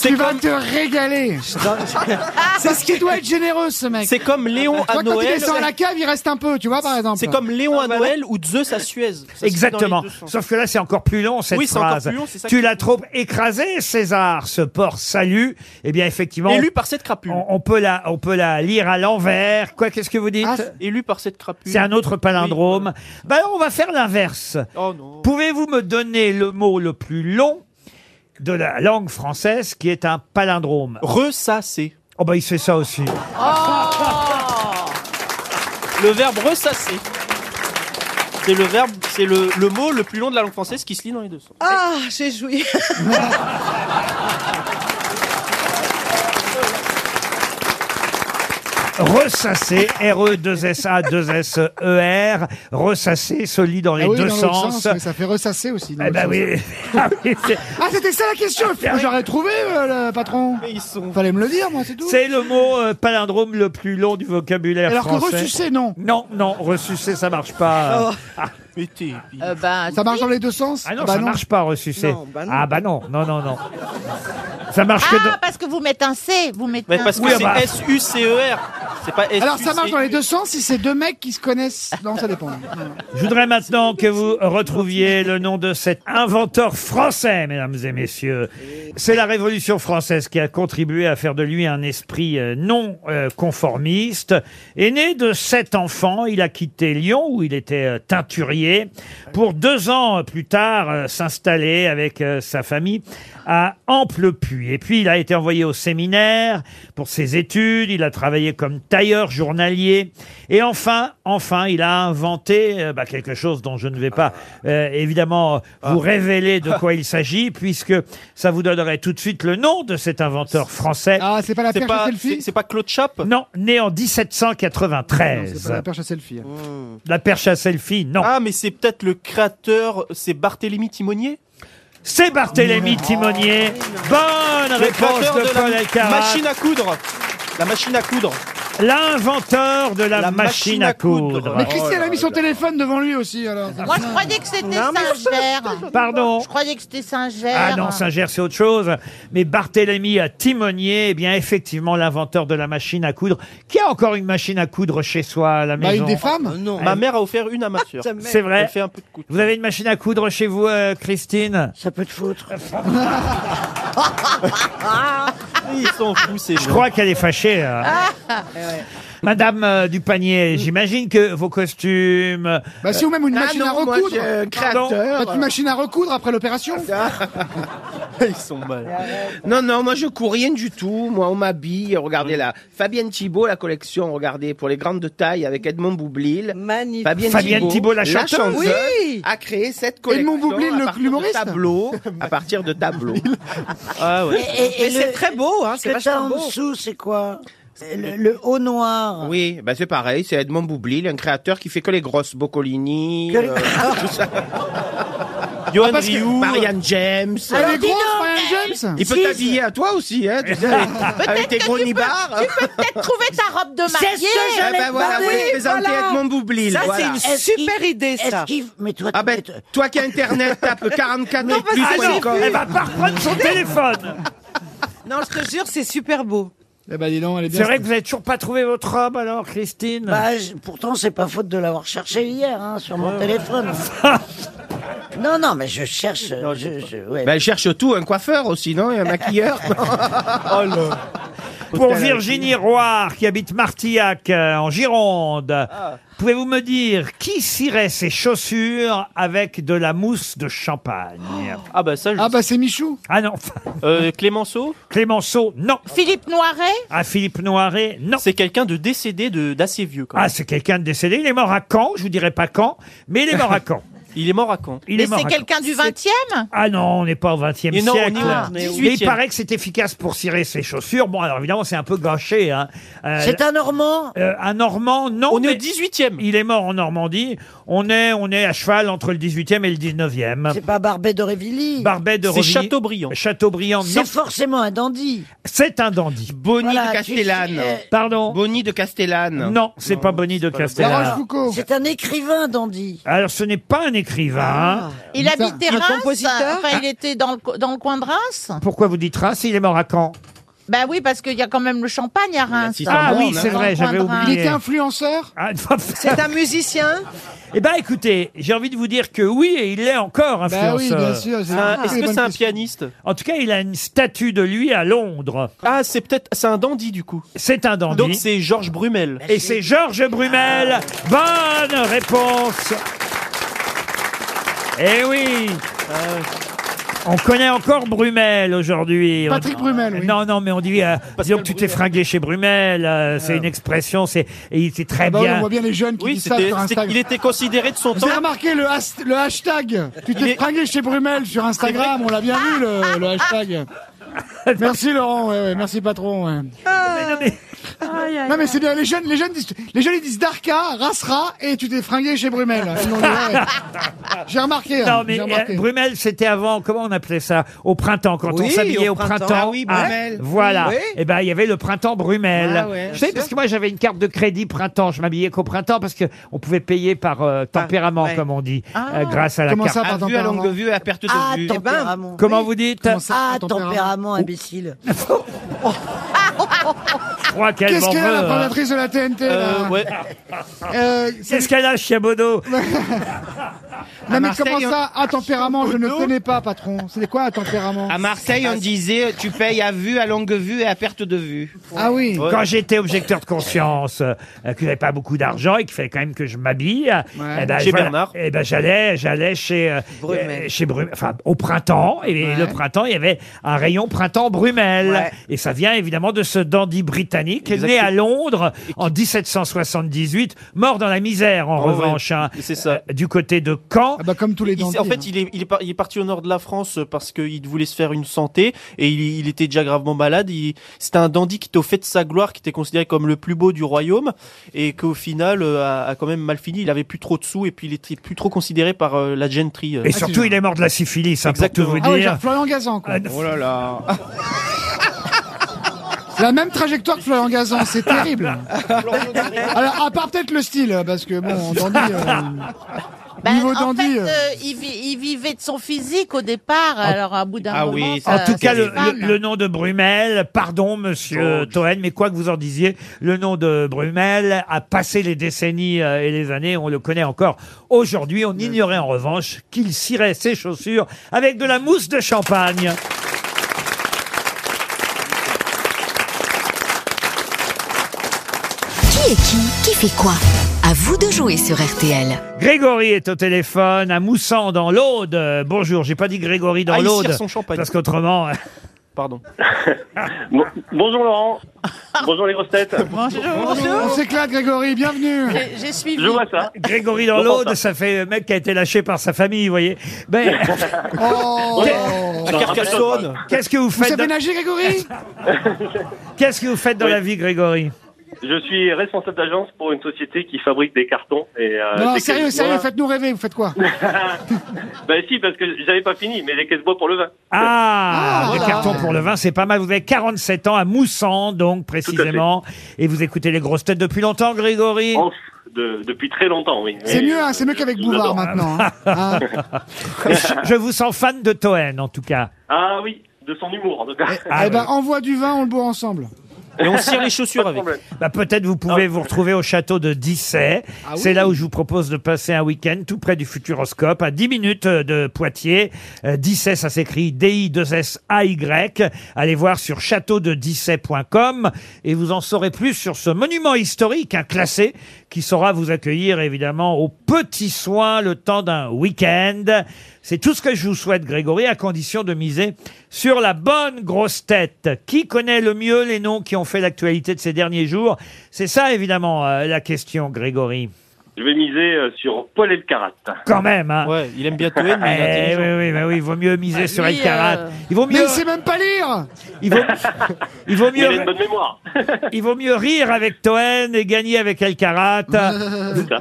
Speaker 11: Tu vas te régaler
Speaker 9: C'est
Speaker 11: Parce qu'il doit être généreux, ce mec.
Speaker 9: C'est comme Léon
Speaker 11: Toi,
Speaker 9: à
Speaker 11: quand il
Speaker 9: Noël.
Speaker 11: descend à la cave, il reste un peu, tu vois, par exemple.
Speaker 9: C'est comme Léon à Noël ou Zeus à Suez. Ça se lit dans les
Speaker 2: Exactement.
Speaker 9: deux sens.
Speaker 2: Sauf que là, c'est encore plus long, cette
Speaker 9: Oui, c'est encore
Speaker 2: phrase.
Speaker 9: plus long, c'est ça
Speaker 2: tu
Speaker 9: qui-
Speaker 2: l'as trop écrasé, César, ce port salut. Eh bien, effectivement.
Speaker 9: Élu par cette crapule.
Speaker 2: On, on peut la, on peut la lire à l'envers. Quoi, qu'est-ce que vous dites
Speaker 9: Ah, Élu par cette crapule.
Speaker 2: C'est un autre palindrome. Bah, alors, on va faire l'inverse.
Speaker 9: Oh non.
Speaker 2: Pouvez-vous me donner le mot le plus long de la langue française qui est un palindrome
Speaker 9: Ressasser.
Speaker 2: Oh bah il fait ça aussi.
Speaker 9: Le verbe ressasser. C'est le verbe, c'est le, le mot le plus long de la langue française qui se lit dans les deux sens.
Speaker 5: Ah, j'ai joui.
Speaker 2: Ressasser, E R-E-2-S-A-2-S-E-R, ressasser se lit dans les
Speaker 11: Ah oui,
Speaker 2: deux
Speaker 11: dans l'autre
Speaker 2: sens.
Speaker 11: sens, ouais, ça fait ressasser aussi. dans
Speaker 2: Eh ben
Speaker 11: l'autre
Speaker 2: oui.
Speaker 11: sens.
Speaker 2: Ah oui, c'est-
Speaker 11: Ah, c'était ça la question. il faut
Speaker 9: Ah,
Speaker 11: que J'aurais trouvé, euh, le patron. Fallait me le dire, moi, c'est tout.
Speaker 2: C'est le mot euh, palindrome le plus long du vocabulaire
Speaker 11: Alors que
Speaker 2: français.
Speaker 11: ressucer, non.
Speaker 2: Non, non, ressucer, ça marche
Speaker 9: Oh.
Speaker 2: pas. Ah,
Speaker 9: Mais t'es-
Speaker 11: Ça marche dans les deux sens
Speaker 2: ah non,
Speaker 11: Bah
Speaker 2: ça marche pas, ressucer.
Speaker 11: Non, bah non.
Speaker 2: Ah bah non, non, non, non. ça marche que...
Speaker 6: Ah, parce que vous mettez un C, vous mettez
Speaker 9: bah, Mais
Speaker 6: un
Speaker 9: parce que
Speaker 2: Oui,
Speaker 9: c'est
Speaker 2: bah.
Speaker 9: S-U-C-E-R. C'est pas s
Speaker 11: Alors ça marche dans les deux sens si c'est deux mecs qui se connaissent. Non, ça dépend.
Speaker 2: Je voudrais maintenant que vous retrouviez le nom de cet inventeur français, mesdames et messieurs. C'est la Révolution française qui a contribué à faire de lui un esprit euh, non euh, conformiste. Aîné de sept enfants, il a quitté Lyon où il était euh, teinturier pour deux ans euh, plus tard euh, s'installer avec euh, sa famille à Amplepuis. Et puis il a été envoyé au séminaire pour ses études, il a travaillé comme tailleur journalier et enfin, enfin, il a inventé euh, bah, quelque chose dont je ne vais pas
Speaker 9: Ah.
Speaker 2: euh, évidemment euh, vous révéler de quoi il s'agit puisque ça vous donnerait tout de suite le nom de cet inventeur français.
Speaker 11: Ah, c'est pas la
Speaker 9: C'est
Speaker 11: perche
Speaker 9: pas,
Speaker 11: à selfie
Speaker 9: c'est- c'est pas Claude Chappe
Speaker 2: Non, né en
Speaker 11: Ah C'est
Speaker 2: 1793.
Speaker 11: pas la perche à selfie. hein.
Speaker 9: Oh.
Speaker 2: La perche à selfie, non.
Speaker 9: Ah, mais c'est peut-être le créateur, c'est Barthélemy Timonier
Speaker 2: C'est Barthélemy Timonier. Bonne
Speaker 9: Le
Speaker 2: réponse
Speaker 9: créateur
Speaker 2: de,
Speaker 9: de
Speaker 2: Paul
Speaker 9: la
Speaker 2: Alcarat.
Speaker 9: machine à coudre. La machine à coudre.
Speaker 2: L'inventeur de la,
Speaker 9: La
Speaker 2: machine, à coudre.
Speaker 11: Mais Christian a mis son téléphone devant lui aussi alors.
Speaker 6: Moi, je croyais que c'était Singer.
Speaker 2: Pardon
Speaker 6: Je croyais que c'était Singer.
Speaker 2: Ah non, Singer, c'est autre chose. Mais Barthélemy à Timonier, eh bien, effectivement, l'inventeur de la machine à coudre. Qui a encore une machine à coudre chez soi à la
Speaker 11: Bah,
Speaker 2: maison
Speaker 11: une des femmes
Speaker 5: Non.
Speaker 9: Ma mère a offert une à ma sœur.
Speaker 2: C'est vrai
Speaker 9: Elle fait un peu de coude.
Speaker 2: Vous avez une machine à coudre chez vous, euh, Christine
Speaker 7: Ça peut te foutre.
Speaker 9: Ils sont fous, ces
Speaker 2: Je
Speaker 9: gens.
Speaker 2: crois qu'elle est fâchée. hein.
Speaker 7: Ah.
Speaker 8: Ah
Speaker 2: Madame euh, Dupanier, j'imagine que vos costumes...
Speaker 11: Bah si ou même une
Speaker 3: Ah
Speaker 11: machine à
Speaker 3: non, moi,
Speaker 11: recoudre.
Speaker 3: j'ai, euh, créateur.
Speaker 11: Peut-être une machine à recoudre après l'opération.
Speaker 9: Ils sont mal.
Speaker 3: Non, non, moi je cours rien du tout. Moi, on m'habille. Regardez là. Fabienne Thibault, la collection, regardez, pour les grandes tailles avec Edmond Boublil.
Speaker 5: Magnifique.
Speaker 3: Fabienne,
Speaker 2: Fabienne Thibault, la chanteuse.
Speaker 5: Oui.
Speaker 3: a créé cette collection.
Speaker 11: Edmond Boublil,
Speaker 3: à
Speaker 11: le-
Speaker 3: partir de
Speaker 11: l'humoriste
Speaker 3: tableaux, À partir de tableaux.
Speaker 9: Ah ouais.
Speaker 7: Et, et- et
Speaker 5: Mais c'est
Speaker 7: le-
Speaker 5: très beau, hein,
Speaker 7: ce
Speaker 5: c'est
Speaker 7: que t'as
Speaker 5: vachement
Speaker 7: en
Speaker 5: beau.
Speaker 7: dessous, c'est quoi le, le haut noir.
Speaker 3: Oui, bah c'est pareil, c'est Edmond euh, Boublil, un créateur qui fait que les grosses Boccolini.
Speaker 7: Que les-
Speaker 3: euh, tout ça.
Speaker 9: Johan Rioux.
Speaker 3: Marianne James.
Speaker 6: Alors, dis donc, euh,
Speaker 3: Il peut
Speaker 6: si,
Speaker 3: t'habiller à toi aussi, hein, tu sais,
Speaker 6: Peut-être
Speaker 3: avec tes
Speaker 6: que
Speaker 3: gros
Speaker 6: tu peux-
Speaker 3: nibards.
Speaker 6: Tu peux peut-être trouver ta robe de mariée.
Speaker 3: Eh ben voilà, vous les présentez avec mon boublil.
Speaker 6: Ça,
Speaker 3: voilà.
Speaker 6: c'est une super idée, ça.
Speaker 7: Mais toi,
Speaker 3: ah ben, toi qui as internet, tape 44
Speaker 6: Non,
Speaker 3: et plus.
Speaker 6: parce que j'ai vu. Elle va pas
Speaker 2: reprendre son téléphone.
Speaker 5: Non, je te jure, c'est super beau.
Speaker 11: Eh ben, dis donc, elle est bien.
Speaker 2: C'est vrai que vous n'avez toujours pas trouvé votre robe alors, Christine
Speaker 7: Bah, je- pourtant, c'est pas faute de l'avoir cherché hier hein, sur
Speaker 2: Ah.
Speaker 7: mon téléphone. non, non, mais je cherche. je, je- ouais.
Speaker 3: Ben,
Speaker 2: Bah,
Speaker 3: elle cherche tout, un coiffeur aussi, non Et un maquilleur
Speaker 2: Oh Pour Virginie Roire, qui habite Martillac, euh, en Gironde,
Speaker 9: Ah.
Speaker 2: pouvez-vous me dire qui cirait ses chaussures avec de la mousse de champagne
Speaker 9: Ah bah ça, je...
Speaker 11: Ah bah c'est Michou
Speaker 2: Ah non
Speaker 9: Euh, Clémenceau
Speaker 2: Clémenceau, non.
Speaker 6: Philippe Noiret
Speaker 2: Ah, Philippe Noiret, non.
Speaker 9: C'est quelqu'un de décédé, de d'assez vieux quand même.
Speaker 2: Ah, c'est quelqu'un de décédé. Il est mort à Caen, je vous dirai pas quand, mais il est mort à Caen.
Speaker 9: Il est mort à Caen.
Speaker 2: Il est
Speaker 6: Mais
Speaker 2: mort
Speaker 6: c'est
Speaker 2: à
Speaker 6: quelqu'un du 20 e
Speaker 2: Ah non, on n'est pas au XXe
Speaker 9: Et non, on est
Speaker 2: siècle.
Speaker 9: au Ah,
Speaker 2: mais
Speaker 9: 18e.
Speaker 2: il paraît que c'est efficace pour cirer ses chaussures. Bon, alors évidemment, c'est un peu gâché. Hein. Euh,
Speaker 7: C'est un Normand
Speaker 2: euh, un Normand, non. On
Speaker 9: est au 18e.
Speaker 2: Il est mort en Normandie. On est, on est à cheval entre le 18e et le 19e.
Speaker 7: C'est pas Barbet d'Aurevilly.
Speaker 2: Barbet de
Speaker 9: C'est Chateaubriand.
Speaker 2: Chateaubriand, non.
Speaker 7: C'est forcément un dandy.
Speaker 2: C'est un dandy.
Speaker 3: Bonnie
Speaker 7: Voilà,
Speaker 3: de
Speaker 7: tu-
Speaker 3: Castellane.
Speaker 7: euh,
Speaker 2: Pardon
Speaker 3: Bonnie de Castellane.
Speaker 2: Non, c'est pas Bonnie de
Speaker 11: La
Speaker 2: Castellane.
Speaker 11: Rochefoucauld.
Speaker 7: Ah, C'est un écrivain dandy.
Speaker 2: Alors, ce n'est pas un
Speaker 7: Ah.
Speaker 2: écrivain.
Speaker 6: Il habitait
Speaker 5: Un
Speaker 6: Reims.
Speaker 5: compositeur
Speaker 6: Enfin, il était dans le, co- dans le coin de Reims.
Speaker 2: Pourquoi vous dites Reims Il est mort à Caen.
Speaker 6: Ben oui, parce qu'il y a quand même le champagne à Reims.
Speaker 3: six
Speaker 2: Ah
Speaker 3: Dans
Speaker 2: oui,
Speaker 9: hein.
Speaker 3: le
Speaker 2: c'est
Speaker 6: coin
Speaker 2: vrai,
Speaker 6: de
Speaker 2: j'avais
Speaker 6: Reims.
Speaker 11: Il était
Speaker 2: oublié.
Speaker 11: influenceur
Speaker 2: Ah,
Speaker 5: C'est un musicien
Speaker 2: Eh ben, écoutez, j'ai envie de vous dire que oui, et il l'est encore,
Speaker 11: Bah
Speaker 2: influenceur.
Speaker 11: oui, bien sûr. j'ai
Speaker 9: Un-
Speaker 11: toutes
Speaker 9: Est-ce
Speaker 11: les
Speaker 9: que
Speaker 11: bonnes
Speaker 9: c'est un
Speaker 11: questions.
Speaker 9: pianiste
Speaker 2: En tout cas, il a une statue de lui à Londres.
Speaker 9: Ah, c'est peut-être... C'est un dandy du coup.
Speaker 2: C'est un dandy.
Speaker 9: Donc c'est Georges Brumel.
Speaker 2: et c'est Georges Brumel. Bonne réponse. Eh oui. Euh, On connaît encore Brumel aujourd'hui.
Speaker 11: Patrick
Speaker 2: On-
Speaker 11: Brumel, oui.
Speaker 2: Non, non, mais on dit, euh, dis donc, tu t'es fringué chez Brumel. euh, c'est une expression, c'est, et il était très
Speaker 11: Ah. Bah oui, on
Speaker 2: bien.
Speaker 11: voit bien les jeunes qui
Speaker 9: Oui,
Speaker 11: disent ça
Speaker 9: c'était,
Speaker 11: sur
Speaker 9: c'était- il
Speaker 11: Instagram.
Speaker 9: était considéré de son
Speaker 11: Vous
Speaker 9: temps.
Speaker 11: avez remarqué le, has- le hashtag Tu
Speaker 9: Il
Speaker 11: t'es
Speaker 9: est-
Speaker 11: fringué chez Brumel sur Instagram, on l'a bien vu le, le hashtag. Merci Laurent, ouais, ouais, merci patron. ouais. Non mais c'est bien, les jeunes, les jeunes disent, les jeunes ils disent Darka, Rassra et tu t'es fringué chez Brumel. Ils l'ont dit, ouais. J'ai remarqué. hein,
Speaker 2: Non, mais
Speaker 11: j'ai
Speaker 2: euh,
Speaker 11: remarqué.
Speaker 2: Brumel, c'était avant, comment on appelait ça Au printemps, quand
Speaker 5: Oui,
Speaker 2: on s'habillait
Speaker 5: au
Speaker 2: au printemps.
Speaker 5: printemps. Ah
Speaker 3: oui, Brumel.
Speaker 2: voilà.
Speaker 5: Oui.
Speaker 2: Et ben, il y avait le printemps Brumel.
Speaker 3: Ah ouais,
Speaker 2: je
Speaker 3: bien
Speaker 2: sais, parce que moi, j'avais une carte de crédit printemps. Je m'habillais qu'au printemps parce que on pouvait payer par euh, tempérament,
Speaker 5: ouais.
Speaker 2: comme on dit, euh, grâce à la
Speaker 11: Ah. Comment
Speaker 2: carte.
Speaker 11: ça, par
Speaker 3: À vue, à
Speaker 11: tempérament
Speaker 3: longue vue et à perte de
Speaker 7: Ah,
Speaker 3: vue.
Speaker 7: tempérament.
Speaker 2: Comment vous dites
Speaker 11: Comment ça,
Speaker 7: Ah,
Speaker 11: par
Speaker 7: tempérament imbécile.
Speaker 2: Je crois qu'elle
Speaker 11: Qu'est-ce
Speaker 2: m'en
Speaker 11: qu'elle a la
Speaker 2: veut, hein.
Speaker 11: fondatrice de la TNT
Speaker 9: Euh,
Speaker 11: là
Speaker 9: ouais.
Speaker 11: Euh, c'est-
Speaker 2: Qu'est-ce qu'elle a, Chiabodo
Speaker 11: Non mais
Speaker 3: Marseille,
Speaker 11: comment
Speaker 3: on-
Speaker 11: ça Un tempérament, je ne connais pas patron. C'est quoi un tempérament
Speaker 3: À Marseille, on disait tu payes à vue, à longue vue et à perte de vue.
Speaker 11: Ah oui.
Speaker 2: Quand j'étais objecteur de conscience, euh, euh, que j'avais pas beaucoup d'argent et qu'il fallait quand même que je m'habille,
Speaker 11: Ouais.
Speaker 2: eh ben,
Speaker 9: Chez Bernard.
Speaker 2: eh ben, j'allais, j'allais chez euh,
Speaker 5: Brumel.
Speaker 2: euh, chez Brumel, enfin au printemps. Et
Speaker 11: Ouais.
Speaker 2: le printemps, il y avait un rayon printemps Brumel.
Speaker 5: Ouais.
Speaker 2: Et ça vient évidemment de ce dandy britannique né
Speaker 9: Exactement.
Speaker 2: à Londres en 1778, mort dans la misère en
Speaker 9: Oh, ouais.
Speaker 2: revanche, hein,
Speaker 9: C'est ça.
Speaker 2: euh, du côté de Caen.
Speaker 11: Ah bah comme tous les
Speaker 9: Il s-
Speaker 11: dents.
Speaker 9: en fait, il est, il, est par- il est parti au nord de la France euh, parce qu'il voulait se faire une santé et il, il était déjà gravement malade. Il- C'était un dandy qui était au fait de sa gloire, qui était considéré comme le plus beau du royaume et qu'au final euh, a, a quand même mal fini. Il avait plus trop de sous et puis il était plus trop considéré par euh, la gentry. euh.
Speaker 2: Et surtout, il est mort de la syphilis, hein, pour tout
Speaker 9: Exactement.
Speaker 2: vous
Speaker 11: Ah oui,
Speaker 2: dire.
Speaker 11: genre Florian Gazan quoi.
Speaker 2: Ah, non.
Speaker 3: Oh là là.
Speaker 11: La même trajectoire que Florian Gazan, c'est terrible. Alors, à part peut-être le style, parce que bon, en dandy, euh,
Speaker 6: Ben,
Speaker 11: niveau
Speaker 6: en
Speaker 11: dandy,
Speaker 6: fait,
Speaker 11: euh,
Speaker 6: euh, il, vi- il vivait de son physique au départ, alors à bout d'un
Speaker 3: Ah
Speaker 6: moment. euh,
Speaker 3: oui,
Speaker 2: En
Speaker 6: ça-
Speaker 2: tout
Speaker 6: ça
Speaker 2: cas, le,
Speaker 6: s'évade.
Speaker 2: le- le nom de Brumel, pardon monsieur Toen, mais quoi que vous en disiez, le nom de Brumel a passé les décennies euh, et les années, on le connaît encore aujourd'hui. On ignorait en revanche qu'il cirait ses chaussures avec de la mousse de champagne.
Speaker 10: Qui est qui Qui fait quoi À vous de jouer sur RTL.
Speaker 2: Grégory est au téléphone à Moussan dans l'Aude. Euh, Bonjour, j'ai pas dit Grégory dans
Speaker 9: Ah, il cire
Speaker 2: l'Aude.
Speaker 9: son champagne.
Speaker 2: Parce qu'autrement,
Speaker 9: Pardon.
Speaker 14: Bon- bonjour Laurent. bonjour les grosses têtes.
Speaker 11: on s'éclate, Grégory, bienvenue.
Speaker 6: J'ai j'ai suivi.
Speaker 14: Je vois ça.
Speaker 2: Grégory dans l'Aude, ça fait un mec qui a été lâché par sa famille, vous voyez. Ben,
Speaker 11: Oh,
Speaker 9: À Carcassonne.
Speaker 2: qu'est-ce que vous
Speaker 11: vous
Speaker 2: faites
Speaker 11: savez
Speaker 2: dans-
Speaker 11: nager, Grégory
Speaker 2: Qu'est-ce que vous faites dans
Speaker 14: Oui.
Speaker 2: la vie, Grégory
Speaker 14: Je suis responsable d'agence pour une société qui fabrique des cartons. Et, euh,
Speaker 11: Non, non,
Speaker 14: des
Speaker 11: sérieux,
Speaker 14: caisses
Speaker 11: sérieux,
Speaker 14: bois.
Speaker 11: faites-nous rêver, vous faites quoi
Speaker 14: Ben si, parce que j'avais pas fini, mais les caisses bois pour le vin.
Speaker 2: Ah, le
Speaker 14: voilà.
Speaker 2: carton pour le vin, c'est pas mal. Vous avez 47 ans à Moussan, donc précisément. Et vous écoutez les grosses têtes depuis longtemps, Grégory
Speaker 14: Off, de- depuis très longtemps, oui.
Speaker 11: C'est
Speaker 14: Mais-
Speaker 11: mieux, hein, c'est mieux qu'avec Bouvard maintenant. hein. Ah.
Speaker 2: Et je- Je vous sens fan de Toen, en tout cas. euh.
Speaker 14: Ah oui, de son humour en tout cas.
Speaker 11: eh ben, envoie du vin, on le boit ensemble.
Speaker 2: Ah, Et on cire les chaussures
Speaker 14: avec.
Speaker 2: Bah, Peut-être vous pouvez vous retrouver au château de Dissay.
Speaker 11: Ah oui.
Speaker 2: C'est là où je vous propose de passer un week-end tout près du Futuroscope, à 10 minutes euh, de Poitiers. Euh, Dissay, ça s'écrit D-I-2-S-A-Y. Allez voir sur châteaudedissay.com et vous en saurez plus sur ce monument historique, un classé, qui saura vous accueillir évidemment aux petits soins le temps d'un week-end. C'est tout ce que je vous souhaite, Grégory, à condition de miser sur la bonne grosse tête. Qui connaît le mieux les noms qui ont fait l'actualité de ces derniers jours C'est ça, évidemment, euh, la question, Grégory.
Speaker 14: Je vais miser euh, sur Paul Elkarat.
Speaker 2: Quand même, hein
Speaker 9: Ouais, il aime bien Toen, mais il est
Speaker 2: Eh
Speaker 9: intelligent.
Speaker 2: oui, oui, bah oui, il vaut mieux miser
Speaker 9: Bah,
Speaker 2: sur
Speaker 9: lui,
Speaker 2: Elkarat.
Speaker 9: euh,
Speaker 2: Il vaut
Speaker 11: Mais
Speaker 2: mieux,
Speaker 11: il sait même pas lire
Speaker 2: il vaut, il vaut
Speaker 14: Il a
Speaker 2: mieux,
Speaker 14: une bonne mémoire.
Speaker 2: il vaut mieux rire avec Toen et gagner avec Elkarat.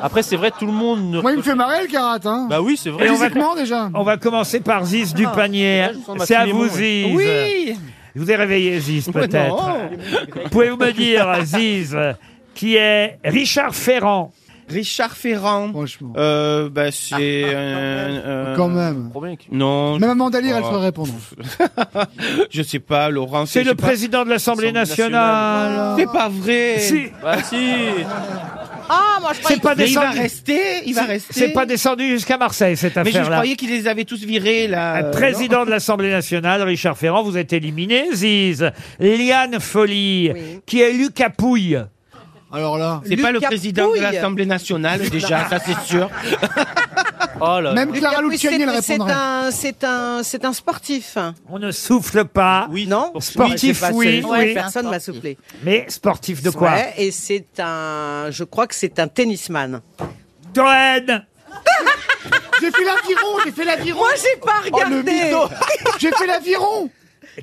Speaker 9: Après, c'est vrai, tout le monde.
Speaker 11: Moi, il me fait marrer le carat, hein.
Speaker 9: Bah oui, c'est vrai.
Speaker 2: Et on va-
Speaker 11: Physiquement, déjà.
Speaker 2: On va commencer par Ziz du
Speaker 11: Ah,
Speaker 2: panier.
Speaker 11: là, je sens ma
Speaker 2: C'est à
Speaker 11: filémon,
Speaker 2: vous,
Speaker 11: ouais.
Speaker 2: Ziz.
Speaker 11: Oui.
Speaker 2: Je vous ai réveillé, Ziz,
Speaker 11: Mais
Speaker 2: peut-être. Pouvez-vous me dire, Ziz, qui est Richard Ferrand
Speaker 3: Richard Ferrand.
Speaker 11: Franchement.
Speaker 3: Euh, bah, c'est. euh, euh,
Speaker 11: Quand même.
Speaker 3: Non.
Speaker 11: Même à Mandalire, elle
Speaker 2: Ah.
Speaker 3: Oh,
Speaker 11: saurait répondre.
Speaker 3: Je sais pas, Laurent.
Speaker 2: C'est
Speaker 3: je
Speaker 2: le
Speaker 3: sais pas.
Speaker 2: président de l'Assemblée nationale.
Speaker 3: C'est pas vrai.
Speaker 2: Si.
Speaker 9: Bah si
Speaker 6: Ah, moi je
Speaker 2: C'est pas
Speaker 3: Mais il va
Speaker 2: descendu.
Speaker 3: rester, il va
Speaker 2: C'est-
Speaker 3: rester.
Speaker 2: C'est pas descendu jusqu'à Marseille, cette
Speaker 3: Mais je,
Speaker 2: affaire-là.
Speaker 3: croyais qu'ils les avaient tous virés, là. euh,
Speaker 2: Président de l'Assemblée nationale, Richard Ferrand, vous êtes éliminé. Ziz, Liane Folie, qui est Lucas Pouille.
Speaker 11: Alors là.
Speaker 3: C'est pas le président de l'Assemblée nationale, déjà, ça c'est sûr.
Speaker 9: Oh là
Speaker 11: Même
Speaker 6: Mais
Speaker 11: Clara
Speaker 6: oui,
Speaker 11: Luciani, elle
Speaker 6: c'est- c'est
Speaker 11: répondrait.
Speaker 6: un- C'est un, c'est un sportif.
Speaker 2: On ne souffle pas.
Speaker 9: Oui,
Speaker 6: non
Speaker 2: Sportif,
Speaker 6: Ouais, c'est pas-
Speaker 2: oui,
Speaker 6: c'est- ouais,
Speaker 2: oui.
Speaker 6: Personne m'a soufflé.
Speaker 2: Mais sportif de quoi
Speaker 6: Ouais, Et c'est un. Je crois que c'est un tennisman.
Speaker 2: Toen
Speaker 11: J'ai fait l'aviron, j'ai fait l'aviron.
Speaker 6: Moi, j'ai pas regardé.
Speaker 11: Oh, le mytho. j'ai fait l'aviron.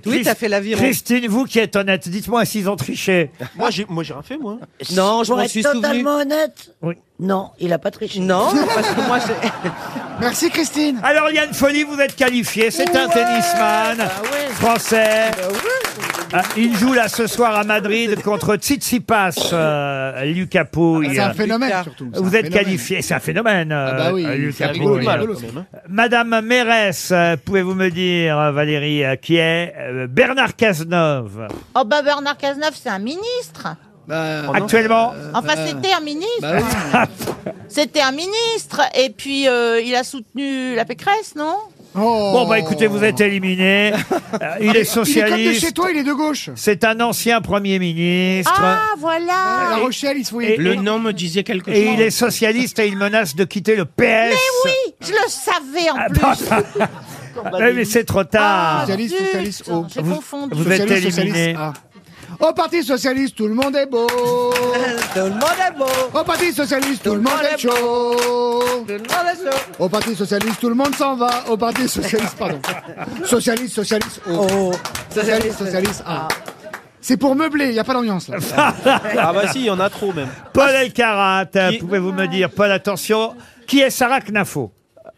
Speaker 6: Oui, t'as fait l'aviron.
Speaker 2: Christine, vous qui êtes honnête, dites-moi s'ils ont triché.
Speaker 9: Moi, j'ai moi, j'ai rien fait, moi.
Speaker 6: Non, je
Speaker 7: Pour
Speaker 6: m'en
Speaker 7: être
Speaker 6: suis souvenu.
Speaker 7: totalement honnête,
Speaker 2: Oui.
Speaker 7: non, il a pas triché.
Speaker 6: Non, parce que moi, j'ai-
Speaker 11: Merci, Christine.
Speaker 2: Alors, Liane Folie, vous êtes qualifié. C'est un tennisman
Speaker 7: Ah
Speaker 2: français.
Speaker 7: bah
Speaker 2: Ah, Il joue là ce soir à Madrid contre Tsitsipas, euh, Lucas Pouille.
Speaker 11: C'est un phénomène, surtout. C'est un
Speaker 2: Vous êtes
Speaker 11: phénomène.
Speaker 2: qualifié, c'est un phénomène, euh,
Speaker 11: Ah bah oui,
Speaker 2: euh,
Speaker 11: c'est
Speaker 2: Lucas
Speaker 11: rigolo,
Speaker 2: Pouille.
Speaker 11: c'est rigolo, quand même, hein.
Speaker 2: Madame Mérès, euh, pouvez-vous me dire, euh, Valérie, euh, qui est euh, Bernard Cazeneuve
Speaker 15: Oh bah Bernard Cazeneuve, c'est un ministre.
Speaker 11: Bah,
Speaker 2: Actuellement
Speaker 11: euh,
Speaker 2: Ah,
Speaker 15: Enfin, c'était un ministre.
Speaker 2: bah
Speaker 15: C'était un ministre. Et puis, euh, il a soutenu la Pécresse, non
Speaker 2: Bon, bah écoutez, vous êtes éliminé. Euh,
Speaker 11: Il
Speaker 2: il est
Speaker 11: est comme de chez
Speaker 2: socialiste.
Speaker 11: toi, il est de gauche.
Speaker 2: C'est un ancien Premier ministre.
Speaker 15: Ah, voilà
Speaker 11: La Rochelle, il se
Speaker 2: Et-
Speaker 11: voyait.
Speaker 3: Le nom me disait quelque chose.
Speaker 2: Et il est socialiste et il menace de quitter le PS.
Speaker 15: Mais oui, je le savais en plus.
Speaker 2: Eh, Ah, bah, mais c'est trop tard.
Speaker 11: Bah, Ah, Socialiste, socialiste, oh.
Speaker 15: J'ai confondu.
Speaker 2: vous êtes
Speaker 11: Socialiste, socialiste,
Speaker 2: éliminé.
Speaker 11: ah. Au Parti Socialiste, tout le monde est beau.
Speaker 6: Tout le monde est beau.
Speaker 11: Au Parti Socialiste, tout, le monde est chaud.
Speaker 6: Tout le monde est beau.
Speaker 11: Au Parti Socialiste, tout le monde s'en va. Au Parti Socialiste, pardon.
Speaker 6: Euh,
Speaker 11: Socialiste, Socialiste, oh. Socialiste, Socialiste, ah. C'est pour meubler, il n'y a pas d'ambiance là.
Speaker 9: Ah bah si, il y en a trop, même.
Speaker 2: Paul Elkarat, pouvez-vous me dire, Paul, attention, qui est Sarah Knafo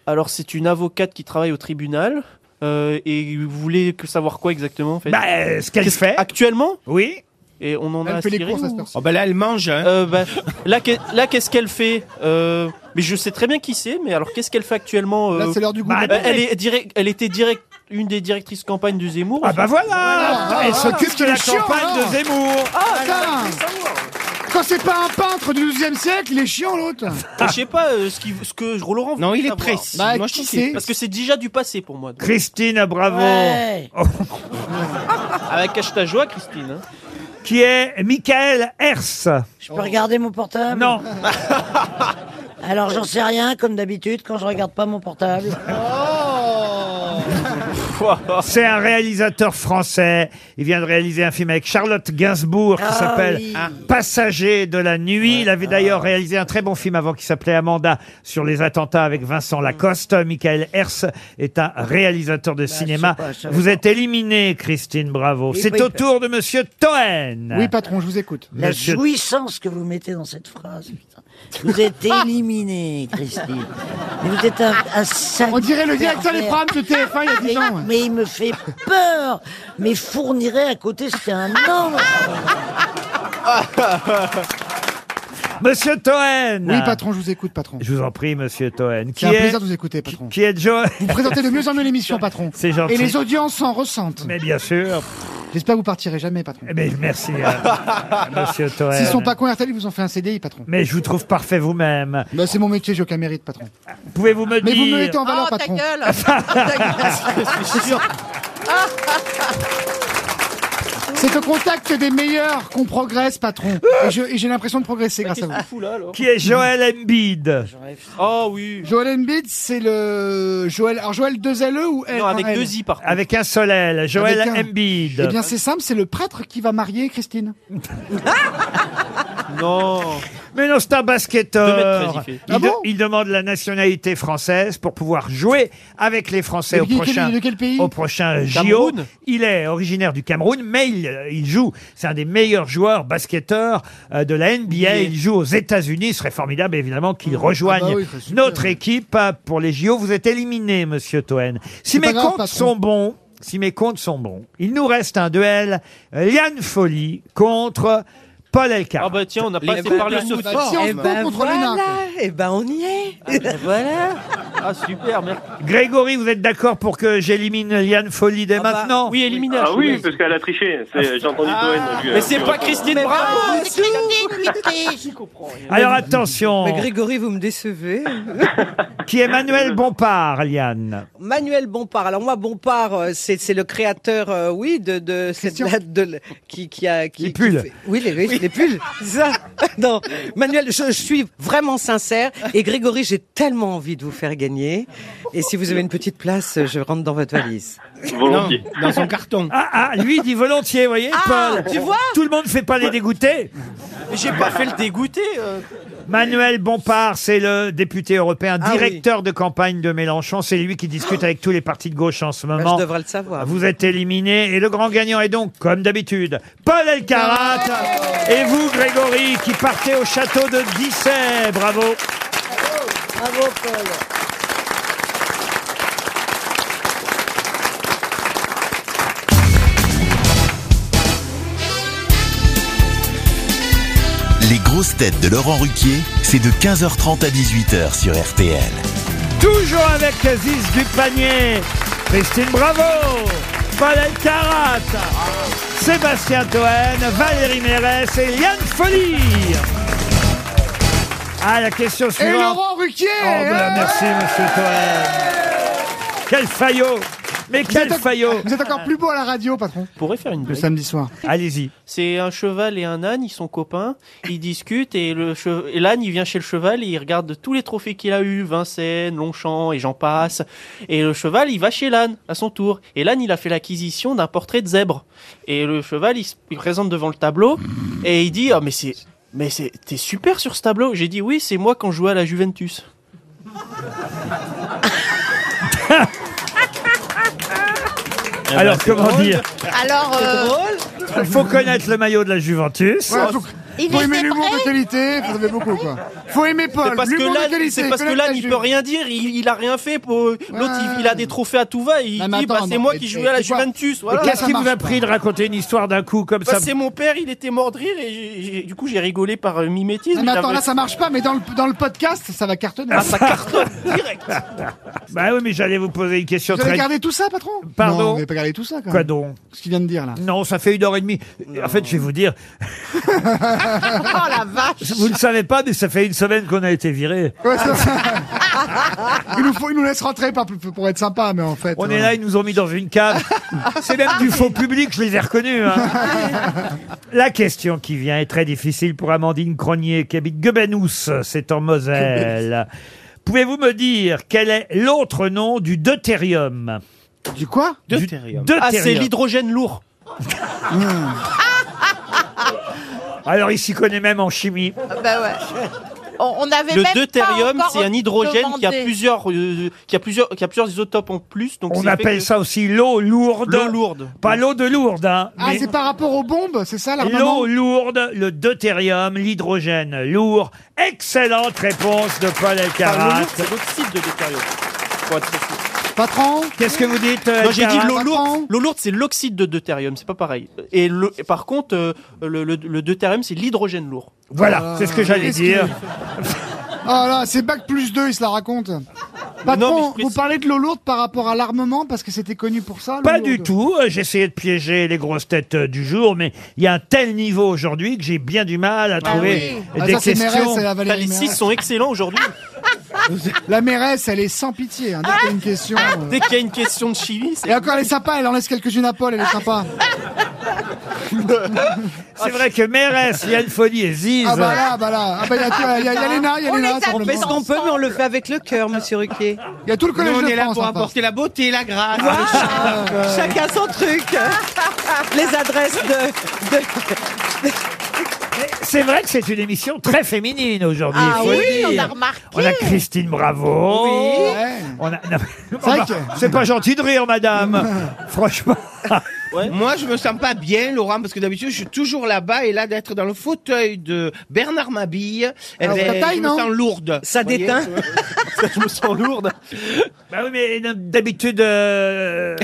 Speaker 9: Alors, c'est une avocate qui travaille au tribunal. euh, et vous voulez que savoir quoi exactement en fait
Speaker 2: Bah, euh, ce qu'elle
Speaker 9: Qu'est-ce-
Speaker 2: fait.
Speaker 9: Actuellement
Speaker 2: Oui.
Speaker 9: Et on en a
Speaker 11: Elle fait les
Speaker 9: aspiré
Speaker 11: courses à cette personne.
Speaker 3: Oh, bah là, elle mange, hein.
Speaker 9: Euh, bah, là, qu'est- là, qu'est-ce qu'elle fait Euh, Mais je sais très bien qui c'est, mais alors qu'est-ce qu'elle fait actuellement euh,
Speaker 11: Là, c'est l'heure du goût.
Speaker 2: bah,
Speaker 11: de la
Speaker 9: Euh,
Speaker 11: paix.
Speaker 9: elle, est direct, elle était direct, une des directrices campagne de Zemmour.
Speaker 2: Ah bah voilà Elle s'occupe de la
Speaker 11: Qu'est-ce qu'il est
Speaker 2: campagne
Speaker 11: Ah, chiant, hein.
Speaker 2: de Zemmour.
Speaker 11: Ah, putain Quand c'est pas un peintre du 12 e siècle, il est chiant l'autre.
Speaker 9: Et Je sais pas euh, ce, qui, ce que Laurent veut
Speaker 3: Non, il est
Speaker 9: savoir.
Speaker 3: précis.
Speaker 11: Bah,
Speaker 3: Moi, je
Speaker 11: qui
Speaker 3: trouve que-
Speaker 11: c'est
Speaker 9: Parce que c'est déjà du passé pour moi. donc.
Speaker 2: Christine, bravo.
Speaker 7: Ouais.
Speaker 2: Oh,
Speaker 9: Avec cache ta joie, Christine. hein.
Speaker 2: qui est Michael Hers.
Speaker 7: Je peux regarder mon portable
Speaker 2: Oh. Non.
Speaker 9: Oh
Speaker 7: Alors j'en sais rien, comme d'habitude, quand je regarde pas mon portable.
Speaker 2: C'est un réalisateur français. Il vient de réaliser un film avec Charlotte Gainsbourg qui
Speaker 16: Ah
Speaker 2: s'appelle
Speaker 16: oui.
Speaker 2: Passager de la nuit. Il avait d'ailleurs réalisé un très bon film avant qui s'appelait Amanda sur les attentats avec Vincent Lacoste. Michael Herse est un réalisateur de cinéma.
Speaker 11: pas, Bah, je savais
Speaker 2: Vous
Speaker 11: pas.
Speaker 2: êtes éliminée, Christine Bravo.
Speaker 7: Oui,
Speaker 2: C'est
Speaker 7: oui.
Speaker 2: au tour de Monsieur Toen.
Speaker 11: Oui, patron, je vous écoute.
Speaker 7: La
Speaker 2: Monsieur-
Speaker 7: jouissance que vous mettez dans cette phrase, putain. Vous êtes
Speaker 11: Ah
Speaker 7: éliminé, Christine. Mais vous êtes un, un sale
Speaker 11: On dirait le directeur des
Speaker 7: pervers.
Speaker 11: programmes de TF1 il y a 10
Speaker 7: Mais,
Speaker 11: ans. hein.
Speaker 7: mais il me fait peur. Mais fournirait à côté, c'est un ange.
Speaker 2: Monsieur Toen.
Speaker 11: Oui, patron, je vous écoute, patron.
Speaker 2: Ah. Je vous en prie, Monsieur Toen.
Speaker 11: C'est un plaisir de vous écouter, patron.
Speaker 2: Qui est Joe
Speaker 11: Vous présentez de mieux en mieux l'émission, patron.
Speaker 2: C'est gentil.
Speaker 11: Et les audiences s'en ressentent.
Speaker 2: Mais bien sûr.
Speaker 11: J'espère que vous partirez jamais, patron.
Speaker 2: Eh ben, merci, euh, Monsieur Toen.
Speaker 11: S'ils sont pas convertis, ils vous ont fait un CDI, patron.
Speaker 2: Mais je vous trouve parfait vous-même. Ah,
Speaker 11: Bah, c'est mon métier, j'ai aucun mérite, patron.
Speaker 2: Pouvez-vous me
Speaker 11: Mais
Speaker 2: dire
Speaker 11: vous me mettez en valeur,
Speaker 15: Oh, ta
Speaker 11: patron.
Speaker 15: gueule.
Speaker 11: C'est au contact des meilleurs qu'on progresse, patron. Et je- et j'ai l'impression de progresser grâce à vous.
Speaker 2: Qui est Joël Embiid
Speaker 9: Ah,
Speaker 11: Oh oui. Joël Embiid, c'est le Joël. Alors Joël 2 LE ou L
Speaker 9: Non, avec
Speaker 11: un L
Speaker 9: deux i par contre.
Speaker 2: Avec un seul L. Joël
Speaker 11: Avec un.
Speaker 2: Embiid.
Speaker 11: Eh bien, c'est simple, c'est le prêtre qui va marier Christine.
Speaker 2: Non. Mais non, c'est un basketteur.
Speaker 9: Deux mètres, il fait.
Speaker 2: il,
Speaker 11: Ah
Speaker 2: de-
Speaker 11: bon
Speaker 2: il demande la nationalité française pour pouvoir jouer avec les Français
Speaker 11: Mais
Speaker 2: au
Speaker 11: de quel-
Speaker 2: prochain,
Speaker 11: de quel pays
Speaker 2: au prochain JO.
Speaker 11: Cameroun
Speaker 2: Il est originaire du Cameroun, mais il, il joue. C'est un des meilleurs joueurs basketteurs euh, de la NBA. Il joue aux États-Unis. Ce serait formidable, évidemment, qu'il rejoigne
Speaker 11: Ah bah oui, c'est super.
Speaker 2: notre équipe euh, pour les JO. Vous êtes éliminé, monsieur Toen. Si
Speaker 11: C'est pas
Speaker 2: mes
Speaker 11: grave,
Speaker 2: comptes
Speaker 11: patron.
Speaker 2: sont bons, si mes comptes sont bons, il nous reste un duel euh, Liane Folly contre Paul Elkarat.
Speaker 9: Ah bah tiens, on n'a pas
Speaker 5: Les
Speaker 9: assez parlé
Speaker 5: peuples
Speaker 9: de
Speaker 5: nous
Speaker 11: Bah,
Speaker 9: sport.
Speaker 5: Eh ben voilà, eh ben on y est. voilà.
Speaker 9: Ah super, merci.
Speaker 2: Grégory, vous êtes d'accord pour que j'élimine Liane Folly dès maintenant
Speaker 9: Ah bah, Oui, éliminage.
Speaker 14: Ah oui, parce qu'elle a triché. C'est- J'ai entendu Toen. je-
Speaker 9: Mais c'est
Speaker 14: je-
Speaker 5: Oh,
Speaker 9: pas Christine Bravo Ah,
Speaker 15: c'est Christine
Speaker 2: Alors attention,
Speaker 5: Mais Grégory, vous me décevez.
Speaker 2: qui est Manuel Bompard, Liane
Speaker 5: Manuel Bompard. Alors moi, Bompard, euh, c'est c'est le créateur, euh, oui, de, de cette date de, l- qui, qui a qui,
Speaker 2: Les pulls.
Speaker 5: qui fait- oui, les, oui, les pulls. c'est Ça. Non, Manuel, je, je suis vraiment sincère. Et Grégory, j'ai tellement envie de vous faire gagner. Et si vous avez une petite place, je rentre dans votre valise.
Speaker 14: Volontiers.
Speaker 3: Dans son carton.
Speaker 2: Ah, ah, lui il dit volontiers, vous voyez,
Speaker 5: Ah,
Speaker 2: Paul.
Speaker 5: tu vois
Speaker 2: Tout le monde ne fait pas les dégoûter.
Speaker 9: Mais J'ai pas fait le dégoûter. euh.
Speaker 2: Manuel Bompard, c'est le député européen,
Speaker 5: Ah oui.
Speaker 2: directeur de campagne de Mélenchon. C'est lui qui discute avec tous les partis de gauche en ce
Speaker 5: Bah,
Speaker 2: moment.
Speaker 5: je devrais le savoir.
Speaker 2: Vous êtes éliminé et le grand gagnant est donc, comme d'habitude, Paul Elkarat. Et vous, Grégory, qui partez au château de Dissay. Bravo.
Speaker 7: Bravo, Paul.
Speaker 1: Les grosses têtes de Laurent Ruquier, c'est de 15h30 à 18h sur RTL.
Speaker 2: Toujours avec Aziz Dupanier, Christine Bravo, Paul Elkarat, Sébastien Toen, Valérie Mérès et Yann Folly. Ah, la question
Speaker 11: Et
Speaker 2: suivante.
Speaker 11: Laurent Ruquier
Speaker 2: Oh, ben,
Speaker 5: hein.
Speaker 11: eh
Speaker 2: merci, monsieur Toen. Quel faillot Mais
Speaker 11: vous,
Speaker 2: quel
Speaker 11: êtes,
Speaker 2: faillot
Speaker 11: vous êtes encore plus beau à la radio, patron.
Speaker 9: On pourrait faire une
Speaker 11: Le
Speaker 9: blague.
Speaker 11: samedi soir.
Speaker 2: Allez-y.
Speaker 9: C'est un cheval et un âne, ils sont copains, ils discutent et le che- et l'âne il vient chez le cheval et il regarde tous les trophées qu'il a eu, Vincennes, Longchamp et j'en passe. Et le cheval il va chez l'âne à son tour. Et l'âne il a fait l'acquisition d'un portrait de zèbre. Et le cheval il se il présente devant le tableau et il dit ah mais c'est mais c'est t'es super sur ce tableau. J'ai dit oui c'est moi quand je jouais à la Juventus.
Speaker 2: Eh ben, Alors, comment dire
Speaker 15: Alors, euh,
Speaker 2: Il faut connaître le maillot de la Juventus.
Speaker 11: Ouais, faut,
Speaker 15: Il
Speaker 11: faut
Speaker 15: est
Speaker 11: aimer l'humour
Speaker 15: séparé
Speaker 11: de qualité, vous avez beaucoup quoi. Faut aimer Paul,
Speaker 9: C'est parce que
Speaker 11: l'humour de
Speaker 9: l'âne,
Speaker 11: qualité.
Speaker 9: c'est parce que
Speaker 11: connaître
Speaker 9: l'âne,
Speaker 11: la
Speaker 9: il
Speaker 11: Juve.
Speaker 9: peut rien dire, il, il a rien fait pour l'autre, il, il a des trophées à tout va, il
Speaker 11: Non, mais
Speaker 9: dit bah,
Speaker 11: attends,
Speaker 9: c'est
Speaker 11: non,
Speaker 9: moi
Speaker 11: mais
Speaker 9: qui
Speaker 11: c'est-
Speaker 9: jouais à la
Speaker 11: c'est quoi
Speaker 9: Juventus.
Speaker 2: Mais
Speaker 9: Voilà.
Speaker 2: Qu'est-ce qui
Speaker 11: ça
Speaker 2: vous a
Speaker 11: marche
Speaker 2: pris de raconter une histoire d'un coup comme
Speaker 9: Bah,
Speaker 2: ça
Speaker 9: c'est mon père, il était mort de rire et j'ai- j'ai- du coup j'ai rigolé par euh, mimétisme.
Speaker 11: Non, mais
Speaker 9: il
Speaker 11: attends,
Speaker 9: avait-
Speaker 11: là ça marche pas, mais dans le, dans le podcast, ça va cartonner.
Speaker 9: Ah, ça cartonne direct.
Speaker 2: Bah oui, mais j'allais vous poser une question
Speaker 11: Vous avez
Speaker 2: très...
Speaker 11: gardé tout ça, patron
Speaker 2: Pardon
Speaker 11: Non, vous avez pas gardé tout ça, quand
Speaker 2: Quoi
Speaker 11: même.
Speaker 2: donc
Speaker 11: Ce qu'il vient de dire, là.
Speaker 2: Non, ça fait une heure et demie. En fait, je vais vous dire,
Speaker 15: oh la vache
Speaker 2: vous ne le savez pas, mais ça fait une semaine qu'on a été viré.
Speaker 11: Ouais, ça- il, nous faut- il nous laisse rentrer par- pour être sympa, mais en fait.
Speaker 2: On
Speaker 11: euh,
Speaker 2: est là, ils nous ont mis dans une cave. C'est même du faux public, je les ai reconnus. hein. La question qui vient est très difficile pour Amandine Cronier, qui habite Gobenous, c'est en Moselle. Pouvez-vous me dire quel est l'autre nom du deutérium
Speaker 11: Du quoi
Speaker 3: Deutérium.
Speaker 9: Ah, c'est l'hydrogène lourd.
Speaker 2: Alors, il s'y connaît même en chimie.
Speaker 15: Bah ouais. On, on avait
Speaker 9: Le
Speaker 15: même pas
Speaker 9: deutérium,
Speaker 15: encore
Speaker 9: c'est un hydrogène qui a
Speaker 15: demandé.
Speaker 9: plusieurs, euh, qui a plusieurs, qui a plusieurs isotopes en plus. Donc
Speaker 2: On
Speaker 9: c'est
Speaker 2: appelle
Speaker 9: fait
Speaker 2: ça aussi l'eau lourde.
Speaker 9: L'eau lourde.
Speaker 2: Pas l'eau de lourde, hein.
Speaker 11: Ah,
Speaker 2: mais
Speaker 11: c'est par rapport aux bombes, c'est ça l'armement
Speaker 2: l'eau lourde, le deutérium, l'hydrogène lourd. Excellente réponse de Paul
Speaker 9: Par l'eau
Speaker 11: Bah,
Speaker 2: Elkarat.
Speaker 9: lourde, c'est l'oxyde de deutérium. Pour être précis.
Speaker 11: Patron
Speaker 2: Qu'est-ce que vous dites
Speaker 9: Non, j'ai dit l'eau
Speaker 11: Patron
Speaker 9: lourde. L'eau lourde, c'est l'oxyde de deutérium, c'est pas pareil. Et, le- et par contre, euh, le, le- le deutérium, c'est l'hydrogène lourd.
Speaker 2: Voilà, c'est ce que j'allais
Speaker 11: Qu'est-ce
Speaker 2: dire.
Speaker 11: Ah là, c'est Bac plus 2, il se la raconte. Patron, vous parlez de l'eau lourde par rapport à l'armement, parce que c'était connu pour ça l'eau
Speaker 2: Pas
Speaker 11: lourde.
Speaker 2: du tout. Euh, J'ai essayé de piéger les grosses têtes euh, du jour, mais il y a un tel niveau aujourd'hui que j'ai bien du mal à trouver
Speaker 11: Ah,
Speaker 2: des
Speaker 11: ça, c'est Mérès,
Speaker 2: questions.
Speaker 11: c'est la Valérie
Speaker 9: Bah, les six
Speaker 11: Mérès.
Speaker 9: sont excellents aujourd'hui.
Speaker 11: La mairesse, elle est sans pitié, hein, dès qu'il y a une question. euh.
Speaker 9: Ah, Dès qu'il y a une question de chimie, c'est.
Speaker 11: Et encore, elle est sympa, elle en laisse quelques-unes à Paul, elle est sympa.
Speaker 2: C'est vrai que Mérès, il y a une folie et Ziz.
Speaker 11: Ah bah là, bah là. Ah bah, il y a- il y a- il y a Léna, il y a Léna,
Speaker 5: On fait ce qu'on peut, mais on le fait avec le cœur, monsieur Ruquier.
Speaker 11: Il y a tout le
Speaker 5: collège
Speaker 11: Nous, on de est là
Speaker 5: là
Speaker 11: France, Ah, Euh, pour hein,
Speaker 5: pour
Speaker 11: apporter
Speaker 5: apporter la beauté, la grâce, Chacun son truc. Les adresses de...
Speaker 2: C'est vrai que c'est une émission très féminine aujourd'hui.
Speaker 15: Ah
Speaker 2: faut le
Speaker 15: oui, on a
Speaker 2: dire.
Speaker 15: remarqué.
Speaker 2: On a Christine Bravo.
Speaker 15: Oui. Ouais.
Speaker 2: On a- non, mais-
Speaker 11: C'est vrai
Speaker 2: bah,
Speaker 11: que-
Speaker 2: C'est pas gentil de rire, madame. Franchement.
Speaker 3: Moi, je me sens pas bien, Laurent, parce que d'habitude, je suis toujours là-bas et là, d'être dans le fauteuil de Bernard Mabille, eh
Speaker 11: Ah,
Speaker 3: ben,
Speaker 11: ta taille,
Speaker 3: je me
Speaker 11: non
Speaker 3: sens lourde.
Speaker 5: Ça
Speaker 3: Vous voyez
Speaker 5: déteint.
Speaker 9: je me sens lourde.
Speaker 2: Bah oui, mais d'habitude. euh,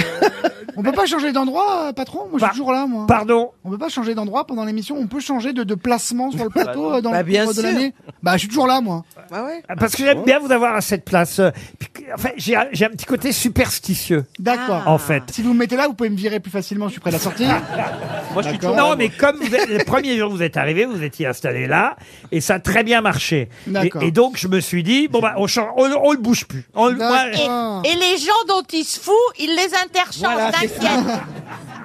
Speaker 11: On peut pas changer d'endroit, euh, patron Moi, je suis toujours là, moi.
Speaker 2: Pardon
Speaker 11: On peut pas changer d'endroit pendant l'émission. On peut changer de, de placement sur le plateau euh, dans
Speaker 5: Bah,
Speaker 11: le
Speaker 5: bien
Speaker 11: cours de
Speaker 5: sûr.
Speaker 11: l'année. Bah, Ah, je suis toujours là, moi.
Speaker 5: Bah ouais.
Speaker 2: Ah, Parce que
Speaker 8: Ah,
Speaker 2: j'aime bien vous avoir à cette place. Euh, puis que- Enfin, j'ai un j'ai un petit côté superstitieux,
Speaker 11: D'accord.
Speaker 2: en fait.
Speaker 11: Si vous me mettez là, vous pouvez me virer plus facilement. Je suis près de la sortie.
Speaker 9: Moi, je suis
Speaker 11: D'accord.
Speaker 9: toujours.
Speaker 2: Non,
Speaker 9: là,
Speaker 2: mais comme vous êtes- le premier jour où vous êtes arrivé, vous étiez installé là, et ça a très bien marché. Et,
Speaker 11: D'accord.
Speaker 2: et donc, je me suis dit, bon, bah, on, change- on, on le bouge plus. On, le- moi,
Speaker 15: Et, et les gens dont ils se foutent, ils les interchangent, t'inquiète.
Speaker 9: moi.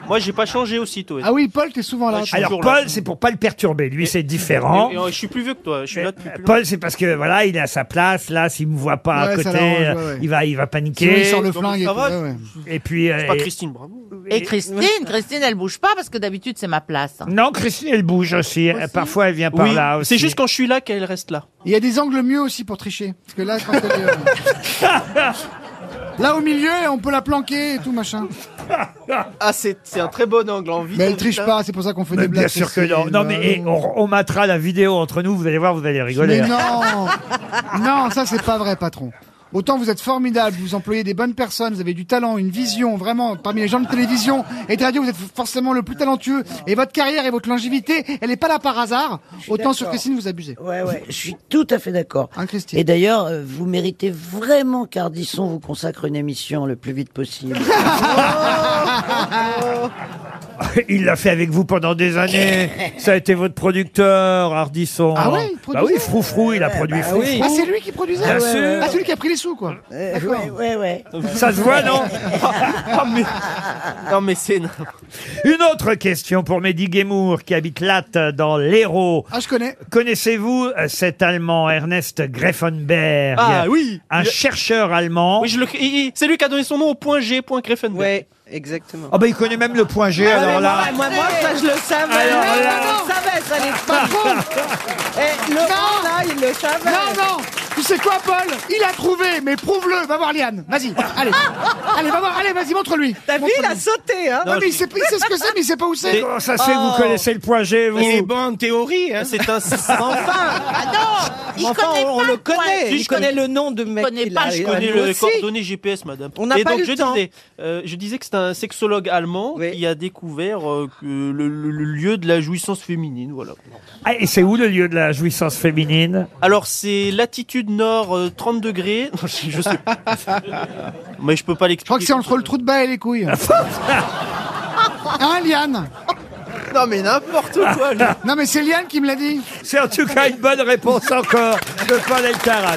Speaker 9: Moi, j'ai pas changé aussitôt.
Speaker 11: Ah oui, Paul, t'es souvent là.
Speaker 9: Ouais, je suis
Speaker 11: toi.
Speaker 2: alors,
Speaker 9: toujours là.
Speaker 2: Paul, c'est pour pas le perturber. Lui, c'est différent.
Speaker 9: Et- et, euh, je suis plus vieux que toi. Je suis là depuis plus
Speaker 2: Paul, c'est parce que voilà, il est à sa place. Là, s'il me voit pas à
Speaker 11: Ouais, ça
Speaker 2: côté,
Speaker 11: l'arrange, ouais,
Speaker 2: euh,
Speaker 11: ouais.
Speaker 2: il va, il va
Speaker 11: Sinon,
Speaker 2: paniquer.
Speaker 11: il sort le
Speaker 9: donc,
Speaker 11: flingue. et
Speaker 9: ça
Speaker 11: tout.
Speaker 9: va,
Speaker 11: Ouais, ouais.
Speaker 2: Et puis, euh,
Speaker 9: longtemps. Pas
Speaker 2: et-
Speaker 9: Christine, bravo.
Speaker 15: Et Christine, Christine, elle bouge pas parce que d'habitude c'est ma place.
Speaker 2: non, Christine, elle bouge aussi. Euh,
Speaker 15: Aussi.
Speaker 2: Parfois, elle vient par
Speaker 9: Oui,
Speaker 2: là aussi.
Speaker 9: c'est juste quand je suis là qu'elle reste là.
Speaker 11: Il y a des angles mieux aussi pour tricher. Parce que là, quand elle est, euh, Là au milieu, on peut la planquer et tout machin.
Speaker 9: Ah, c'est c'est un très bon angle hein, en vie.
Speaker 11: Mais elle triche pas, c'est pour ça qu'on fait
Speaker 2: Mais
Speaker 11: des blagues.
Speaker 2: bien sûr que
Speaker 11: aussi.
Speaker 2: non. Non, mais et on, on matera la vidéo entre nous. Vous allez voir, vous allez rigoler.
Speaker 11: Mais non Non, ça c'est pas vrai, patron. Autant vous êtes formidable, vous employez des bonnes personnes, vous avez du talent, une vision, vraiment, parmi les gens de télévision et de radio, vous êtes forcément le plus talentueux. Et votre carrière et votre longévité, elle est pas là par hasard. Autant sur Christine, vous abusez.
Speaker 7: Ouais, ouais, je suis tout à fait d'accord.
Speaker 11: Hein, Christine
Speaker 7: Et d'ailleurs, euh, vous méritez vraiment qu'Ardisson vous consacre une émission le plus vite possible.
Speaker 2: Ah,
Speaker 5: Ah.
Speaker 2: Il l'a fait avec vous pendant des années. Ça a été votre producteur, Hardisson.
Speaker 11: Ah ouais, il
Speaker 2: Bah oui,
Speaker 11: produisait.
Speaker 2: Froufrou, il a produit Froufrou.
Speaker 7: oui.
Speaker 11: Ah, c'est lui qui produisait
Speaker 2: Bien
Speaker 11: Ah,
Speaker 2: sûr.
Speaker 11: celui qui a pris les sous, quoi.
Speaker 7: Euh, ouais, ouais, ouais.
Speaker 2: Ça se voit, non
Speaker 9: Ah, mais... Ah. Non, mais c'est.
Speaker 2: Une autre question pour Mehdi Guémour, qui habite Latte, dans l'Hérault.
Speaker 11: Ah, je connais.
Speaker 2: Connaissez-vous euh, cet Allemand, Ernest Greffenberg
Speaker 9: Ah oui
Speaker 2: Un
Speaker 9: Il-
Speaker 2: chercheur allemand.
Speaker 9: Oui, je le... il- il- C'est lui qui a donné son nom au point G, point Greffenberg.
Speaker 5: Ouais, exactement.
Speaker 2: Ah bah il connaît même le point G, alors là.
Speaker 5: Moi, moi, ça, je le savais.
Speaker 2: Ah, Alors
Speaker 5: Mais
Speaker 2: là-
Speaker 5: non, je le savais, ça n'est pas Eh, Laurent,
Speaker 11: Non.
Speaker 5: là, il le savait.
Speaker 11: Non, non Tu sais quoi, Paul Il a trouvé, mais prouve-le Va voir Liane, vas-y, allez Allez, va voir, allez, vas-y, montre-lui
Speaker 5: T'as vu, il a sauté, hein Oh.
Speaker 11: Non, mais il sait, il sait ce que c'est, mais il sait pas où c'est
Speaker 2: Comment ça se fait que
Speaker 11: Oh.
Speaker 2: vous connaissez le point G, vous
Speaker 3: Il est bon en théorie, hein.
Speaker 9: C'est un. Enfin
Speaker 15: Ah non, il
Speaker 5: Enfin,
Speaker 15: connaît
Speaker 5: on,
Speaker 15: pas
Speaker 5: le
Speaker 15: quoi.
Speaker 5: connaît.
Speaker 9: Si,
Speaker 5: il
Speaker 9: je
Speaker 5: connaît
Speaker 9: connais.
Speaker 5: le nom de mec.
Speaker 15: connais
Speaker 5: qu'il
Speaker 15: pas,
Speaker 5: a-
Speaker 15: je
Speaker 5: il a
Speaker 9: Ah, connais
Speaker 5: nous
Speaker 9: le
Speaker 5: aussi.
Speaker 9: coordonnées GPS, madame.
Speaker 5: On n'a
Speaker 9: Et
Speaker 5: pas
Speaker 9: donc,
Speaker 5: eu
Speaker 9: je
Speaker 5: le temps.
Speaker 9: disais, euh, je disais que c'est un sexologue allemand
Speaker 5: Oui.
Speaker 9: qui a découvert euh, que le, le- le lieu de la jouissance féminine. Voilà.
Speaker 2: Ah, et c'est où le lieu de la jouissance féminine
Speaker 9: Alors, c'est latitude nord euh, 30 degrés. je sais pas. Mais je peux
Speaker 11: Je crois
Speaker 9: pas
Speaker 11: que
Speaker 9: l'expliquer.
Speaker 11: c'est entre le trou de bain et les couilles. Hein, Liane
Speaker 9: Non, mais n'importe quoi. lui.
Speaker 11: Non, mais c'est Liane qui me l'a dit
Speaker 2: C'est en tout cas une bonne réponse encore de Paul Elkarat.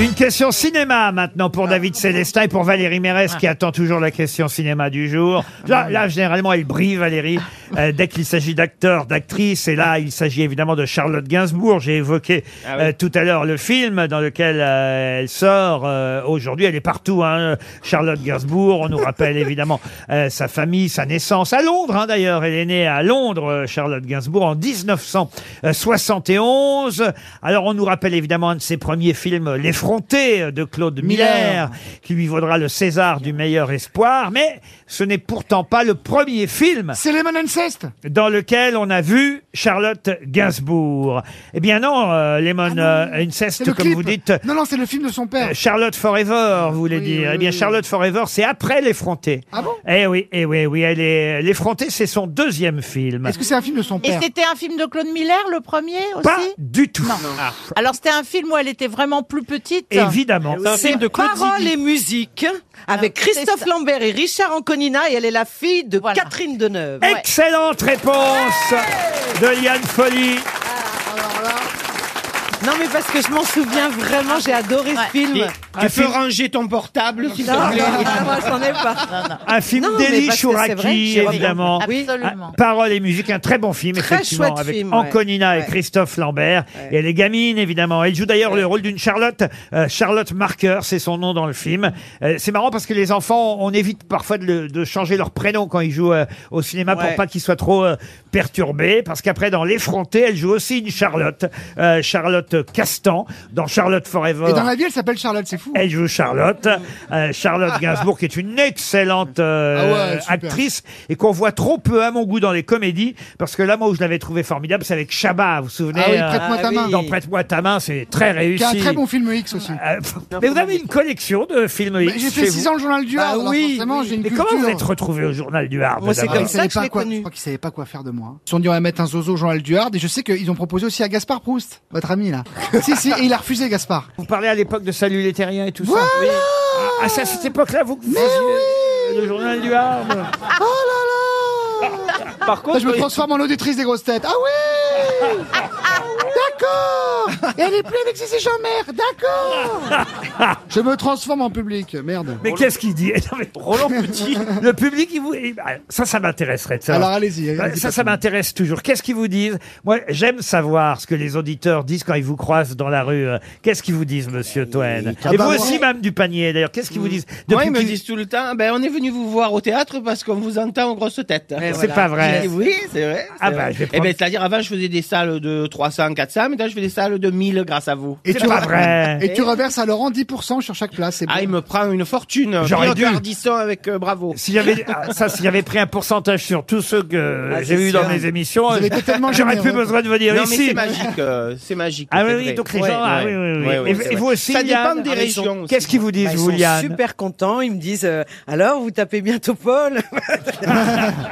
Speaker 2: Une question cinéma maintenant pour David Célestin et pour Valérie Mérès qui attend toujours la question cinéma du jour. Là, là généralement, elle brille Valérie euh, dès qu'il s'agit d'acteurs, d'actrices. Et là, il s'agit évidemment de Charlotte Gainsbourg. J'ai évoqué
Speaker 16: oui.
Speaker 2: euh, tout à l'heure le film dans lequel euh, elle sort euh, aujourd'hui. Elle est partout, hein, Charlotte Gainsbourg. On nous rappelle évidemment euh, sa famille, sa naissance à Londres. hein, D'ailleurs, elle est née à Londres, euh, Charlotte Gainsbourg, en euh, 1971. Alors, on nous rappelle évidemment un de ses premiers films, L'effronté euh, de Claude Miller,
Speaker 16: Miller.
Speaker 2: qui lui vaudra le César du meilleur espoir. Mais ce n'est pourtant pas le premier film. C'est
Speaker 11: Lemon Incest
Speaker 2: Dans lequel on a vu Charlotte Gainsbourg. Eh bien non, euh, Lemon euh, Incest,
Speaker 11: Ah C'est le
Speaker 2: comme
Speaker 11: clip.
Speaker 2: vous dites,
Speaker 11: Non, non, c'est le film de son père.
Speaker 2: euh, Charlotte Forever, vous voulez dire. eh bien, Charlotte Forever, c'est après l'effronté.
Speaker 11: Ah bon
Speaker 2: Eh oui, eh oui, oui. Elle est... L'effronté, c'est son deuxième film.
Speaker 11: Est-ce que c'est un film de son
Speaker 15: Et c'était un film de Claude Miller, le premier aussi
Speaker 2: Pas du tout. Ah.
Speaker 15: Alors c'était un film où elle était vraiment plus petite.
Speaker 2: Évidemment.
Speaker 15: C'est un film de Claude
Speaker 5: Paroles
Speaker 15: Zidi.
Speaker 5: et musique avec
Speaker 15: c'est
Speaker 5: Christophe
Speaker 15: ça.
Speaker 5: Lambert et Richard Anconina et elle est la fille de Catherine Deneuve.
Speaker 2: Excellente réponse de Liane Folly.
Speaker 5: Ah, Non mais parce que je m'en souviens vraiment, j'ai adoré ce film.
Speaker 2: Ah,
Speaker 3: Tu peux ranger ton portable, s'il te plaît.
Speaker 5: moi j'en ai pas.
Speaker 2: Un film
Speaker 5: Non, mais
Speaker 2: d'Eli
Speaker 5: parce que c'est vrai,
Speaker 2: Chouraki,
Speaker 5: j'ai regardé.
Speaker 2: évidemment.
Speaker 5: Oui.
Speaker 2: Ah, Paroles et musique, un très bon film,
Speaker 5: Très
Speaker 2: effectivement,
Speaker 5: chouette
Speaker 2: avec
Speaker 5: film, ouais.
Speaker 2: Anconina et Christophe Lambert. Et elle est gamine, évidemment. Elle joue d'ailleurs le rôle d'une Charlotte, euh, Charlotte Marker, c'est son nom dans le film. Euh, c'est marrant parce que les enfants, on évite parfois de, le- de changer leur prénom quand ils jouent euh, au cinéma pour
Speaker 16: Ouais.
Speaker 2: pas qu'ils soient trop euh, perturbés. Parce qu'après, dans L'effronté, elle joue aussi une Charlotte, euh, Charlotte Castan, dans Charlotte Forever.
Speaker 11: Et dans la vie, elle s'appelle Charlotte, c'est fou.
Speaker 2: Elle joue Charlotte. Euh, Charlotte Gainsbourg, qui est une excellente euh,
Speaker 11: Ah ouais, super.
Speaker 2: actrice et qu'on voit trop peu à mon goût dans les comédies. Parce que là, moi, où je l'avais trouvé formidable, c'est avec Chabat, vous vous souvenez
Speaker 11: Ah oui,
Speaker 2: euh,
Speaker 11: Prête-moi ta main.
Speaker 2: Dans Prête-moi ta main, c'est très réussi. Euh,
Speaker 11: Qui a un très bon film X aussi.
Speaker 2: Mais vous avez une collection de films X.
Speaker 11: J'ai fait
Speaker 2: chez
Speaker 11: 6
Speaker 2: vous.
Speaker 11: ans le journal du Havre.
Speaker 2: Bah
Speaker 11: alors
Speaker 2: oui.
Speaker 11: forcément, j'ai une
Speaker 2: Mais
Speaker 11: culture.
Speaker 2: comment vous êtes retrouvé au journal du Havre
Speaker 11: Ils
Speaker 2: d'abord
Speaker 11: savaient pas quoi- Je crois qu'ils savaient pas quoi faire de moi. hein. Ils ont dit on va mettre un zozo au journal du Havre. Et je sais qu'ils ont proposé aussi à Gaspard Proust, votre ami là. si, si, et il a refusé Gaspard.
Speaker 2: Vous parlez à l'époque de Salut les Terriens et tout ça. Oui. Ah, Ah, c'est à cette époque-là, vous que
Speaker 11: Euh,
Speaker 2: vous faisiez le journal du Havre.
Speaker 11: Oh là là
Speaker 2: Par
Speaker 11: Je me transforme en auditrice des grosses têtes. Ah oui D'accord Et elle est plus avec ses jean-mère D'accord Je me transforme en public, merde.
Speaker 2: Mais qu'est-ce qu'il dit Non, mais-
Speaker 11: Roland Petit.
Speaker 2: Le public, il vous... il- ah, ça, ça m'intéresserait de savoir.
Speaker 11: Alors, allez-y, allez-y,
Speaker 2: Ouais, ça, ça
Speaker 11: Catherine.
Speaker 2: m'intéresse toujours. Qu'est-ce qu'ils vous disent Moi, j'aime savoir ce que les auditeurs disent quand ils vous croisent dans la rue. euh, Qu'est-ce qu'ils vous disent, monsieur Toen
Speaker 3: Ah
Speaker 2: Et
Speaker 3: bah,
Speaker 2: vous
Speaker 3: moi-
Speaker 2: aussi, Mme du panier, d'ailleurs. Qu'est-ce qu'ils vous disent
Speaker 3: Mm. Moi, ils
Speaker 2: Depuis
Speaker 3: me
Speaker 2: qu'ils-
Speaker 3: disent tout le temps, ben, on est venu vous voir au théâtre parce qu'on vous entend en grosse tête.
Speaker 2: Mais c'est pas vrai.
Speaker 3: J'ai dit, oui, c'est vrai. c'est
Speaker 2: Ah bah,
Speaker 3: vrai.
Speaker 2: je vais
Speaker 3: Eh
Speaker 2: prendre-
Speaker 3: ben, c'est-à-dire, avant, je faisais des salles de 300, 400, maintenant, je fais des salles de 1000 grâce à vous.
Speaker 11: Et tu, re- et tu reverses à Laurent 10% sur chaque place. c'est bon.
Speaker 3: Ah, il me prend une fortune.
Speaker 2: J'aurais
Speaker 3: J'aurais
Speaker 2: dû.
Speaker 3: dû. avec euh, bravo.
Speaker 2: Si j'avais ah, ça, si j'avais pris un pourcentage sur tous ceux que
Speaker 11: Ah,
Speaker 2: j'ai eu dans mes émissions, euh, j'aurais plus besoin de venir
Speaker 3: non,
Speaker 2: ici.
Speaker 3: Mais c'est magique, euh, c'est magique.
Speaker 2: Ah oui,
Speaker 3: c'est
Speaker 2: oui,
Speaker 3: vrai.
Speaker 2: donc les
Speaker 3: Ouais,
Speaker 2: gens,
Speaker 3: ouais,
Speaker 2: ah oui, oui, oui.
Speaker 3: ouais, ouais,
Speaker 2: Et-
Speaker 3: c'est
Speaker 2: et vous
Speaker 3: vrai.
Speaker 2: aussi,
Speaker 3: Ça dépend
Speaker 2: Yann
Speaker 3: des
Speaker 2: Ah, mais ils sont-
Speaker 3: régions.
Speaker 2: Qu'est-ce qu'ils vous disent,
Speaker 5: Bah, ils
Speaker 2: vous,
Speaker 5: sont
Speaker 2: Liane
Speaker 5: super contents. Ils me disent euh, alors vous tapez bientôt Paul.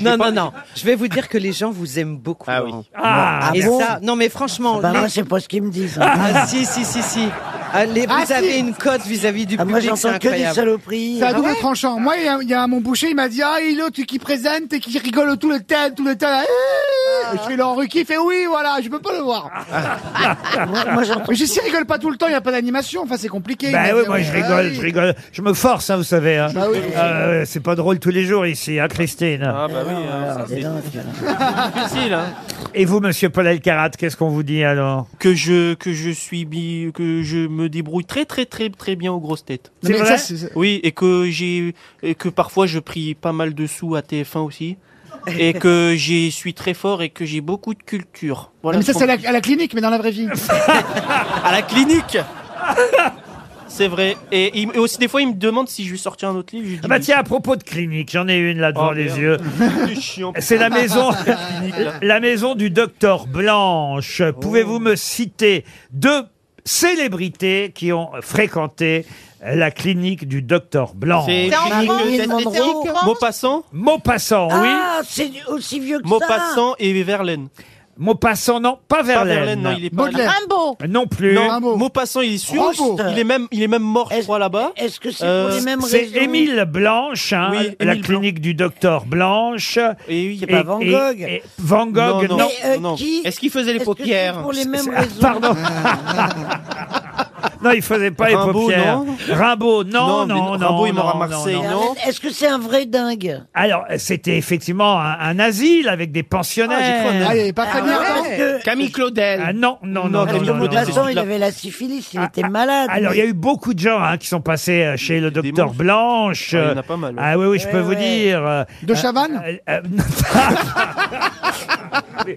Speaker 5: non non non. Je vais vous dire que les gens vous aiment beaucoup. Ah oui.
Speaker 7: Ah,
Speaker 5: et
Speaker 7: bon
Speaker 5: ça, non mais franchement.
Speaker 7: Bah,
Speaker 5: les-
Speaker 7: moi, c'est pas ce qu'ils me disent. hein.
Speaker 5: Ah, si si si si. Ah, les-
Speaker 11: Ah,
Speaker 5: vous
Speaker 11: si.
Speaker 5: avez une cote vis-à-vis du
Speaker 7: Ah, moi,
Speaker 5: public.
Speaker 7: j'entends
Speaker 5: c'est
Speaker 7: que des
Speaker 5: incroyable.
Speaker 7: saloperies.
Speaker 11: C'est à double
Speaker 5: Ah ouais
Speaker 11: tranchant. Moi, il y a- il y, a mon boucher, il m'a dit Ah, il est l'autre qui présente et qui rigole tout le temps, tout le temps. là. Eh Je fais Laurent Ruquier, il fait Oui, voilà, je peux pas le voir.
Speaker 2: moi, j'entends-
Speaker 11: Mais je sais, il rigole pas tout le temps, il n'y a pas d'animation, enfin, c'est compliqué.
Speaker 2: Bah
Speaker 11: Il m'a
Speaker 2: oui,
Speaker 11: dit,
Speaker 2: moi
Speaker 11: ouais,
Speaker 2: je rigole,
Speaker 11: oui.
Speaker 2: je rigole. Je me force, hein, vous savez. hein.
Speaker 11: Bah oui.
Speaker 2: Euh, c'est pas drôle tous les jours ici, hein, Christine.
Speaker 9: Ah bah oui, hein, ça, c'est
Speaker 11: Ah,
Speaker 9: difficile. hein.
Speaker 2: Et vous, monsieur Paul Elkarat, qu'est-ce qu'on vous dit alors
Speaker 9: Que je que je suis bi- que je me débrouille très très très très bien aux grosses têtes.
Speaker 2: C'est Mais vrai ça, c'est-
Speaker 9: Oui, et que j'ai et que parfois je prie pas mal de sous à TF1 aussi et que j'y suis très fort et que j'ai beaucoup de culture. Voilà
Speaker 11: Ah, mais ça,
Speaker 9: ce
Speaker 11: c'est à
Speaker 9: qu'on-
Speaker 11: la, à la clinique, mais dans la vraie vie.
Speaker 9: à la clinique. C'est vrai. Et, il- et aussi des fois ils me demandent si je vais sortir un autre livre. je dis
Speaker 2: Ah bah
Speaker 9: oui.
Speaker 2: tiens, à propos de clinique, j'en ai une là devant
Speaker 9: Oh,
Speaker 2: les
Speaker 9: merde.
Speaker 2: yeux.
Speaker 9: C'est chiant.
Speaker 2: C'est la maison, la maison du docteur Blanche.
Speaker 7: Oh.
Speaker 2: Pouvez-vous me citer deux célébrités qui ont fréquenté la clinique du docteur Blanche
Speaker 9: C'est C'est en clinique France d'esthétique Monroe Maupassant
Speaker 2: Maupassant, oui.
Speaker 7: Ah, c'est aussi vieux que ça.
Speaker 9: Maupassant et Verlaine.
Speaker 2: Maupassant, non, pas Verlaine.
Speaker 9: Verlaine, non, il est pas- Baudelaire.
Speaker 15: Rimbaud.
Speaker 2: Non plus.
Speaker 9: Non, Maupassant, il est sûr. Il est même, il est même mort, je crois, là-bas.
Speaker 7: Est-ce que c'est
Speaker 9: Euh,
Speaker 7: pour les mêmes
Speaker 2: C'est
Speaker 7: raisons
Speaker 2: Émile Blanche, hein,
Speaker 9: Oui,
Speaker 2: la
Speaker 9: Émile
Speaker 2: clinique du docteur Blanche.
Speaker 9: Et oui,
Speaker 7: C'est pas Van Gogh.
Speaker 2: et- et Van Gogh, non.
Speaker 7: Mais, euh, qui-
Speaker 3: Est-ce qu'il faisait les
Speaker 7: Est-ce que c'est
Speaker 3: paupières
Speaker 7: pour les mêmes
Speaker 2: Ah,
Speaker 7: raisons
Speaker 2: Pardon. Non, il faisait pas
Speaker 9: Rimbaud,
Speaker 2: les paupières.
Speaker 9: non
Speaker 2: Rimbaud, non,
Speaker 9: Non, mais
Speaker 2: non, non.
Speaker 9: non, Rimbaud, il
Speaker 2: non,
Speaker 9: meurt à
Speaker 2: non,
Speaker 9: Marseille,
Speaker 2: non.
Speaker 7: Alors, Est-ce que c'est un vrai dingue
Speaker 2: Alors, c'était effectivement un, un asile avec des pensionnaires.
Speaker 7: Ah, j'ai cru un asile. Ah, il y avait pas Camille Ardant
Speaker 2: Camille Claudel. Ah, non, non, non.
Speaker 7: Parce que
Speaker 2: non, non,
Speaker 7: de toute
Speaker 2: non,
Speaker 7: façon,
Speaker 2: non.
Speaker 7: il avait la syphilis, il était malade.
Speaker 2: Alors, il y a eu beaucoup de gens hein, qui sont passés euh, chez le docteur Blanche.
Speaker 9: Ah, il y en
Speaker 2: euh,
Speaker 9: a pas mal, ouais.
Speaker 2: Ah oui, oui, je
Speaker 9: Ouais,
Speaker 2: peux vous
Speaker 9: ouais.
Speaker 2: dire. euh,
Speaker 11: De Chavannes
Speaker 5: Mais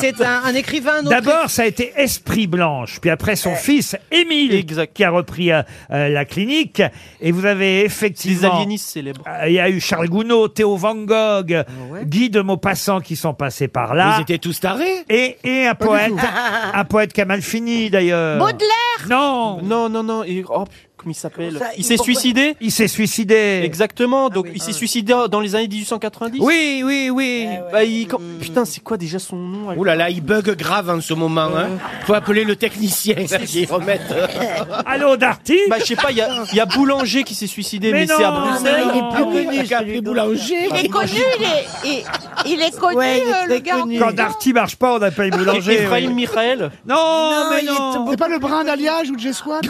Speaker 5: c'est un, un écrivain. notre-
Speaker 2: euh, ah, D'abord, ça a été Esprit Blanche, puis après son fils Émile qui a repris euh, euh, la clinique. Et vous avez
Speaker 9: Les
Speaker 2: effectivement.
Speaker 9: aliénistes célèbres.
Speaker 2: Euh, Il y a eu Charles Gounod, Théo Van Gogh, Guy de Maupassant qui sont passés par là.
Speaker 3: Ils étaient tous tarés.
Speaker 2: Et, et un
Speaker 9: Pas du
Speaker 2: poète,
Speaker 9: tout.
Speaker 2: un poète qui a mal fini d'ailleurs. Euh, Non
Speaker 9: Non, non, non. Et, oh, pff, comment il s'appelle
Speaker 2: Ça,
Speaker 9: Il s'est
Speaker 2: pourquoi-
Speaker 9: suicidé
Speaker 2: Il s'est suicidé.
Speaker 9: Exactement. Donc, il s'est suicidé dans les années 1890
Speaker 2: Oui, oui, oui.
Speaker 9: Bah, il- quand- Putain, c'est quoi déjà son nom
Speaker 3: Ouh là là, il bug grave en ce moment.
Speaker 2: Euh.
Speaker 3: Hein. Faut appeler le technicien qui remette.
Speaker 2: Allô, Darty
Speaker 9: Bah, je sais pas, il y a, il y a Boulanger qui s'est suicidé, mais,
Speaker 3: Mais
Speaker 9: c'est à
Speaker 3: non,
Speaker 9: Bruxelles.
Speaker 3: mais non. Ah oui, il a appelé Boulanger.
Speaker 15: Il est connu, il est, il, il est connu,
Speaker 9: Ouais, il est
Speaker 15: euh, le
Speaker 9: très
Speaker 15: gars. en
Speaker 9: connu.
Speaker 2: Quand Darty marche pas, on appelle Boulanger.
Speaker 9: Ephraim
Speaker 2: oui.
Speaker 9: Michael.
Speaker 2: Non, mais non.
Speaker 11: C'est pas le brin d'alliage ou de G-Swan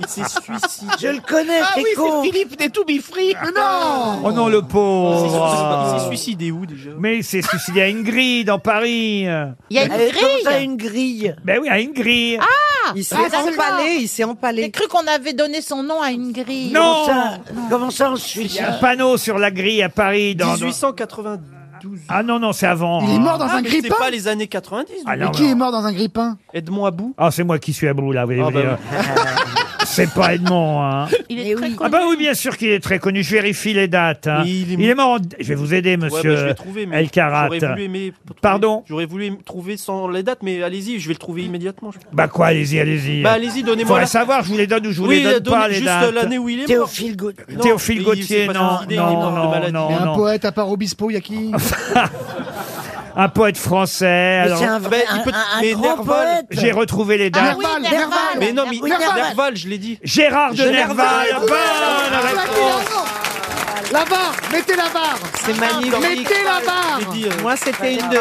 Speaker 9: Il s'est suicidé.
Speaker 7: Je le connais,
Speaker 11: Ah
Speaker 7: c'est
Speaker 11: oui, c'est
Speaker 7: con.
Speaker 3: Philippe des To Be Free.
Speaker 11: Mais non
Speaker 2: Oh non, le pauvre.
Speaker 9: Il s'est suicidé où déjà
Speaker 2: Mais il s'est suicidé à une grille dans Paris.
Speaker 7: Il y a une Elle grille tombe à
Speaker 15: une
Speaker 7: grille.
Speaker 2: Ben oui, à une grille.
Speaker 15: Ah
Speaker 5: Il s'est
Speaker 15: d'accord.
Speaker 5: empalé, il s'est empalé.
Speaker 15: J'ai cru qu'on avait donné son nom à une grille.
Speaker 2: Non.
Speaker 6: Oh
Speaker 7: Comment ça, on se
Speaker 2: Il y a un panneau sur la grille à Paris. Dans,
Speaker 9: 1892.
Speaker 2: Ah non, non, c'est avant.
Speaker 11: Il est
Speaker 2: hein.
Speaker 11: mort dans
Speaker 9: Ah,
Speaker 11: un
Speaker 9: mais c'est
Speaker 11: grippin
Speaker 9: pas les années 90.
Speaker 2: Ah,
Speaker 11: Mais
Speaker 2: non,
Speaker 11: qui
Speaker 2: non.
Speaker 11: est mort dans un grippin
Speaker 9: Edmond Abou.
Speaker 2: Ah, c'est moi qui suis à bout là. vous voyez,
Speaker 9: Ah, bah
Speaker 2: euh, c'est pas Edmond. Hein.
Speaker 15: Il est très
Speaker 2: Ah
Speaker 15: connu.
Speaker 2: bah oui, bien sûr qu'il est très connu. Je vérifie les dates. hein.
Speaker 9: Mais il est-
Speaker 2: mort. en- Je vais vous aider,
Speaker 9: Ouais,
Speaker 2: monsieur
Speaker 9: bah, je l'ai trouvé, mais
Speaker 2: El Karat.
Speaker 9: J'aurais voulu aimer.
Speaker 2: Pardon
Speaker 9: J'aurais voulu aimer- trouver sans les dates, mais allez-y, je vais le trouver immédiatement. je pense.
Speaker 2: Bah quoi, allez-y, allez-y.
Speaker 9: Bah, allez-y, donnez-moi
Speaker 2: Faudrait
Speaker 9: la-
Speaker 2: savoir, je vous les donne ou je vous
Speaker 9: Oui, euh,
Speaker 2: les donne
Speaker 9: donnez
Speaker 2: pas les
Speaker 9: juste
Speaker 2: dates.
Speaker 9: l'année où il est mort.
Speaker 7: Théophile Gauthier.
Speaker 9: Non,
Speaker 2: Théophile
Speaker 9: il-
Speaker 2: Gauthier,
Speaker 9: c'est pas
Speaker 2: non,
Speaker 9: suicidé, il est
Speaker 2: non,
Speaker 9: mort de
Speaker 2: non,
Speaker 9: maladie.
Speaker 11: Et
Speaker 2: non,
Speaker 11: un
Speaker 2: non.
Speaker 11: poète à part Obispo, il y a qui
Speaker 2: Un poète français.
Speaker 7: Mais
Speaker 2: alors-
Speaker 7: c'est un,
Speaker 9: Ah ben,
Speaker 7: vrai,
Speaker 9: il
Speaker 7: un,
Speaker 9: peut-
Speaker 7: un- un
Speaker 9: mais
Speaker 7: grand
Speaker 9: Nerval-
Speaker 7: poète.
Speaker 2: J'ai retrouvé les dates.
Speaker 7: Nerval,
Speaker 15: oui,
Speaker 7: Nerval.
Speaker 15: Nerval.
Speaker 9: Mais non, mais
Speaker 7: Oui, Nerval.
Speaker 9: Nerval, je l'ai dit.
Speaker 2: Gérard de
Speaker 9: Gérard
Speaker 2: Nerval.
Speaker 9: de Nerval.
Speaker 2: Bonne
Speaker 11: Ah,
Speaker 2: réponse.
Speaker 11: La barre Mettez la barre
Speaker 5: C'est magnifique.
Speaker 11: Ah, Mettez la barre
Speaker 9: J'ai dit, euh,
Speaker 5: Moi, c'était une de.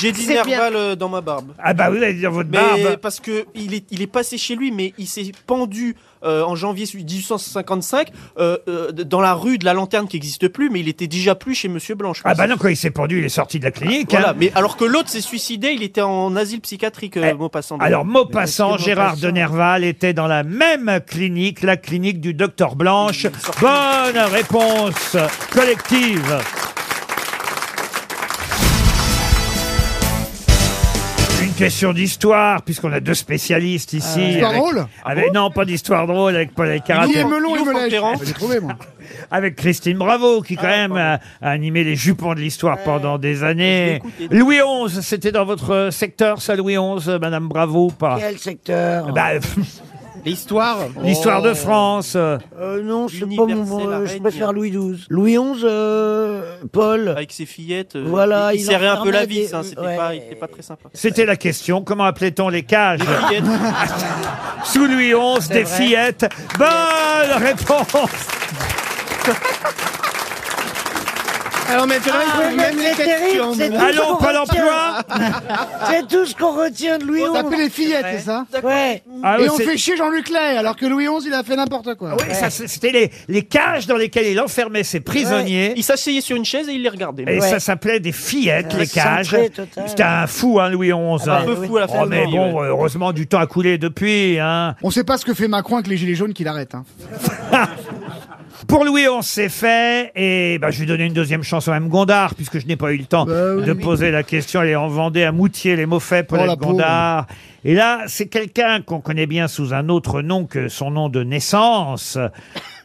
Speaker 9: j'ai dit
Speaker 5: C'est bien.
Speaker 9: Nerval euh, dans ma barbe.
Speaker 2: Ah bah oui, vous allez dire votre
Speaker 9: Mais
Speaker 2: barbe.
Speaker 9: parce que il est, il est passé chez lui, mais il s'est pendu euh, en janvier 1855 euh, euh, d- dans la rue de la Lanterne qui n'existe plus, mais il était déjà plus chez Monsieur Blanche.
Speaker 2: Ah bah non, quand il s'est pendu, il est sorti de la clinique.
Speaker 9: Voilà,
Speaker 2: hein.
Speaker 9: mais alors que l'autre s'est suicidé, il était en asile psychiatrique, euh,
Speaker 2: Eh,
Speaker 9: Maupassant.
Speaker 2: Alors Maupassant,
Speaker 9: Est-ce que
Speaker 2: Gérard
Speaker 9: Maupassant-
Speaker 2: de Nerval était dans la même clinique, la clinique du docteur Blanche. Bonne réponse collective. Une question d'histoire, puisqu'on a deux spécialistes ici.
Speaker 11: Histoire
Speaker 2: avec-
Speaker 11: Euh, drôle
Speaker 2: avec- Non, pas d'histoire drôle avec Paul Elkarat.
Speaker 11: Il est melon
Speaker 9: Guillaume
Speaker 11: et melèche
Speaker 9: Ferrand.
Speaker 11: J'ai trouvé, moi.
Speaker 2: avec Christine Bravo, qui quand même a, a animé les jupons de l'histoire pendant des
Speaker 9: Je l'ai
Speaker 2: années.
Speaker 9: écouté.
Speaker 2: Louis XI, c'était dans votre euh, secteur, ça, Louis XI, euh, Madame Bravo, ou pas
Speaker 7: Quel secteur
Speaker 2: Bah,
Speaker 3: L'histoire.
Speaker 2: L'histoire de France. euh,
Speaker 7: Euh, non, c'est pas
Speaker 9: Universel,
Speaker 7: mon.
Speaker 9: la
Speaker 7: euh, je
Speaker 9: reine,
Speaker 7: préfère
Speaker 9: il-
Speaker 7: Louis XII. Louis XI, euh, Paul.
Speaker 9: Avec ses fillettes, euh,
Speaker 7: Voilà,
Speaker 9: il,
Speaker 7: il
Speaker 9: serrait un peu la
Speaker 7: enfermait
Speaker 9: vis,
Speaker 7: des-
Speaker 9: hein, c'était
Speaker 7: ouais.
Speaker 9: pas, il était pas très sympa.
Speaker 2: C'était la question. Comment appelait-on les cages
Speaker 9: Fillettes,
Speaker 2: Sous Louis XI, des fillettes. Bonne réponse
Speaker 3: Alors maintenant,
Speaker 11: Ah,
Speaker 3: il faut même les questions.
Speaker 7: c'est tout
Speaker 2: Allons,
Speaker 7: ce qu'on
Speaker 2: Pôle
Speaker 7: retient.
Speaker 2: emploi
Speaker 7: C'est tout ce qu'on retient de Louis
Speaker 11: On
Speaker 7: XI.
Speaker 11: appelle les fillettes, c'est ça
Speaker 7: Ouais.
Speaker 2: Ah oui,
Speaker 11: Et on
Speaker 2: c'est-
Speaker 11: fait chier Jean-Luc Lay, alors que Louis XI, il a fait n'importe quoi.
Speaker 2: Oui, ça, c'est- c'était les, les cages dans lesquelles il enfermait ses prisonniers.
Speaker 9: Il s'asseyait sur une chaise et il les regardait.
Speaker 2: Et
Speaker 7: Ouais.
Speaker 2: ça s'appelait des fillettes,
Speaker 7: Ouais.
Speaker 2: les cages.
Speaker 7: Centré, total.
Speaker 2: C'était un fou, hein, Louis XI.
Speaker 7: Ah bah,
Speaker 9: Un peu
Speaker 7: oui.
Speaker 9: fou à la fin
Speaker 2: Oh,
Speaker 9: de
Speaker 2: mais
Speaker 9: la vie, ouais.
Speaker 2: bon, heureusement, du temps a coulé depuis. Hein.
Speaker 11: On sait pas ce que fait Macron avec les gilets jaunes qu'il arrête. Hein.
Speaker 2: Pour Louis, on s'est fait. Et bah, je vais donner une deuxième chance à Mme Gondard, puisque je n'ai pas eu le temps
Speaker 11: Bah
Speaker 2: de poser la question. Elle est en Vendée, à Moutier, les Moffets, Paulette
Speaker 11: Oh, la pauvre.
Speaker 2: Gondard. Et là, c'est quelqu'un qu'on connaît bien sous un autre nom que son nom de naissance.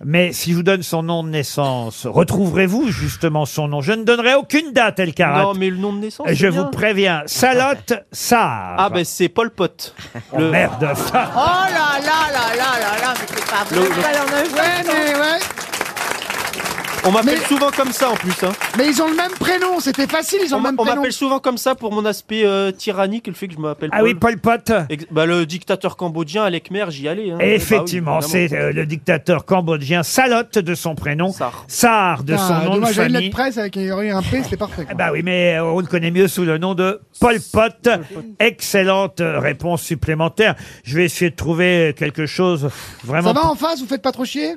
Speaker 2: Mais si je vous donne son nom de naissance, retrouverez-vous justement son nom Je ne donnerai aucune date, El Karat.
Speaker 9: Non, mais le nom de naissance.
Speaker 2: Je
Speaker 9: c'est
Speaker 2: vous
Speaker 9: bien.
Speaker 2: préviens, Salotte Sarr.
Speaker 9: Ah ben c'est Paul Pot.
Speaker 2: Oh, merde.
Speaker 15: Oh là là là là là là, mais c'est pas vrai.
Speaker 9: Le- le-
Speaker 15: Ouais, mais-
Speaker 11: ouais
Speaker 9: On m'appelle souvent comme ça en plus. hein.
Speaker 11: Mais ils ont le même prénom, c'était facile, ils ont
Speaker 9: On
Speaker 11: le
Speaker 9: m'a-
Speaker 11: même
Speaker 9: on
Speaker 11: prénom.
Speaker 9: m'appelle souvent comme ça pour mon aspect euh, tyrannique, le fait que je m'appelle
Speaker 2: Ah oui, Pol Pot.
Speaker 9: Ex- bah, le dictateur cambodgien, Alec Mer, j'y allais. hein. Bah
Speaker 2: Effectivement,
Speaker 9: oui,
Speaker 2: c'est
Speaker 9: évidemment.
Speaker 2: euh, le dictateur cambodgien Salote de son prénom, Sar, de son
Speaker 11: Ah,
Speaker 2: nom de
Speaker 11: dommage, j'avais une
Speaker 2: famille.
Speaker 11: lettre presse avec il y aurait eu un P, c'était parfait. quoi.
Speaker 2: Bah oui, mais euh, on le connaît mieux sous le nom de Pol Pot. Excellente euh, réponse supplémentaire. Je vais essayer de trouver quelque chose vraiment.
Speaker 11: Ça va en face, vous faites pas trop chier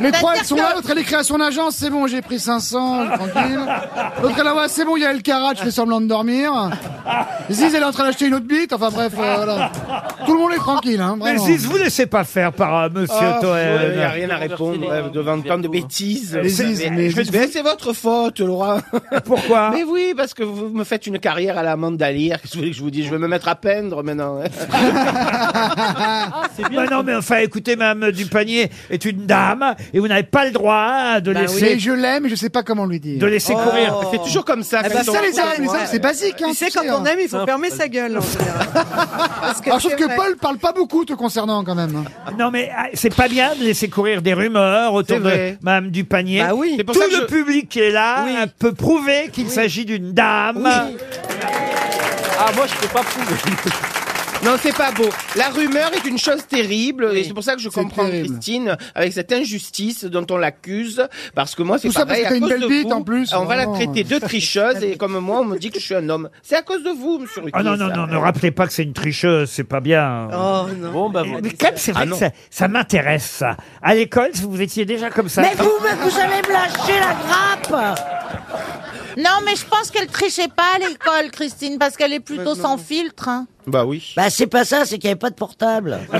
Speaker 11: Les trois, elles sont là, l'autre, elle écrit à son agence, c'est bon, j'ai pris 500, je suis tranquille. L'autre, elle envoie, c'est bon, il y a le carat, je fais semblant de dormir. Ziz, elle est en train d'acheter une autre bite, enfin bref, euh, voilà. Tout le monde est tranquille, hein,
Speaker 2: Mais
Speaker 11: vraiment.
Speaker 2: si vous laissez pas faire par euh, Monsieur euh,
Speaker 11: Ah,
Speaker 2: Toen.
Speaker 3: Il n'y a rien à répondre ouais, devant tant de bêtises.
Speaker 2: Les zizes,
Speaker 3: Mais-
Speaker 2: les
Speaker 3: je vais-
Speaker 2: zizes.
Speaker 3: mais c'est votre faute, Laura.
Speaker 2: Pourquoi
Speaker 3: Mais oui, parce que vous me faites une carrière à la mandalière. Qu'est-ce que vous voulez que je vous dise Je vais me mettre à peindre maintenant. hein.
Speaker 2: Bah non, mais enfin, écoutez, Mme Dupanier est une dame et vous n'avez pas le droit de
Speaker 11: Bah Mais
Speaker 2: laisser.
Speaker 11: je l'aime, je sais pas comment lui dire. Oh.
Speaker 2: De laisser courir. Elle fait toujours
Speaker 3: comme ça.
Speaker 11: Eh ben, ça, les hommes, les hommes, c'est basique. hein,
Speaker 12: Tu sais,
Speaker 11: tu
Speaker 12: quand on
Speaker 11: hein.
Speaker 12: aime, il faut fermer sa gueule. en général. Parce
Speaker 11: Alors, sauf
Speaker 12: c'est
Speaker 11: que
Speaker 12: vrai.
Speaker 11: Paul parle pas beaucoup te concernant quand même.
Speaker 2: Non, mais ah, c'est pas bien de laisser courir des rumeurs autour
Speaker 11: C'est
Speaker 2: de
Speaker 11: vrai.
Speaker 2: Mme Dupanier.
Speaker 11: Bah oui. C'est
Speaker 2: Tout
Speaker 11: pour ça
Speaker 2: le
Speaker 11: que je-
Speaker 2: public qui est là euh, peut prouver qu'il s'agit d'une dame.
Speaker 3: Ah, moi, je peux pas prouver. Non, c'est pas beau. La rumeur est une chose terrible, et c'est pour ça que je comprends Christine avec cette injustice dont on l'accuse, parce que moi, c'est
Speaker 11: Tout ça parce
Speaker 3: pareil.
Speaker 11: que
Speaker 3: à
Speaker 11: t'as une
Speaker 3: cause
Speaker 11: belle
Speaker 3: de
Speaker 11: bite,
Speaker 3: vous,
Speaker 11: en plus, Oh.
Speaker 3: On va la
Speaker 11: vraiment.
Speaker 3: traiter de tricheuse, et comme moi, on me dit que je suis un homme. C'est à cause de vous, monsieur Ruquier,
Speaker 2: Ah non, non,
Speaker 3: ça.
Speaker 2: non, ne rappelez pas que c'est une tricheuse, c'est pas bien.
Speaker 3: Oh, non.
Speaker 2: Bon, bah,
Speaker 3: vous
Speaker 2: mais
Speaker 3: dites
Speaker 2: quand
Speaker 3: ça.
Speaker 2: même, c'est
Speaker 3: Ah
Speaker 2: vrai que
Speaker 3: non.
Speaker 2: ça, ça m'intéresse, ça. À l'école, vous étiez déjà comme ça.
Speaker 7: Mais vous, mais vous allez me lâcher la grappe
Speaker 6: Non, mais je pense qu'elle trichait pas à l'école, Christine, parce qu'elle est plutôt sans filtre. hein.
Speaker 3: Bah oui.
Speaker 7: Bah c'est pas ça, c'est qu'il n'y avait pas de portable.
Speaker 6: Ah,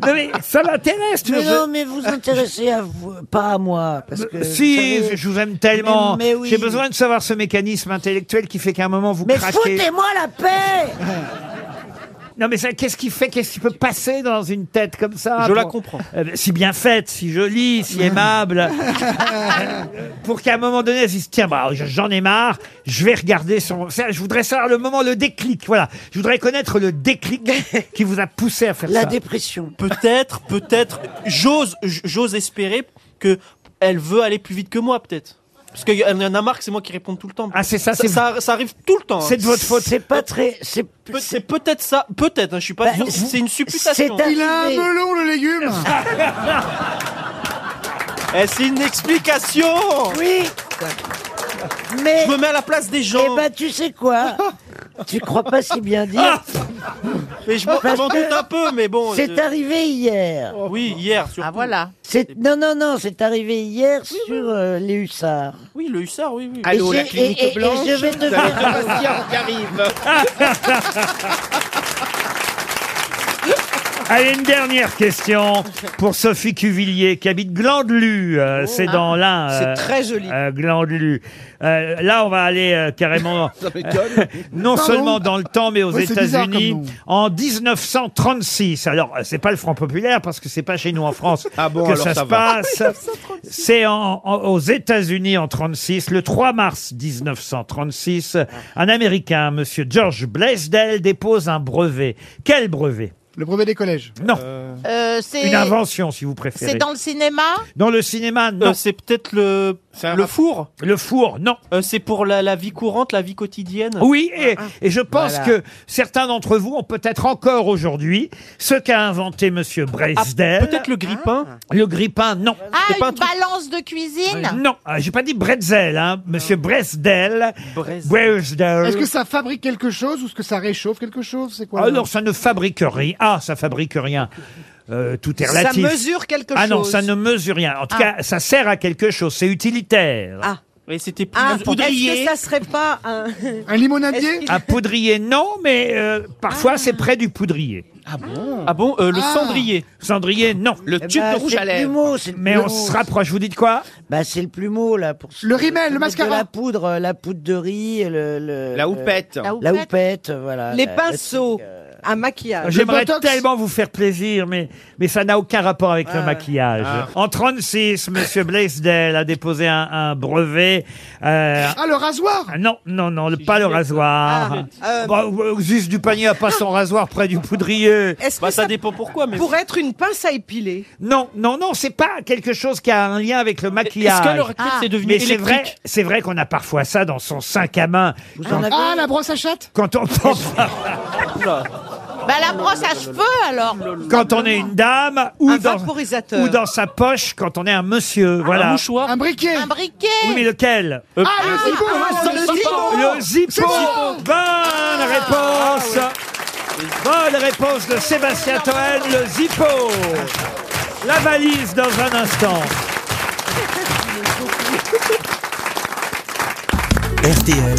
Speaker 2: Non, mais ça m'intéresse. tu
Speaker 7: Mais
Speaker 2: vois.
Speaker 7: non, mais vous intéressez à vous, pas à moi. Parce que,
Speaker 2: Si,
Speaker 7: vous savez-
Speaker 2: je vous aime tellement.
Speaker 7: Mais, mais oui.
Speaker 2: J'ai besoin de savoir ce mécanisme intellectuel qui fait qu'à un moment vous
Speaker 7: Mais
Speaker 2: craquez.
Speaker 7: foutez-moi la paix
Speaker 2: Non mais ça, qu'est-ce qui fait, qu'est-ce qui peut passer dans une tête comme ça
Speaker 9: Je la
Speaker 2: pour-
Speaker 9: comprends.
Speaker 2: Euh, si bien faite, si jolie, si aimable, pour qu'à un moment donné, elle se dise tiens, bah, j'en ai marre, je vais regarder son. ça, Je voudrais savoir le moment, le déclic. Voilà, je voudrais connaître le déclic qui vous a poussé à faire ça.
Speaker 7: dépression.
Speaker 9: Peut-être, peut-être. J'ose, j- j'ose espérer que elle veut aller plus vite que moi, peut-être. Parce qu'elle en a marre que c'est moi qui réponds tout le temps.
Speaker 2: Ah, c'est ça, c'est-
Speaker 9: ça, ça arrive tout le temps. hein.
Speaker 2: C'est de votre faute. C'est
Speaker 7: pas très. C'est
Speaker 9: Pe- c'est peut-être ça, peut-être. hein, je suis pas.
Speaker 7: Bah,
Speaker 9: sûr.
Speaker 7: vous-
Speaker 9: c'est une supputation.
Speaker 7: c'est Il a un arrivé.
Speaker 11: melon, le légume.
Speaker 9: Eh, c'est une explication.
Speaker 7: Oui Mais.
Speaker 9: Je me mets à la place des gens.
Speaker 7: Eh ben, tu sais quoi Tu crois pas si bien
Speaker 2: Ah,
Speaker 7: dire.
Speaker 9: Mais je m'en je
Speaker 7: Parce
Speaker 9: m'en doute
Speaker 7: que
Speaker 9: un peu, mais bon.
Speaker 7: C'est
Speaker 9: je-
Speaker 7: arrivé hier.
Speaker 9: Oui, hier. Surtout. Ah voilà.
Speaker 7: C'est non non non, c'est arrivé hier sur euh, les hussards.
Speaker 9: Oui, le hussard, oui, oui.
Speaker 7: Allô, Et la j'ai- clinique et- et- et blanche, je vais te
Speaker 3: Vous avez
Speaker 7: faire-
Speaker 3: deux patients qui arrivent.
Speaker 2: Allez, une dernière question pour Sophie Cuvillier, qui habite Glandelu. euh, c'est dans l'un.
Speaker 16: Oh, ah, C'est très joli.
Speaker 2: euh, Glandelu. Euh, là, on va aller euh, carrément.
Speaker 16: m'étonne.
Speaker 2: non
Speaker 16: Pardon
Speaker 2: seulement dans le temps, mais aux
Speaker 16: Ouais, c'est bizarre
Speaker 2: États-Unis.
Speaker 16: comme nom.
Speaker 2: En 1936. Alors, euh, c'est pas le Front Populaire, parce que c'est pas chez nous en France
Speaker 16: Ah
Speaker 3: bon,
Speaker 2: que
Speaker 3: alors
Speaker 2: ça,
Speaker 3: ça
Speaker 2: se
Speaker 3: va.
Speaker 2: passe. C'est en- en- aux États-Unis en 36, le 3 mars 1936, un Américain, Monsieur George Blaisdell, dépose un brevet. Quel brevet
Speaker 11: Le brevet des collèges.
Speaker 2: Non.
Speaker 6: Euh, c'est-
Speaker 2: Une invention, si vous préférez.
Speaker 6: C'est dans le cinéma
Speaker 2: Dans le cinéma, non.
Speaker 9: Euh, c'est peut-être le le four. Euh,
Speaker 2: Le four, non.
Speaker 9: c'est pour la, la vie courante, la vie quotidienne.
Speaker 2: Oui, et,
Speaker 11: Ah,
Speaker 2: et je pense
Speaker 9: Voilà.
Speaker 2: que certains d'entre vous ont peut-être encore aujourd'hui ce qu'a inventé Monsieur Bresdel. Ah.
Speaker 9: peut-être le grippin.
Speaker 2: Le grippin, non.
Speaker 6: Ah, une balance de cuisine
Speaker 2: Non, ah, j'ai pas dit Bretzel, hein. Monsieur Bresdel. Bresdel.
Speaker 11: Est-ce que ça fabrique quelque chose ou est-ce que ça réchauffe quelque chose C'est quoi
Speaker 2: Ah non, ça ne fabrique rien. Ah, ça fabrique rien. Euh, tout est
Speaker 11: Ça
Speaker 2: relatif.
Speaker 11: mesure quelque
Speaker 2: Ah non,
Speaker 11: chose. Ah.
Speaker 2: ça ne mesure rien. En tout cas, ça sert à quelque chose. C'est utilitaire.
Speaker 12: Ah.
Speaker 9: Et c'était plus
Speaker 12: Ah,
Speaker 9: un poudrier.
Speaker 12: Est-ce que ça serait pas un.
Speaker 11: Un limonadier Ah.
Speaker 2: Un poudrier, non, mais euh, parfois c'est près du poudrier. Ah bon
Speaker 9: Ah bon, euh, le
Speaker 2: Ah.
Speaker 9: cendrier.
Speaker 2: Cendrier, non.
Speaker 3: Le
Speaker 7: tube bah, de rouge c'est à le lèvres. plumeau, c'est le
Speaker 2: Eh, Mais on
Speaker 7: plumeau.
Speaker 2: se rapproche, vous dites quoi
Speaker 7: Bah c'est le plumeau là pour
Speaker 11: Le rimel, le
Speaker 7: pour mettre de
Speaker 11: mascara.
Speaker 7: la poudre, euh, la poudre de riz, le, le-
Speaker 3: La houppette.
Speaker 7: le-
Speaker 3: La
Speaker 7: la
Speaker 3: houppette.
Speaker 7: houppette, voilà.
Speaker 2: Ah.
Speaker 16: Les
Speaker 7: la-
Speaker 16: pinceaux.
Speaker 7: le truc, euh,
Speaker 5: Un maquillage.
Speaker 2: J'aimerais tellement vous faire plaisir, mais, mais ça n'a aucun rapport avec le
Speaker 5: Ah.
Speaker 2: maquillage.
Speaker 5: Ah.
Speaker 2: En 36, Monsieur Blaisdell a déposé un, un brevet. euh,
Speaker 11: Ah, le rasoir
Speaker 2: ah, Non, non, non, le- pas le rasoir.
Speaker 9: Ah.
Speaker 2: Bah, euh, Juste du panier à pas son rasoir près du poudrier.
Speaker 9: Bah, ça dépend pourquoi, mais.
Speaker 2: Pour être une pince à épiler. Non, non, non, c'est pas quelque chose qui a un lien avec le maquillage.
Speaker 9: Est-ce qu'à l'heure actuelle, Ah. c'est devenu
Speaker 2: Mais c'est
Speaker 9: électrique
Speaker 2: vrai, c'est vrai qu'on a parfois ça dans son 5 à main. Quand,
Speaker 11: Ah, la brosse à chatte
Speaker 2: quand on pense-
Speaker 15: Bah la brosse à cheveux alors.
Speaker 2: quand on est une dame ou dans, ou dans sa poche quand on est un monsieur. Voilà.
Speaker 11: Un briquet
Speaker 15: Un briquet
Speaker 2: Oui, mais lequel
Speaker 11: Ah, le zippo
Speaker 2: Le zippo Le
Speaker 11: C'est
Speaker 2: zippo Ah,
Speaker 11: bon
Speaker 2: Bonne réponse Bonne réponse de Sébastien Toen, le zippo La valise dans un instant.
Speaker 1: RTL,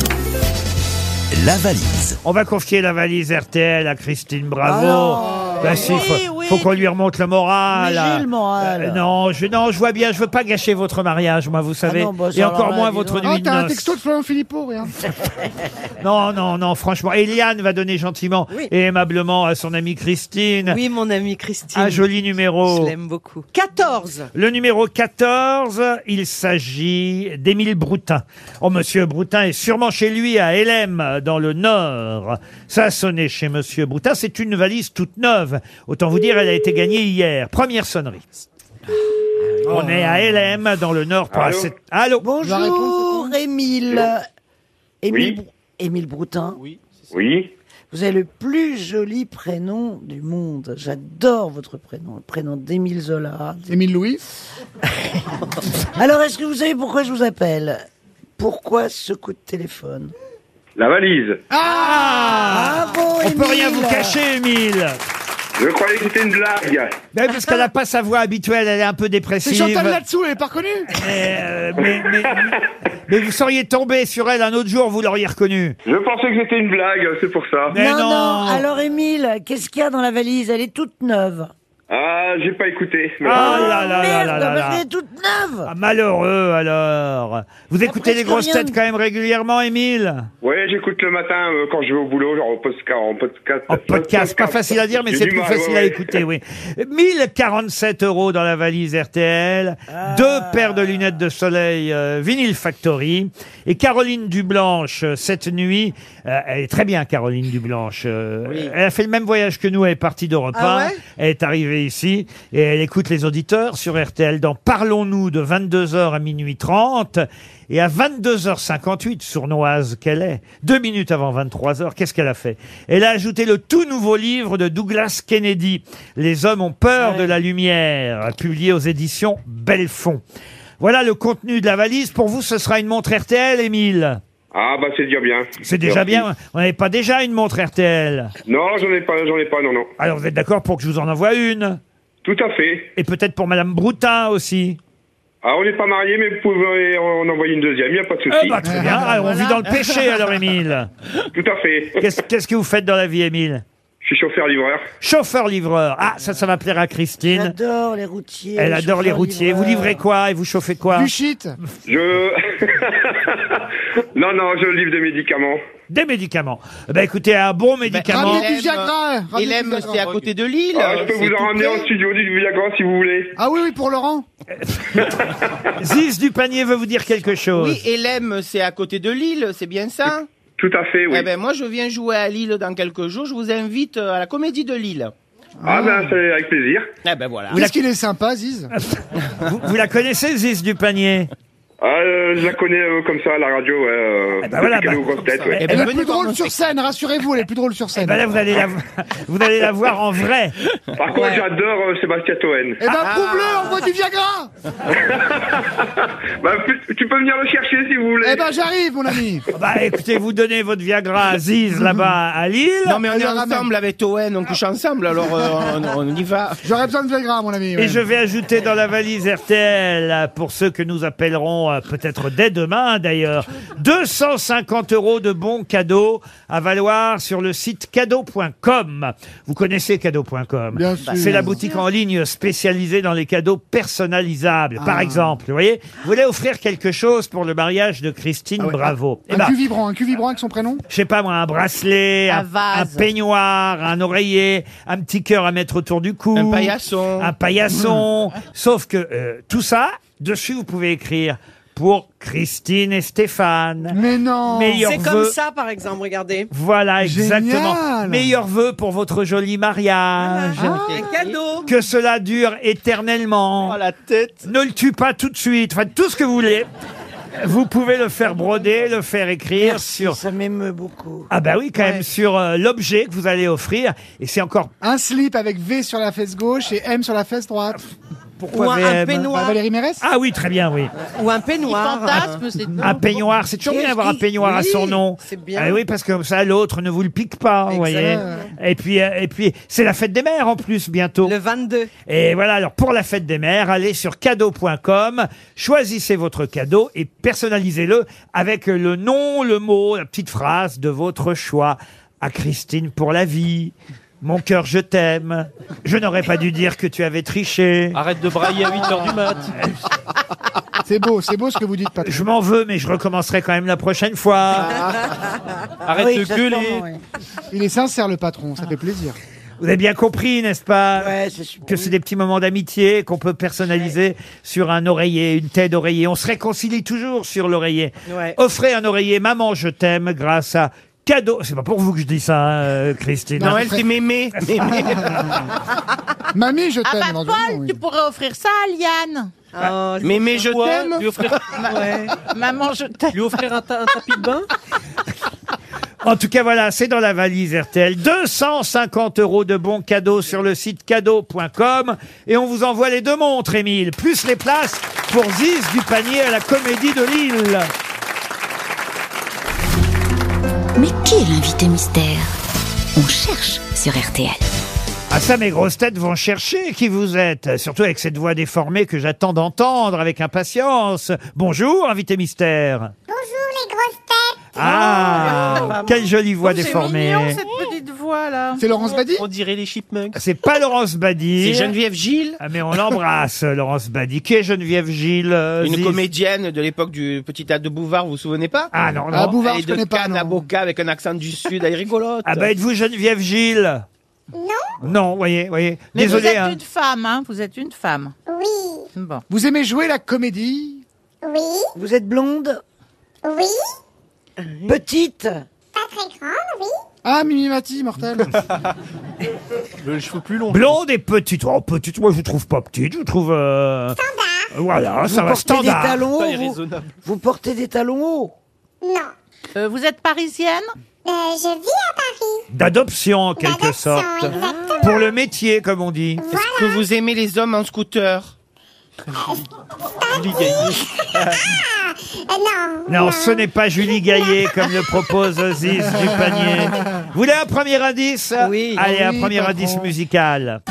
Speaker 1: la valise.
Speaker 2: On va confier la valise RTL à Christine
Speaker 1: Ah
Speaker 2: Bravo.
Speaker 1: non.
Speaker 2: Ben si, faut, faut qu'on lui remonte le moral.
Speaker 7: Mais j'ai le moral.
Speaker 2: Euh, non, je, non, je vois bien, je veux pas gâcher votre mariage, moi, vous savez.
Speaker 7: non, bah,
Speaker 2: Et
Speaker 7: ça,
Speaker 2: encore
Speaker 7: alors là,
Speaker 2: moins
Speaker 7: dis
Speaker 2: votre
Speaker 7: donc.
Speaker 2: nuit
Speaker 11: Oh,
Speaker 2: de
Speaker 11: t'as un
Speaker 2: noces.
Speaker 11: texto de Florian Philippot, regarde.
Speaker 2: Non, non, non, franchement. Eliane va donner gentiment
Speaker 5: Oui.
Speaker 2: et aimablement à son amie Christine.
Speaker 5: Oui, mon ami Christine.
Speaker 2: Un joli numéro.
Speaker 5: Je l'aime beaucoup. 14.
Speaker 2: Le numéro 14, il s'agit d'Émile Broutin. Oh, monsieur Broutin est sûrement chez lui à LM, dans le Nord. Ça a sonné chez monsieur Broutin. C'est une valise toute neuve. Autant vous dire, elle a été gagnée hier. Première sonnerie. On est à LM, dans le Nord. Pour
Speaker 7: Allô
Speaker 2: cette- Allô
Speaker 7: Bonjour, Émile. Émile,
Speaker 2: Oui.
Speaker 7: Brou- Émile Broutin.
Speaker 14: Oui.
Speaker 7: Vous avez le plus joli prénom du monde. J'adore votre prénom, le prénom d'Émile Zola.
Speaker 11: Émile Louis.
Speaker 7: Alors, est-ce que vous savez pourquoi je vous appelle Pourquoi ce coup de téléphone
Speaker 14: La valise.
Speaker 2: Ah
Speaker 7: Bravo,
Speaker 2: On peut rien
Speaker 7: Émile.
Speaker 2: vous cacher, Émile.
Speaker 14: Je croyais que c'était une blague.
Speaker 2: Ben, parce qu'elle n'a pas sa voix habituelle, elle est un peu
Speaker 11: C'est
Speaker 2: dépressive.
Speaker 11: Chantal là-dessous, elle est pas reconnue
Speaker 2: Euh, mais, mais- mais vous seriez tombé sur elle un autre jour, vous l'auriez reconnue.
Speaker 14: Je pensais que c'était une blague, c'est pour ça.
Speaker 2: Mais
Speaker 7: non,
Speaker 2: non.
Speaker 7: Alors, Émile, qu'est-ce qu'il y a dans la valise Elle est toute neuve.
Speaker 14: Ah, j'ai pas écouté.
Speaker 2: Ah là là là
Speaker 7: Merde,
Speaker 2: là là
Speaker 7: parce
Speaker 2: là.
Speaker 7: qu'elle est toute neuve
Speaker 2: Ah, malheureux alors. Vous écoutez les
Speaker 7: presque
Speaker 2: grosses
Speaker 7: rien.
Speaker 2: têtes quand même régulièrement, Émile
Speaker 14: Ouais, j'écoute le matin euh, quand je vais au boulot, genre en podcast. En podcast,
Speaker 2: Podcast, pas facile à dire, mais
Speaker 14: J'ai
Speaker 2: c'est
Speaker 14: du
Speaker 2: plus
Speaker 14: mal,
Speaker 2: facile
Speaker 14: ouais,
Speaker 2: à
Speaker 14: ouais.
Speaker 2: écouter, oui. 1047 euros dans la valise RTL,
Speaker 5: Ah.
Speaker 2: deux paires de lunettes de soleil euh, Vinyl Factory, et Caroline Dublanche, euh, cette nuit, euh, elle est très bien, Caroline Dublanche. euh, Elle a fait le même voyage que nous, elle est partie d'Europe
Speaker 5: Ah
Speaker 2: 1,
Speaker 5: ouais
Speaker 2: elle est arrivée ici, et elle écoute les auditeurs sur RTL dans Parlons-nous de 22h à minuit 30, et à 22h58, sournoise qu'elle est, deux minutes avant 23h, qu'est-ce qu'elle a fait Elle a ajouté le tout nouveau livre de Douglas Kennedy, Les hommes ont peur de la lumière, publié aux éditions Belfond. Voilà le contenu de la valise. Pour vous, ce sera une montre RTL, Émile.
Speaker 14: Ah bah c'est déjà bien.
Speaker 2: C'est déjà
Speaker 14: Merci.
Speaker 2: bien. On n'avait pas déjà une montre RTL.
Speaker 14: Non, j'en ai pas, j'en ai pas, non, non.
Speaker 2: Alors vous êtes d'accord pour que je vous en envoie une
Speaker 14: Tout à fait.
Speaker 2: Et peut-être pour Madame Broutin aussi.
Speaker 14: Ah, on n'est pas mariés, mais vous pouvez en envoyer une deuxième, il a pas de souci.
Speaker 2: Eh ben, très bien.
Speaker 11: Ah,
Speaker 2: Alors, on vit dans le péché alors, Émile.
Speaker 14: Tout à fait.
Speaker 2: Qu'est-ce qu'est-ce que vous faites dans la vie, Émile
Speaker 14: Je suis chauffeur-livreur.
Speaker 2: Chauffeur-livreur. Ah, ça, ça va plaire à Christine.
Speaker 7: J'adore les routiers.
Speaker 2: Elle adore les routiers. Vous livrez quoi et vous chauffez quoi
Speaker 11: Du shit
Speaker 14: Je... non, non, je livre des médicaments.
Speaker 2: Des médicaments. Eh Ben écoutez, un bon médicament.
Speaker 11: Ramenez du Viagra hein, ramenez
Speaker 3: Il
Speaker 11: du
Speaker 3: aime,
Speaker 11: Viagra.
Speaker 3: c'est à côté de Lille.
Speaker 14: Ah, je peux vous en ramener en studio du Viagra si vous voulez.
Speaker 11: Ah oui, oui, pour Laurent.
Speaker 2: Ziz du panier veut vous dire quelque chose.
Speaker 3: Oui, et l'aime, c'est à côté de Lille, c'est bien ça
Speaker 14: Tout à fait, oui.
Speaker 3: Eh ben moi je viens jouer à Lille dans quelques jours, je vous invite euh, à la comédie de Lille.
Speaker 14: Ah ben, c'est avec plaisir.
Speaker 3: Eh ben voilà.
Speaker 11: Qu'est-ce qu'il est sympa, Ziz
Speaker 2: Vous, vous la connaissez, Ziz du panier
Speaker 14: Ah, euh, je la connais euh, comme ça à la radio, ouais, euh,
Speaker 2: ben voilà,
Speaker 14: depuis qu'elle
Speaker 2: bah,
Speaker 14: est aux grosses têtes, ouais.
Speaker 2: Eh ben,
Speaker 11: Elle est
Speaker 2: venez
Speaker 11: plus
Speaker 2: voir
Speaker 11: drôle
Speaker 2: notre
Speaker 11: sur scène, rassurez-vous, elle est plus drôle sur scène.
Speaker 2: Eh ben là, vous allez la, vous allez la voir en vrai.
Speaker 14: Par contre, j'adore euh, Sébastien Toen.
Speaker 11: Eh ben, prouve-le, envoie du Viagra
Speaker 14: Bah, tu- tu peux venir le chercher si vous voulez.
Speaker 11: Eh ben, j'arrive, mon ami
Speaker 2: Bah écoutez, vous donnez votre Viagra à Ziz là-bas à Lille.
Speaker 3: Non mais on
Speaker 11: Elle
Speaker 3: est
Speaker 11: le ramène.
Speaker 3: ensemble avec Owen, on couche ensemble, alors euh, on, on y va.
Speaker 11: J'aurais besoin de Viagra, mon ami.
Speaker 2: Et
Speaker 11: ouais.
Speaker 2: je vais ajouter dans la valise RTL, pour ceux que nous appellerons euh, peut-être dès demain d'ailleurs. 250 euros de bons cadeaux à valoir sur le site cadeau.com. Vous connaissez cadeau.com.
Speaker 11: Bien sûr.
Speaker 2: Bah, C'est la boutique en ligne spécialisée dans les cadeaux personnalisables. Par
Speaker 11: Ah.
Speaker 2: exemple, vous voyez, vous voulez offrir quelque chose pour le mariage de
Speaker 11: Ah
Speaker 2: Christine Bravo. Eh
Speaker 11: Un
Speaker 2: ben,
Speaker 11: cul vibrant, un cul vibrant avec son prénom
Speaker 2: je sais pas moi, un bracelet,
Speaker 11: Un
Speaker 2: un,
Speaker 11: vase.
Speaker 2: un peignoir, un oreiller, un petit cœur à mettre autour du cou. Un paillasson. Un paillasson. Sauf que euh, tout ça, dessus, vous pouvez écrire pour Christine et Stéphane.
Speaker 11: Mais
Speaker 17: Oh.
Speaker 11: non
Speaker 2: Meilleur
Speaker 16: C'est comme
Speaker 2: vœu.
Speaker 16: ça, par exemple, regardez.
Speaker 2: Voilà, exactement.
Speaker 16: Génial.
Speaker 2: Meilleurs vœux pour votre joli
Speaker 17: Ah,
Speaker 2: mariage.
Speaker 16: Un cadeau.
Speaker 2: Que cela dure éternellement. Oh, la tête. Ne le tue pas tout de suite. Enfin, tout ce que vous voulez. Vous pouvez le faire broder, le faire écrire sur. Ça m'émeut beaucoup. Ah bah oui, quand même sur euh, l'objet que vous allez offrir. Et c'est encore.
Speaker 11: Un slip avec V sur la fesse gauche et M sur la fesse droite.
Speaker 2: Pourquoi Ou un- un VM? peignoir.
Speaker 11: Bah, Valérie Mérès
Speaker 2: Ah oui, très bien, oui.
Speaker 16: Ou un peignoir.
Speaker 11: fantasme,
Speaker 16: c'est
Speaker 17: Ah,
Speaker 2: Un peignoir, c'est toujours bien d'avoir un peignoir à son nom.
Speaker 16: C'est bien.
Speaker 2: Ah oui, parce que comme ça, l'autre ne vous le pique pas, vous voyez. Et puis, euh, et puis, c'est la fête des mères en plus bientôt. Le 22. Et voilà. Alors pour la fête des mères, allez sur cadeau.com, choisissez votre cadeau et personnalisez-le avec le nom, le mot, la petite phrase de votre choix. À Christine pour la vie. Mon cœur, je t'aime. Je n'aurais pas dû dire que tu avais triché.
Speaker 9: Arrête de brailler à 8h du mat.
Speaker 2: C'est beau, c'est beau ce que vous dites, Patrick. Ah. Je m'en veux, mais je recommencerai quand même la prochaine fois. Arrête de gueuler.
Speaker 11: Il est sincère le patron, ça fait plaisir.
Speaker 2: Vous avez bien compris, n'est-ce pas Que c'est des petits moments d'amitié qu'on peut personnaliser sur un oreiller, une tête d'oreiller. On se réconcilie toujours sur l'oreiller.
Speaker 16: Ouais.
Speaker 2: Offrez un oreiller, maman, je t'aime, grâce à cadeau. C'est pas pour vous que je dis ça, hein, euh, Christine.
Speaker 3: Non, elle, c'est
Speaker 2: mémé.
Speaker 11: Mamie, je
Speaker 6: Ah
Speaker 11: t'aime.
Speaker 6: bah Paul, tu pourrais offrir ça à Liane.
Speaker 7: Ah, oh,
Speaker 3: Mais mais je t'aime.
Speaker 6: Maman, je t'aime.
Speaker 16: Lui offrir un, ta- un tapis de bain
Speaker 2: En tout cas, voilà, c'est dans la valise RTL. 250 euros de bons cadeaux sur le site cadeau.com. Et on vous envoie les deux montres, Émile, plus les places pour Ziz du panier à la Comédie de Lille.
Speaker 10: Mais qui est l'invité mystère On cherche sur RTL.
Speaker 2: Ah ça, mes grosses têtes vont chercher qui vous êtes, surtout avec cette voix déformée que j'attends d'entendre avec impatience. Bonjour, invité mystère.
Speaker 8: Bonjour les grosses têtes.
Speaker 2: Ah, quelle jolie
Speaker 8: Oh,
Speaker 3: Oh,
Speaker 2: voix déformée.
Speaker 8: petite voix là.
Speaker 11: C'est Laurence Badi
Speaker 9: On dirait les chipmunks.
Speaker 2: C'est pas Laurence Badi.
Speaker 9: C'est
Speaker 3: Geneviève
Speaker 2: Gilles. mais on l'embrasse, Laurence Badi. Qui est Geneviève Gilles euh,
Speaker 3: Une
Speaker 2: Ziz
Speaker 3: comédienne de l'époque du petit théâtre de Bouvard, vous vous souvenez pas
Speaker 2: Ah non, non. Ah, Bouvard,
Speaker 3: Elle
Speaker 2: je
Speaker 3: est de
Speaker 2: connais pas,
Speaker 3: Cannes à Boca avec un accent du Sud, elle est rigolote.
Speaker 2: Ah bah êtes-vous Geneviève Gilles Non. Non, voyez, voyez.
Speaker 6: Mais
Speaker 2: Désolé.
Speaker 6: vous êtes
Speaker 2: hein.
Speaker 6: une femme, hein. Vous êtes une femme.
Speaker 8: Oui.
Speaker 6: Bon.
Speaker 11: Vous aimez jouer la comédie
Speaker 8: Oui.
Speaker 7: Vous êtes blonde
Speaker 8: Oui.
Speaker 7: Petite
Speaker 8: Pas très grande, oui.
Speaker 11: Ah, Mimimati, mortel.
Speaker 2: Le cheveu plus long. Blonde et petite. Oh, petite, moi je vous trouve pas petite, je vous trouve. euh, Voilà,
Speaker 7: vous
Speaker 2: ça va
Speaker 7: portez
Speaker 2: standard.
Speaker 7: Des talons, hauts, vous, vous portez des talons hauts
Speaker 8: Non.
Speaker 6: Euh,
Speaker 8: Euh,
Speaker 6: vous êtes parisienne
Speaker 8: Je vis à Paris.
Speaker 2: D'adoption en quelque sorte.
Speaker 8: exactement.
Speaker 2: Pour le métier, comme on dit.
Speaker 3: Est-ce que vous aimez les hommes en scooter
Speaker 8: Euh, non.
Speaker 2: Ah. Non, ce n'est pas Julie Gaillet, comme le propose Ziz du panier. Vous voulez un premier indice Oui. Allez,
Speaker 3: Ah
Speaker 8: Oui,
Speaker 2: un premier
Speaker 8: patron.
Speaker 2: indice musical.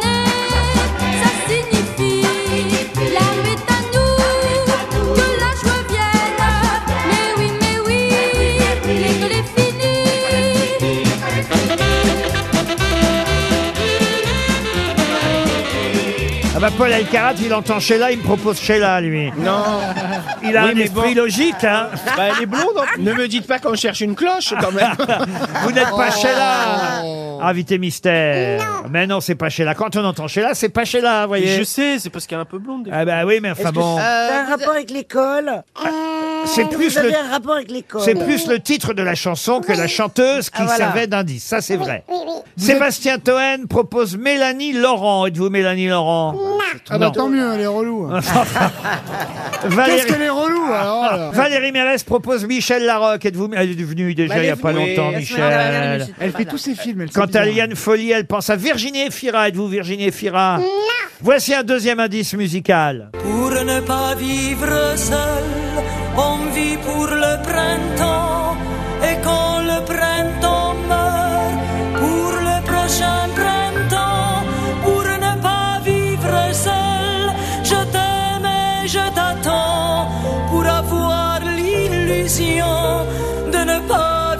Speaker 8: Ça signifie l'âme est à nous, que la joie vienne. Mais oui, mais oui, l'école est finie.
Speaker 2: Ah bah, Paul Alcarat, il entend Sheila, il me propose Sheila, lui.
Speaker 3: Non.
Speaker 2: Il a
Speaker 3: Oui,
Speaker 2: un
Speaker 3: mais
Speaker 2: esprit
Speaker 3: bon.
Speaker 2: logique, hein.
Speaker 3: Bah, elle est blonde. en plus. ne me dites pas qu'on cherche une cloche quand même.
Speaker 2: Vous n'êtes pas Sheila. Ah, Invité mystère. Mais non, c'est pas Sheila. Quand on entend Sheila, c'est pas Sheila, vous voyez.
Speaker 9: Je sais, c'est parce qu'elle est un peu blonde.
Speaker 2: Ah bah oui, mais
Speaker 7: Est-ce
Speaker 2: enfin
Speaker 7: que euh,
Speaker 2: bon.
Speaker 7: ça
Speaker 8: Euh,
Speaker 7: a un rapport avec l'école
Speaker 2: C'est plus
Speaker 7: Vous avez
Speaker 2: le-
Speaker 7: un rapport avec l'école
Speaker 2: C'est plus le titre de la chanson que la chanteuse qui
Speaker 7: Ah, voilà.
Speaker 2: servait d'indice. Ça, c'est vrai.
Speaker 8: Oui, oui.
Speaker 2: Sébastien Toen propose Mélanie Laurent. Êtes-vous Mélanie Laurent
Speaker 11: Ah bah
Speaker 2: Non.
Speaker 11: tant mieux, elle est relou. hein. Qu'est-ce
Speaker 2: Valérie...
Speaker 11: qu'elle est relou alors là
Speaker 2: Valérie Mérès propose Michel Larocque. Êtes-vous... Elle est venue déjà il n'y a pas longtemps, Michel.
Speaker 11: Elle fait tous ses films. Elle
Speaker 2: Quant
Speaker 11: sait
Speaker 2: à
Speaker 11: bien.
Speaker 2: Liane Folie, elle pense à Virginie Efira. Êtes-vous Virginie Efira Voici un deuxième indice musical.
Speaker 17: Pour ne pas vivre seul, on vit pour le printemps. Et quand le printemps meurt, pour le prochain printemps, pour ne pas vivre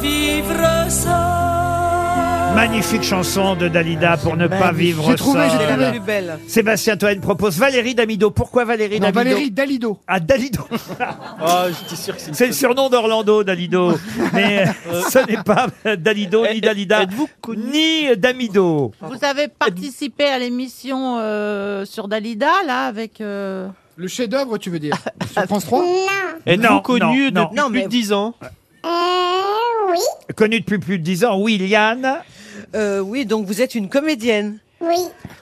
Speaker 17: vivre seul.
Speaker 2: Magnifique chanson de Dalida pour ne pas
Speaker 11: Ah, magnifique.
Speaker 2: vivre
Speaker 11: J'ai trouvé,
Speaker 2: seul.
Speaker 11: j'ai trouvé. La plus
Speaker 16: belle.
Speaker 2: Sébastien Toen propose Valérie Damido. Pourquoi Valérie
Speaker 11: Non,
Speaker 2: Damido
Speaker 11: Valérie Dalido.
Speaker 2: Ah, Dalido.
Speaker 9: Ah, j'étais sûr que c'est une
Speaker 2: C'est le surnom d'Orlando, Dalido. Mais
Speaker 9: Euh.
Speaker 2: ce n'est pas Dalido ni Dalida. Ni Damido.
Speaker 6: Vous avez participé à l'émission euh, sur Dalida, là, avec... euh,
Speaker 11: Le chef-d'œuvre, tu veux dire Sur France 3
Speaker 5: Hein
Speaker 3: Eh,
Speaker 2: Êtes-vous Non, connu non, non. depuis
Speaker 11: Non,
Speaker 2: plus
Speaker 11: mais-
Speaker 2: de 10
Speaker 9: ans
Speaker 5: Euh,
Speaker 6: oui.
Speaker 2: Connue depuis plus de 10 ans. Oui, Liane.
Speaker 5: Euh, oui, donc vous êtes une comédienne.
Speaker 6: Oui.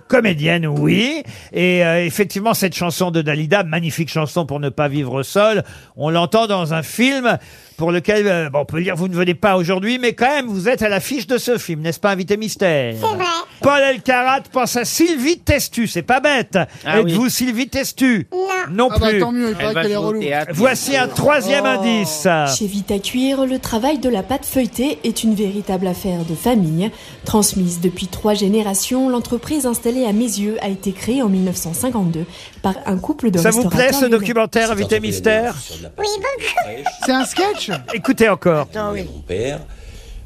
Speaker 2: Comédienne, oui. Et euh, effectivement, cette chanson de Dalida, magnifique chanson pour ne pas vivre seul, on l'entend dans un film pour lequel, euh, bon, on peut dire, vous ne venez pas aujourd'hui, mais quand même, vous êtes à l'affiche de ce film, n'est-ce pas, invité mystère C'est vrai. Paul Elkarat pense à Sylvie Testu, c'est pas bête.
Speaker 11: Ah oui.
Speaker 2: Êtes-vous Sylvie Testu Non
Speaker 11: Ah bah,
Speaker 2: plus.
Speaker 11: tant mieux, il paraît Elle va qu'elle est jouer au relou. Oh. théâtre.
Speaker 2: Voici un troisième indice.
Speaker 18: Chez Vita Cuir, le travail de la pâte feuilletée est une véritable affaire de famille. Transmise depuis trois générations, l'entreprise installée à Mézieux a été créée en 1952 par un couple de
Speaker 2: Ça vous plaît ce
Speaker 18: restaurateurs lyonnais.
Speaker 2: documentaire, invité mystère
Speaker 18: Oui,
Speaker 2: C'est un sketch Écoutez encore.
Speaker 19: Mon père.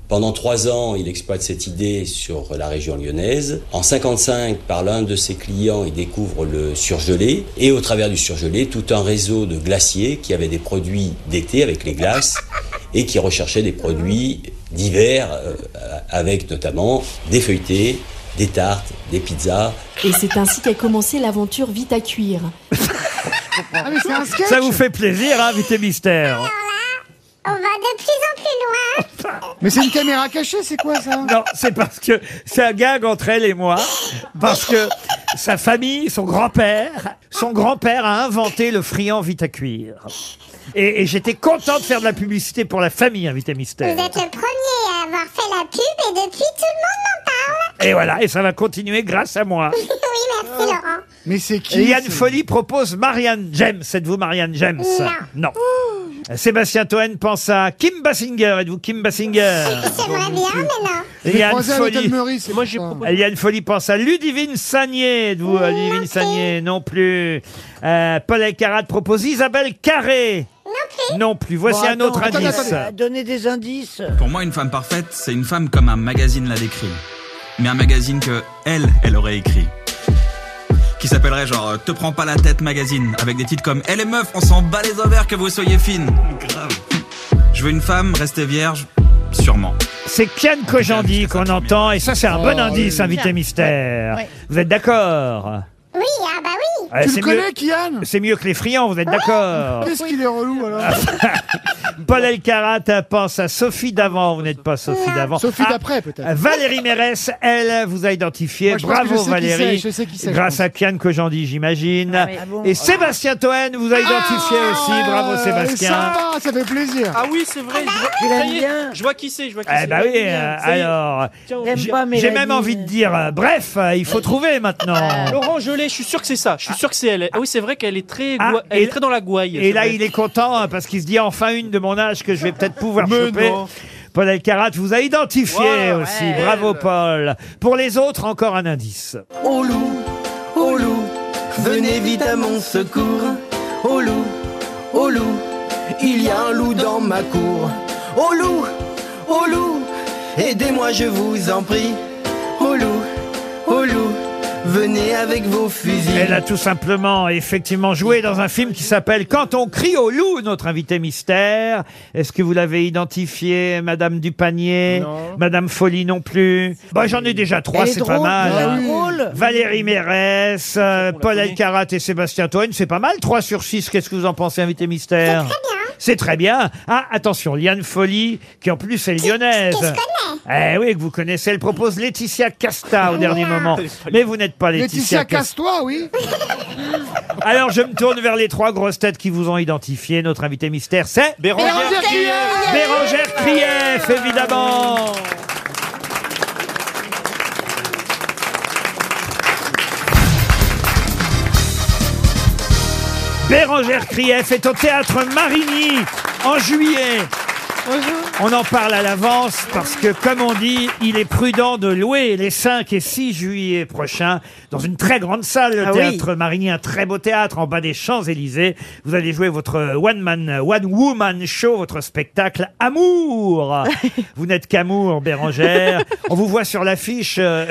Speaker 19: Pendant trois ans, il exploite cette idée sur la région lyonnaise. En 55, par l'un de ses clients, il découvre le surgelé. Et au travers du surgelé, tout un réseau de glaciers qui avaient des produits d'été avec les glaces et qui recherchaient des produits d'hiver euh, avec notamment des feuilletés, des tartes, des pizzas.
Speaker 18: Et c'est ainsi qu'a commencé l'aventure Vite à cuire.
Speaker 11: Ah, mais c'est un sketch
Speaker 2: Ça vous fait plaisir, hein, invité mystère
Speaker 11: On va de plus en plus loin Mais c'est une caméra cachée, c'est quoi ça
Speaker 2: Non, c'est parce que c'est un gag entre elle et moi, parce que sa famille, son grand-père, son grand-père a inventé le friand vite à cuire. Et, et j'étais content de faire de la publicité pour la famille, invité
Speaker 8: Vous
Speaker 2: mystère.
Speaker 8: êtes le premier à avoir fait la pub et depuis tout le monde m'en parle.
Speaker 2: Et voilà, et ça va continuer grâce à moi.
Speaker 8: oui,
Speaker 2: Euh,
Speaker 8: merci Laurent.
Speaker 11: Mais c'est qui
Speaker 2: Yann
Speaker 11: c'est-
Speaker 2: Folie propose Marianne James. Êtes-vous Marianne James Non. Sébastien Toen pense à Kim Basinger. Êtes-vous Kim Basinger
Speaker 8: J'aimerais bien, mais non.
Speaker 11: Je l'ai
Speaker 2: Yann
Speaker 11: croisé Ah. avec
Speaker 2: Folie.
Speaker 11: Anne Meurice, Moi, j'ai
Speaker 2: Eliane Folie pense à Ludivine Sagné. Êtes-vous euh, Ludivine Sagné Non plus. Euh, Paul Elkarat propose Isabelle Carré. Non plus. Voici
Speaker 7: Bon,
Speaker 2: un
Speaker 7: attends,
Speaker 2: autre
Speaker 7: attendez,
Speaker 2: indice.
Speaker 7: attendez, Donnez des indices.
Speaker 20: Pour moi, une femme parfaite, c'est une femme comme un magazine la décrit. Mais un magazine que elle, elle aurait écrit. Qui s'appellerait genre euh, Te prends pas la tête magazine, avec des titres comme Elle est meuf, on s'en bat les ovaires que vous soyez fine. Grave. Je veux une femme rester vierge, sûrement.
Speaker 2: C'est Kian Kojandi qu'on entend. Et ça, c'est un
Speaker 20: Oh,
Speaker 2: bon
Speaker 20: oui.
Speaker 2: indice, invité
Speaker 20: Bien.
Speaker 2: mystère.
Speaker 20: Ouais, ouais.
Speaker 2: Vous êtes d'accord
Speaker 8: Oui, ah bah oui.
Speaker 2: Ouais, c'est mieux- Oh.
Speaker 11: Kian Ah,
Speaker 2: C'est mieux que les friands, vous êtes d'accord
Speaker 11: Qu'est-ce qu'il est relou
Speaker 2: Ah,
Speaker 11: alors
Speaker 2: Paul Elkarat pense à Sophie d'avant. Vous n'êtes pas Sophie d'avant.
Speaker 11: Sophie
Speaker 2: Ah,
Speaker 11: d'après peut-être.
Speaker 2: Valérie Mérès, elle vous a identifié.
Speaker 11: Moi, je pense que
Speaker 2: Bravo
Speaker 11: je sais qui
Speaker 2: Valérie.
Speaker 11: c'est, je sais qui c'est, je
Speaker 2: Grâce
Speaker 11: pense.
Speaker 2: à Kian Kojandi, j'imagine.
Speaker 11: oui. Ah bon
Speaker 2: Et Sébastien Toen vous a identifié
Speaker 11: Ah,
Speaker 2: aussi. Bravo
Speaker 11: euh,
Speaker 2: Sébastien.
Speaker 11: Ça, ça fait plaisir.
Speaker 9: Ah oui, c'est vrai. je vois-
Speaker 11: Tu
Speaker 9: ça
Speaker 11: l'aimes
Speaker 9: y est,
Speaker 11: bien
Speaker 9: Je vois qui c'est. Je vois qui
Speaker 2: Eh
Speaker 9: c'est.
Speaker 2: ben oui, euh,
Speaker 9: Ça y est.
Speaker 2: alors.
Speaker 9: Tiens,
Speaker 7: J'aime
Speaker 9: j'ai-
Speaker 7: pas, Ah, mais
Speaker 2: J'ai
Speaker 7: la
Speaker 2: même
Speaker 7: vie,
Speaker 2: envie de dire, euh, bref, euh, il faut trouver
Speaker 16: Euh,
Speaker 2: maintenant.
Speaker 9: Laurent, je l'ai. Je suis sûr que c'est ça. Je suis sûr que c'est elle. Ah oui, c'est vrai qu'elle est très,
Speaker 2: Ah,
Speaker 9: goi- elle
Speaker 2: et-
Speaker 9: est très dans la gouaille.
Speaker 2: Et là, il est content hein, parce qu'il se dit enfin une de mon âge que je vais peut-être pouvoir
Speaker 9: Mais
Speaker 2: choper.
Speaker 9: non.
Speaker 2: Paul Elkarat vous a identifié
Speaker 9: Voilà,
Speaker 2: aussi.
Speaker 9: ouais.
Speaker 2: Bravo, Paul. Pour les autres, encore un indice.
Speaker 17: Au loup, au loup, venez vite à mon secours. Au loup, au loup, il y a un loup dans ma cour. Au loup, au loup, aidez-moi, je vous en prie. Au loup, au loup, venez avec vos fusils.
Speaker 2: Elle a tout simplement, effectivement, joué dans un film qui s'appelle Quand on crie au loup, notre invité mystère. Est-ce que vous l'avez identifié, Madame Dupanier Madame Folie non plus Bah, j'en ai déjà trois,
Speaker 7: Elle est
Speaker 2: c'est pas
Speaker 7: drôle,
Speaker 2: mal.
Speaker 7: elle est
Speaker 2: hein.
Speaker 7: drôle.
Speaker 2: Valérie Mérès, euh, Paul Alcarat et Sébastien Toen, c'est pas mal. 3 sur 6, qu'est-ce que vous en pensez, invité mystère C'est très bien. Ah, attention, Liane Folly, qui en plus est lyonnaise. eh oui, que vous connaissez. Elle propose Laetitia Casta au dernier moment. Mais vous n'êtes pas Ah, Laetitia,
Speaker 11: Laetitia,
Speaker 2: Casta.
Speaker 11: casse-toi, oui.
Speaker 2: Alors, je me tourne vers les trois grosses têtes qui vous ont identifié. Notre invité mystère, c'est
Speaker 11: Bérangère Bérangère
Speaker 2: Krief.
Speaker 11: Krief.
Speaker 2: Bérangère Krief, évidemment. Bérangère Krief est au théâtre Marigny en juillet. On en parle à l'avance parce que, comme on dit, il est prudent de louer les 5 et 6 juillet prochains dans une très grande salle, le
Speaker 21: Ah oui.
Speaker 2: Théâtre Marigny, un très beau théâtre en bas des Champs-Élysées. Vous allez jouer votre one-man, one-woman show, votre spectacle Amour. vous n'êtes qu'amour, Bérangère. on vous voit sur l'affiche euh,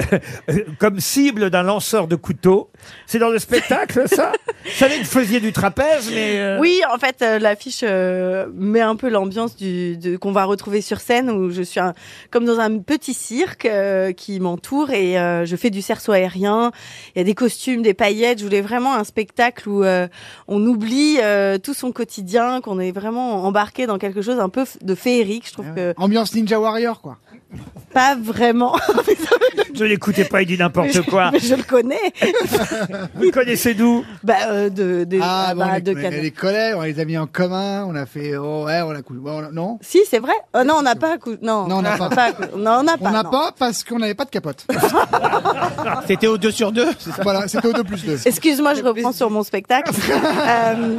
Speaker 2: comme cible d'un lanceur de couteau. C'est dans le spectacle, ça Vous savez que vous faisiez du trapèze, mais... euh,
Speaker 16: Oui, en fait, euh, l'affiche euh, met un peu l'ambiance du- de- qu'on va retrouver sur scène où je suis un- comme dans un petit cirque euh, qui m'entoure et euh, je fais du cerceau aérien. Il y a des costumes, des paillettes. Je voulais vraiment un spectacle où euh, on oublie euh, tout son quotidien, qu'on est vraiment embarqué dans quelque chose un peu f- de féerique. Je trouve que
Speaker 11: Ah Ambiance Ninja Warrior, quoi.
Speaker 16: pas vraiment.
Speaker 2: Ne l'écoutez pas, il dit
Speaker 16: Mais je-
Speaker 2: n'importe quoi.
Speaker 16: mais je le connais.
Speaker 2: Vous le connaissez d'où
Speaker 16: bah, euh, de, de,
Speaker 11: Ah,
Speaker 16: bah,
Speaker 11: bon, on, les,
Speaker 16: de
Speaker 11: on
Speaker 16: Canal.
Speaker 11: les connaît, on les a mis en commun, on a fait. Oh, ouais, on a coulé. bon, on a- non
Speaker 16: Si, c'est vrai. Oh, non, on n'a pas. accou- Non,
Speaker 11: Non, on n'a pas.
Speaker 16: accou- Non, on n'a pas.
Speaker 11: On n'a
Speaker 16: non.
Speaker 11: pas parce qu'on n'avait pas de capote.
Speaker 3: C'était au 2 sur 2
Speaker 11: Voilà, c'était au 2 plus 2.
Speaker 16: Excuse-moi, je reprends sur mon spectacle. Euh,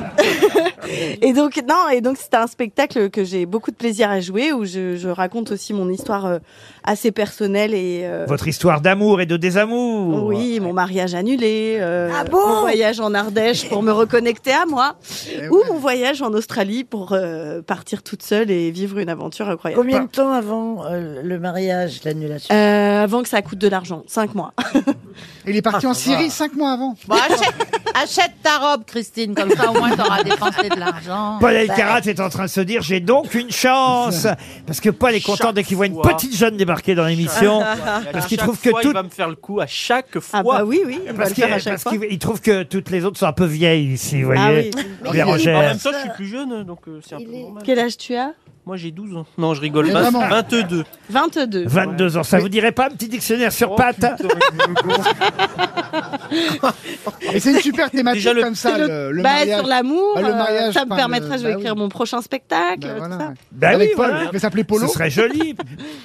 Speaker 16: et donc non, et donc c'était un spectacle que j'ai beaucoup de plaisir à jouer où je, je raconte aussi mon histoire euh, assez personnelle et euh,
Speaker 2: Votre histoire d'amour et de désamour.
Speaker 16: oui, mon mariage annulé, euh,
Speaker 7: Ah
Speaker 2: bon
Speaker 16: mon voyage en Ardèche pour me reconnecter à moi,
Speaker 11: Eh
Speaker 16: ou mon voyage en Australie pour euh, partir toute seule et vivre une aventure incroyable.
Speaker 7: Combien de temps avant euh, le mariage, l'annulation
Speaker 16: Euh, avant que ça coûte de l'argent, cinq mois.
Speaker 11: Il est parti
Speaker 7: Ah,
Speaker 11: en
Speaker 7: ça va.
Speaker 11: Syrie 5 mois avant.
Speaker 6: Bon, achète, achète ta robe, Christine, comme ça au moins t'auras dépensé de l'argent.
Speaker 16: bah,
Speaker 2: Paul Elkarat est en train de se dire j'ai donc une chance parce que Paul est content dès qu'il voit une petite jeune débarquer dans l'émission
Speaker 9: Ah,
Speaker 2: parce qu'il trouve que
Speaker 9: tout. Il
Speaker 2: toutes
Speaker 9: va me faire le coup à chaque fois.
Speaker 16: bah oui, oui, il va
Speaker 2: parce
Speaker 16: le
Speaker 2: qu'il-
Speaker 16: faire à chaque
Speaker 2: parce
Speaker 16: fois.
Speaker 2: qu'il- il trouve que toutes les autres sont un peu vieilles ici vous
Speaker 16: Ah
Speaker 2: voyez
Speaker 16: oui.
Speaker 2: Bérangère.
Speaker 9: En même temps, je suis plus jeune, donc euh, c'est un peu normal.
Speaker 16: Quel âge tu as
Speaker 9: Moi, j'ai 12 ans. Non, je rigole.
Speaker 2: Mais
Speaker 9: vingt-
Speaker 2: vraiment.
Speaker 9: 22.
Speaker 16: 22.
Speaker 2: 22 ans ça vous dirait pas un petit dictionnaire sur
Speaker 9: Oh,
Speaker 2: pattes
Speaker 11: Et c'est une super thématique
Speaker 16: Déjà, le-
Speaker 11: comme ça,
Speaker 16: c'est
Speaker 11: le, le
Speaker 16: bah,
Speaker 11: mariage.
Speaker 16: sur l'amour,
Speaker 11: Bah, le
Speaker 16: euh,
Speaker 11: mariage
Speaker 16: ça me
Speaker 11: par
Speaker 16: permettra
Speaker 11: le-
Speaker 16: je vais
Speaker 11: bah
Speaker 16: écrire
Speaker 11: oui. Bah,
Speaker 16: mon prochain spectacle. tout ça.
Speaker 2: Ben
Speaker 11: Avec
Speaker 2: oui,
Speaker 11: Paul,
Speaker 2: voilà.
Speaker 11: il va s'appeler Polo.
Speaker 2: Ce serait joli.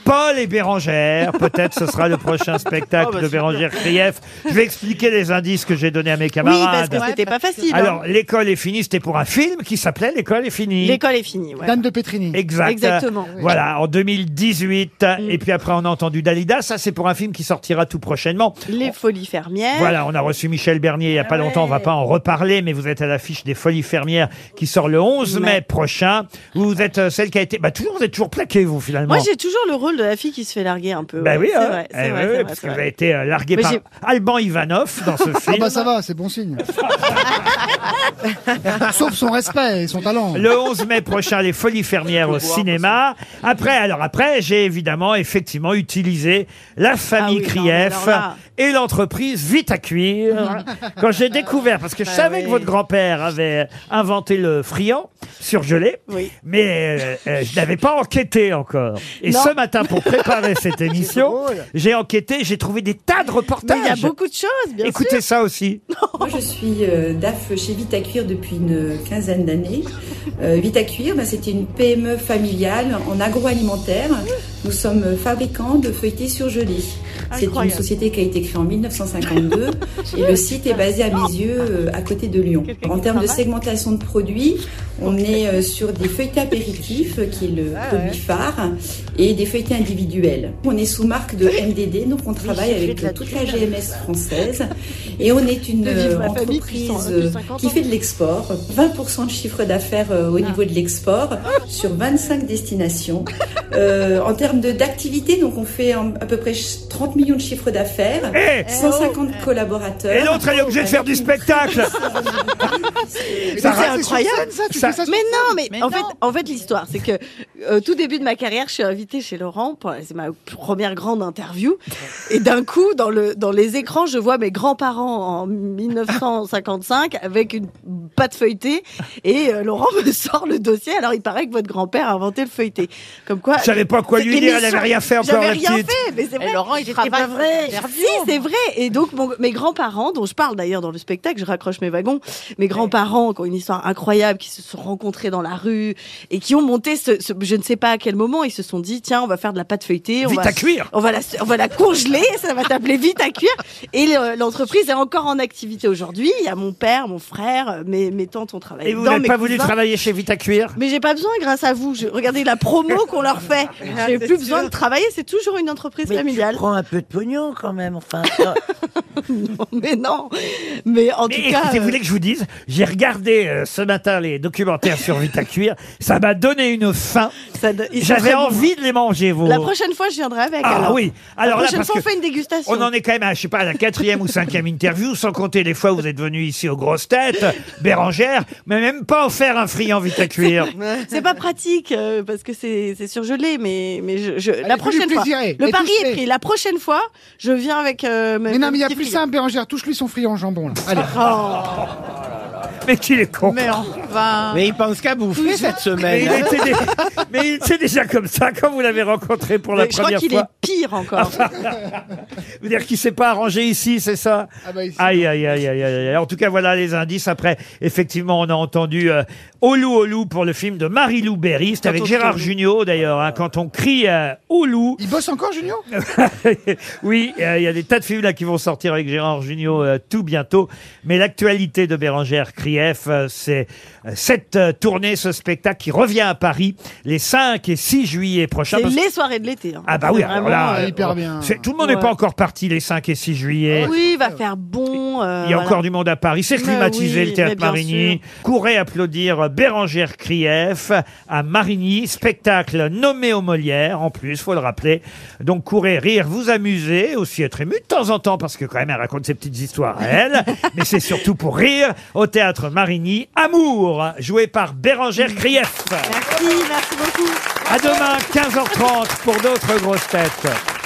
Speaker 2: Paul et Bérangère, peut-être ce sera le prochain spectacle
Speaker 11: Ah, bah,
Speaker 2: de
Speaker 11: super.
Speaker 2: Bérangère Krief. Je vais expliquer les indices que j'ai donnés à mes camarades.
Speaker 16: parce que c'était pas facile, hein.
Speaker 2: Alors, l'école est finie, c'était pour un film qui s'appelait L'école est finie.
Speaker 16: L'école est finie. ouais.
Speaker 11: Dame de Petrini.
Speaker 2: Exact.
Speaker 16: Exactement. Mm.
Speaker 2: Voilà, en 2018. Et puis après, on a entendu Dalida. Ça, c'est pour un film qui sortira tout prochainement.
Speaker 16: Les folies fermières.
Speaker 2: Voilà, on a reçu Michel Bernier il n'y a pas longtemps, on va pas en reparler, mais vous êtes à l'affiche des Folies Fermières qui sort le 11 mai prochain. Vous êtes euh, celle qui a été... Bah, toujours, vous êtes toujours plaquée, vous, finalement.
Speaker 16: Moi, j'ai toujours le rôle de la fille qui se fait larguer un peu.
Speaker 2: Bah
Speaker 16: ouais,
Speaker 2: oui,
Speaker 16: c'est
Speaker 2: hein.
Speaker 16: vrai, c'est
Speaker 2: Eh
Speaker 16: vrai,
Speaker 2: oui,
Speaker 16: c'est vrai,
Speaker 2: parce
Speaker 16: c'est
Speaker 2: que vous
Speaker 16: vrai.
Speaker 2: avez été euh, largué
Speaker 16: Mais
Speaker 2: par
Speaker 16: j'ai-
Speaker 2: Alban Ivanov dans ce film.
Speaker 11: Ah bah ça va, c'est bon signe. Sauf son respect et son talent.
Speaker 2: Le 11 mai prochain, les Folies Fermières au cinéma. Après, alors après, j'ai évidemment effectivement utilisé la famille
Speaker 16: Ah oui, non, mais alors
Speaker 2: Krief
Speaker 16: là. Ah
Speaker 2: et l'entreprise Vite à cuire. quand j'ai découvert, parce que je
Speaker 16: Bah
Speaker 2: savais que
Speaker 16: oui.
Speaker 2: votre grand-père avait inventé le friand surgelé,
Speaker 16: Oui.
Speaker 2: mais euh, euh, je n'avais pas enquêté encore. Et
Speaker 16: Non.
Speaker 2: ce matin, pour préparer cette émission, j'ai enquêté, j'ai trouvé des tas de reportages.
Speaker 16: Mais il y a beaucoup de choses, bien
Speaker 2: Écoutez
Speaker 16: sûr.
Speaker 2: ça aussi.
Speaker 22: Moi, je suis euh, DAF chez Vita Cuir depuis une quinzaine d'années. Euh, Vita Cuir, ben, c'était une PME familiale en agroalimentaire. Nous sommes fabricants de feuilletés surgelés. C'est une
Speaker 16: Incroyable.
Speaker 22: société qui a été créée en 1952 et le site est basé à Misieux, euh, à côté de Lyon. En termes de segmentation de produits, on est euh, sur des feuilletés apéritifs, euh, qui est le
Speaker 16: Ah
Speaker 22: produit phare, et des feuilletés individuels. On est sous marque de MDD, donc on travaille j'ai fait avec de la euh, toute la GMS française. Et on est une De vivre euh, ma famille depuis entreprise 100, euh, depuis 50 qui ans. fait de l'export, 20% de chiffre d'affaires euh, au niveau de l'export sur 25 destinations. Euh, en termes de- d'activité, donc on fait en- à peu près ch- 30 millions de chiffre d'affaires,
Speaker 2: Eh
Speaker 22: 150 collaborateurs.
Speaker 2: Et l'autre, elle est obligée de faire du spectacle.
Speaker 16: Mais C'est
Speaker 22: Ça reste sur
Speaker 16: incroyable.
Speaker 22: scène, ça, tu fais ça sur
Speaker 16: mais
Speaker 22: scène.
Speaker 16: non, mais,
Speaker 22: Mais
Speaker 16: en
Speaker 22: non.
Speaker 16: fait, en fait, l'histoire, c'est que euh, tout début de ma carrière, je suis invitée chez Laurent. pour- C'est ma première grande interview. Et d'un coup, dans le dans les écrans, je vois mes grands-parents en 1955 avec une pâte feuilletée. Et euh, Laurent me sort le dossier. Alors, il paraît que votre grand-père a inventé le feuilleté. Comme quoi.
Speaker 2: Je savais pas quoi lui dire, elle
Speaker 16: l'émission-
Speaker 2: avait rien fait encore,
Speaker 16: J'avais
Speaker 2: la
Speaker 16: rien
Speaker 2: petite.
Speaker 16: fait, mais c'est
Speaker 6: Et
Speaker 16: vrai.
Speaker 6: Laurent, il travaille
Speaker 16: pas
Speaker 6: sur
Speaker 16: vrai.
Speaker 6: l'interview.
Speaker 16: Si, c'est vrai. Et donc, mon- mes grands-parents, dont je parle d'ailleurs dans le spectacle, je raccroche mes wagons, mes grands-parents qui ont une histoire incroyable, qui se sont rencontrés dans la rue et qui ont monté ce, ce- je ne sais pas à quel moment, ils se sont dit tiens, on va faire de la pâte feuilletée, on
Speaker 2: Vite
Speaker 16: va
Speaker 2: à cuire.
Speaker 16: on va la on va la congeler, ça va t'appeler vite à cuire. Et le- l'entreprise est encore en activité aujourd'hui. Il y a mon père, mon frère, mes mes tantes ont travaillé.
Speaker 2: Et vous
Speaker 16: dedans,
Speaker 2: n'avez
Speaker 16: mes
Speaker 2: pas voulu
Speaker 16: cousins.
Speaker 2: travailler chez Vita Cuir
Speaker 16: Mais j'ai pas besoin grâce à vous. Je- regardez la promo qu'on leur fait.
Speaker 2: Ah,
Speaker 16: J'ai plus besoin de travailler. C'est toujours une entreprise familiale.
Speaker 7: Prends un peu de pognon quand même, enfin.
Speaker 16: mais non. Mais en tout cas,
Speaker 2: écoutez,
Speaker 16: euh,
Speaker 2: vous voulez que je vous dise, j'ai regardé euh, ce matin les documentaires sur Vita Cuir, ça m'a donné une faim.
Speaker 16: ils sont
Speaker 2: J'avais
Speaker 16: très bons.
Speaker 2: envie de les manger, vos.
Speaker 16: la prochaine fois, je viendrai avec.
Speaker 2: Ah
Speaker 16: alors.
Speaker 2: oui. Alors
Speaker 16: la
Speaker 2: là,
Speaker 16: prochaine
Speaker 2: parce
Speaker 16: fois, on
Speaker 2: que
Speaker 16: fait une dégustation.
Speaker 2: On en est quand même à, je sais pas, à la quatrième ou cinquième interview, sans compter les fois où vous êtes venu ici aux grosses têtes, Bérangère, mais même pas offert un friand vite à cuire.
Speaker 16: C'est pas pratique euh, parce que c'est c'est surgelé, mais mais je, je- la
Speaker 11: plus
Speaker 16: prochaine fois.
Speaker 11: plaisirée,
Speaker 16: Le
Speaker 11: et
Speaker 16: pari
Speaker 11: touchez.
Speaker 16: est pris. La prochaine fois, je viens avec. euh, mes-
Speaker 11: Mais non,
Speaker 16: mes
Speaker 11: mais il y a
Speaker 16: petits Oh.
Speaker 11: plus
Speaker 16: frites.
Speaker 11: simple, Bérangère. Touche-lui son friand en jambon, là. Allez.
Speaker 2: Mais qu'il est con.
Speaker 16: Mais enfin.
Speaker 3: Mais il pense qu'à bouffer cette
Speaker 2: Ah. Mais
Speaker 3: semaine. hein.
Speaker 2: il, était dé- mais il était déjà comme ça quand vous l'avez rencontré pour la
Speaker 16: Mais je crois
Speaker 2: première
Speaker 16: qu'il est
Speaker 2: fois.
Speaker 16: pire
Speaker 2: Ah,
Speaker 16: encore.
Speaker 2: Vous dire qu'il s'est pas arrangé ici, c'est ça
Speaker 11: Ah bah, ici.
Speaker 2: Aïe, aïe, aïe, aïe, aïe, aïe. En tout cas, voilà les indices. Après, effectivement, on a entendu euh, Olou Olou pour le film de Marie-Lou Berry.
Speaker 11: Quand
Speaker 2: C'était avec
Speaker 11: on
Speaker 2: Gérard
Speaker 11: crie.
Speaker 2: Junior, d'ailleurs. hein. quand on crie euh, Olou,
Speaker 11: Il bosse encore, Junior
Speaker 2: oui, euh, il y a des tas de films là qui vont sortir avec Gérard Jugnot euh, tout bientôt. Mais l'actualité de Bérangère Krief, euh, c'est euh, cette euh, tournée, ce spectacle qui revient à Paris les 5 et 6 juillet prochains.
Speaker 16: C'est
Speaker 2: Parce-
Speaker 16: les soirées de l'été. hein.
Speaker 2: Ah bah oui,
Speaker 16: C'est
Speaker 2: alors
Speaker 16: vraiment,
Speaker 2: là,
Speaker 16: euh,
Speaker 2: euh, c'est- tout le monde n'est
Speaker 16: Ouais.
Speaker 2: pas encore parti les 5 et 6 juillet.
Speaker 16: Ah Oui, il va faire bon. euh,
Speaker 2: Il y a
Speaker 16: voilà.
Speaker 2: encore du monde à Paris. C'est
Speaker 16: Mais
Speaker 2: climatisé,
Speaker 16: oui,
Speaker 2: le théâtre
Speaker 16: mais bien
Speaker 2: Marigny. Courez applaudir Bérangère Krief à Marigny. Spectacle nommé aux Molières, en plus, faut le rappeler. Donc, courez rire, vous amuser, aussi être ému de temps en temps, parce que quand même, elle raconte ses petites histoires à elle. mais c'est surtout pour rire au théâtre Marigny. Amour, joué par Bérangère Krief.
Speaker 16: Merci, merci beaucoup.
Speaker 2: À demain, 15h30, pour d'autres grosses têtes.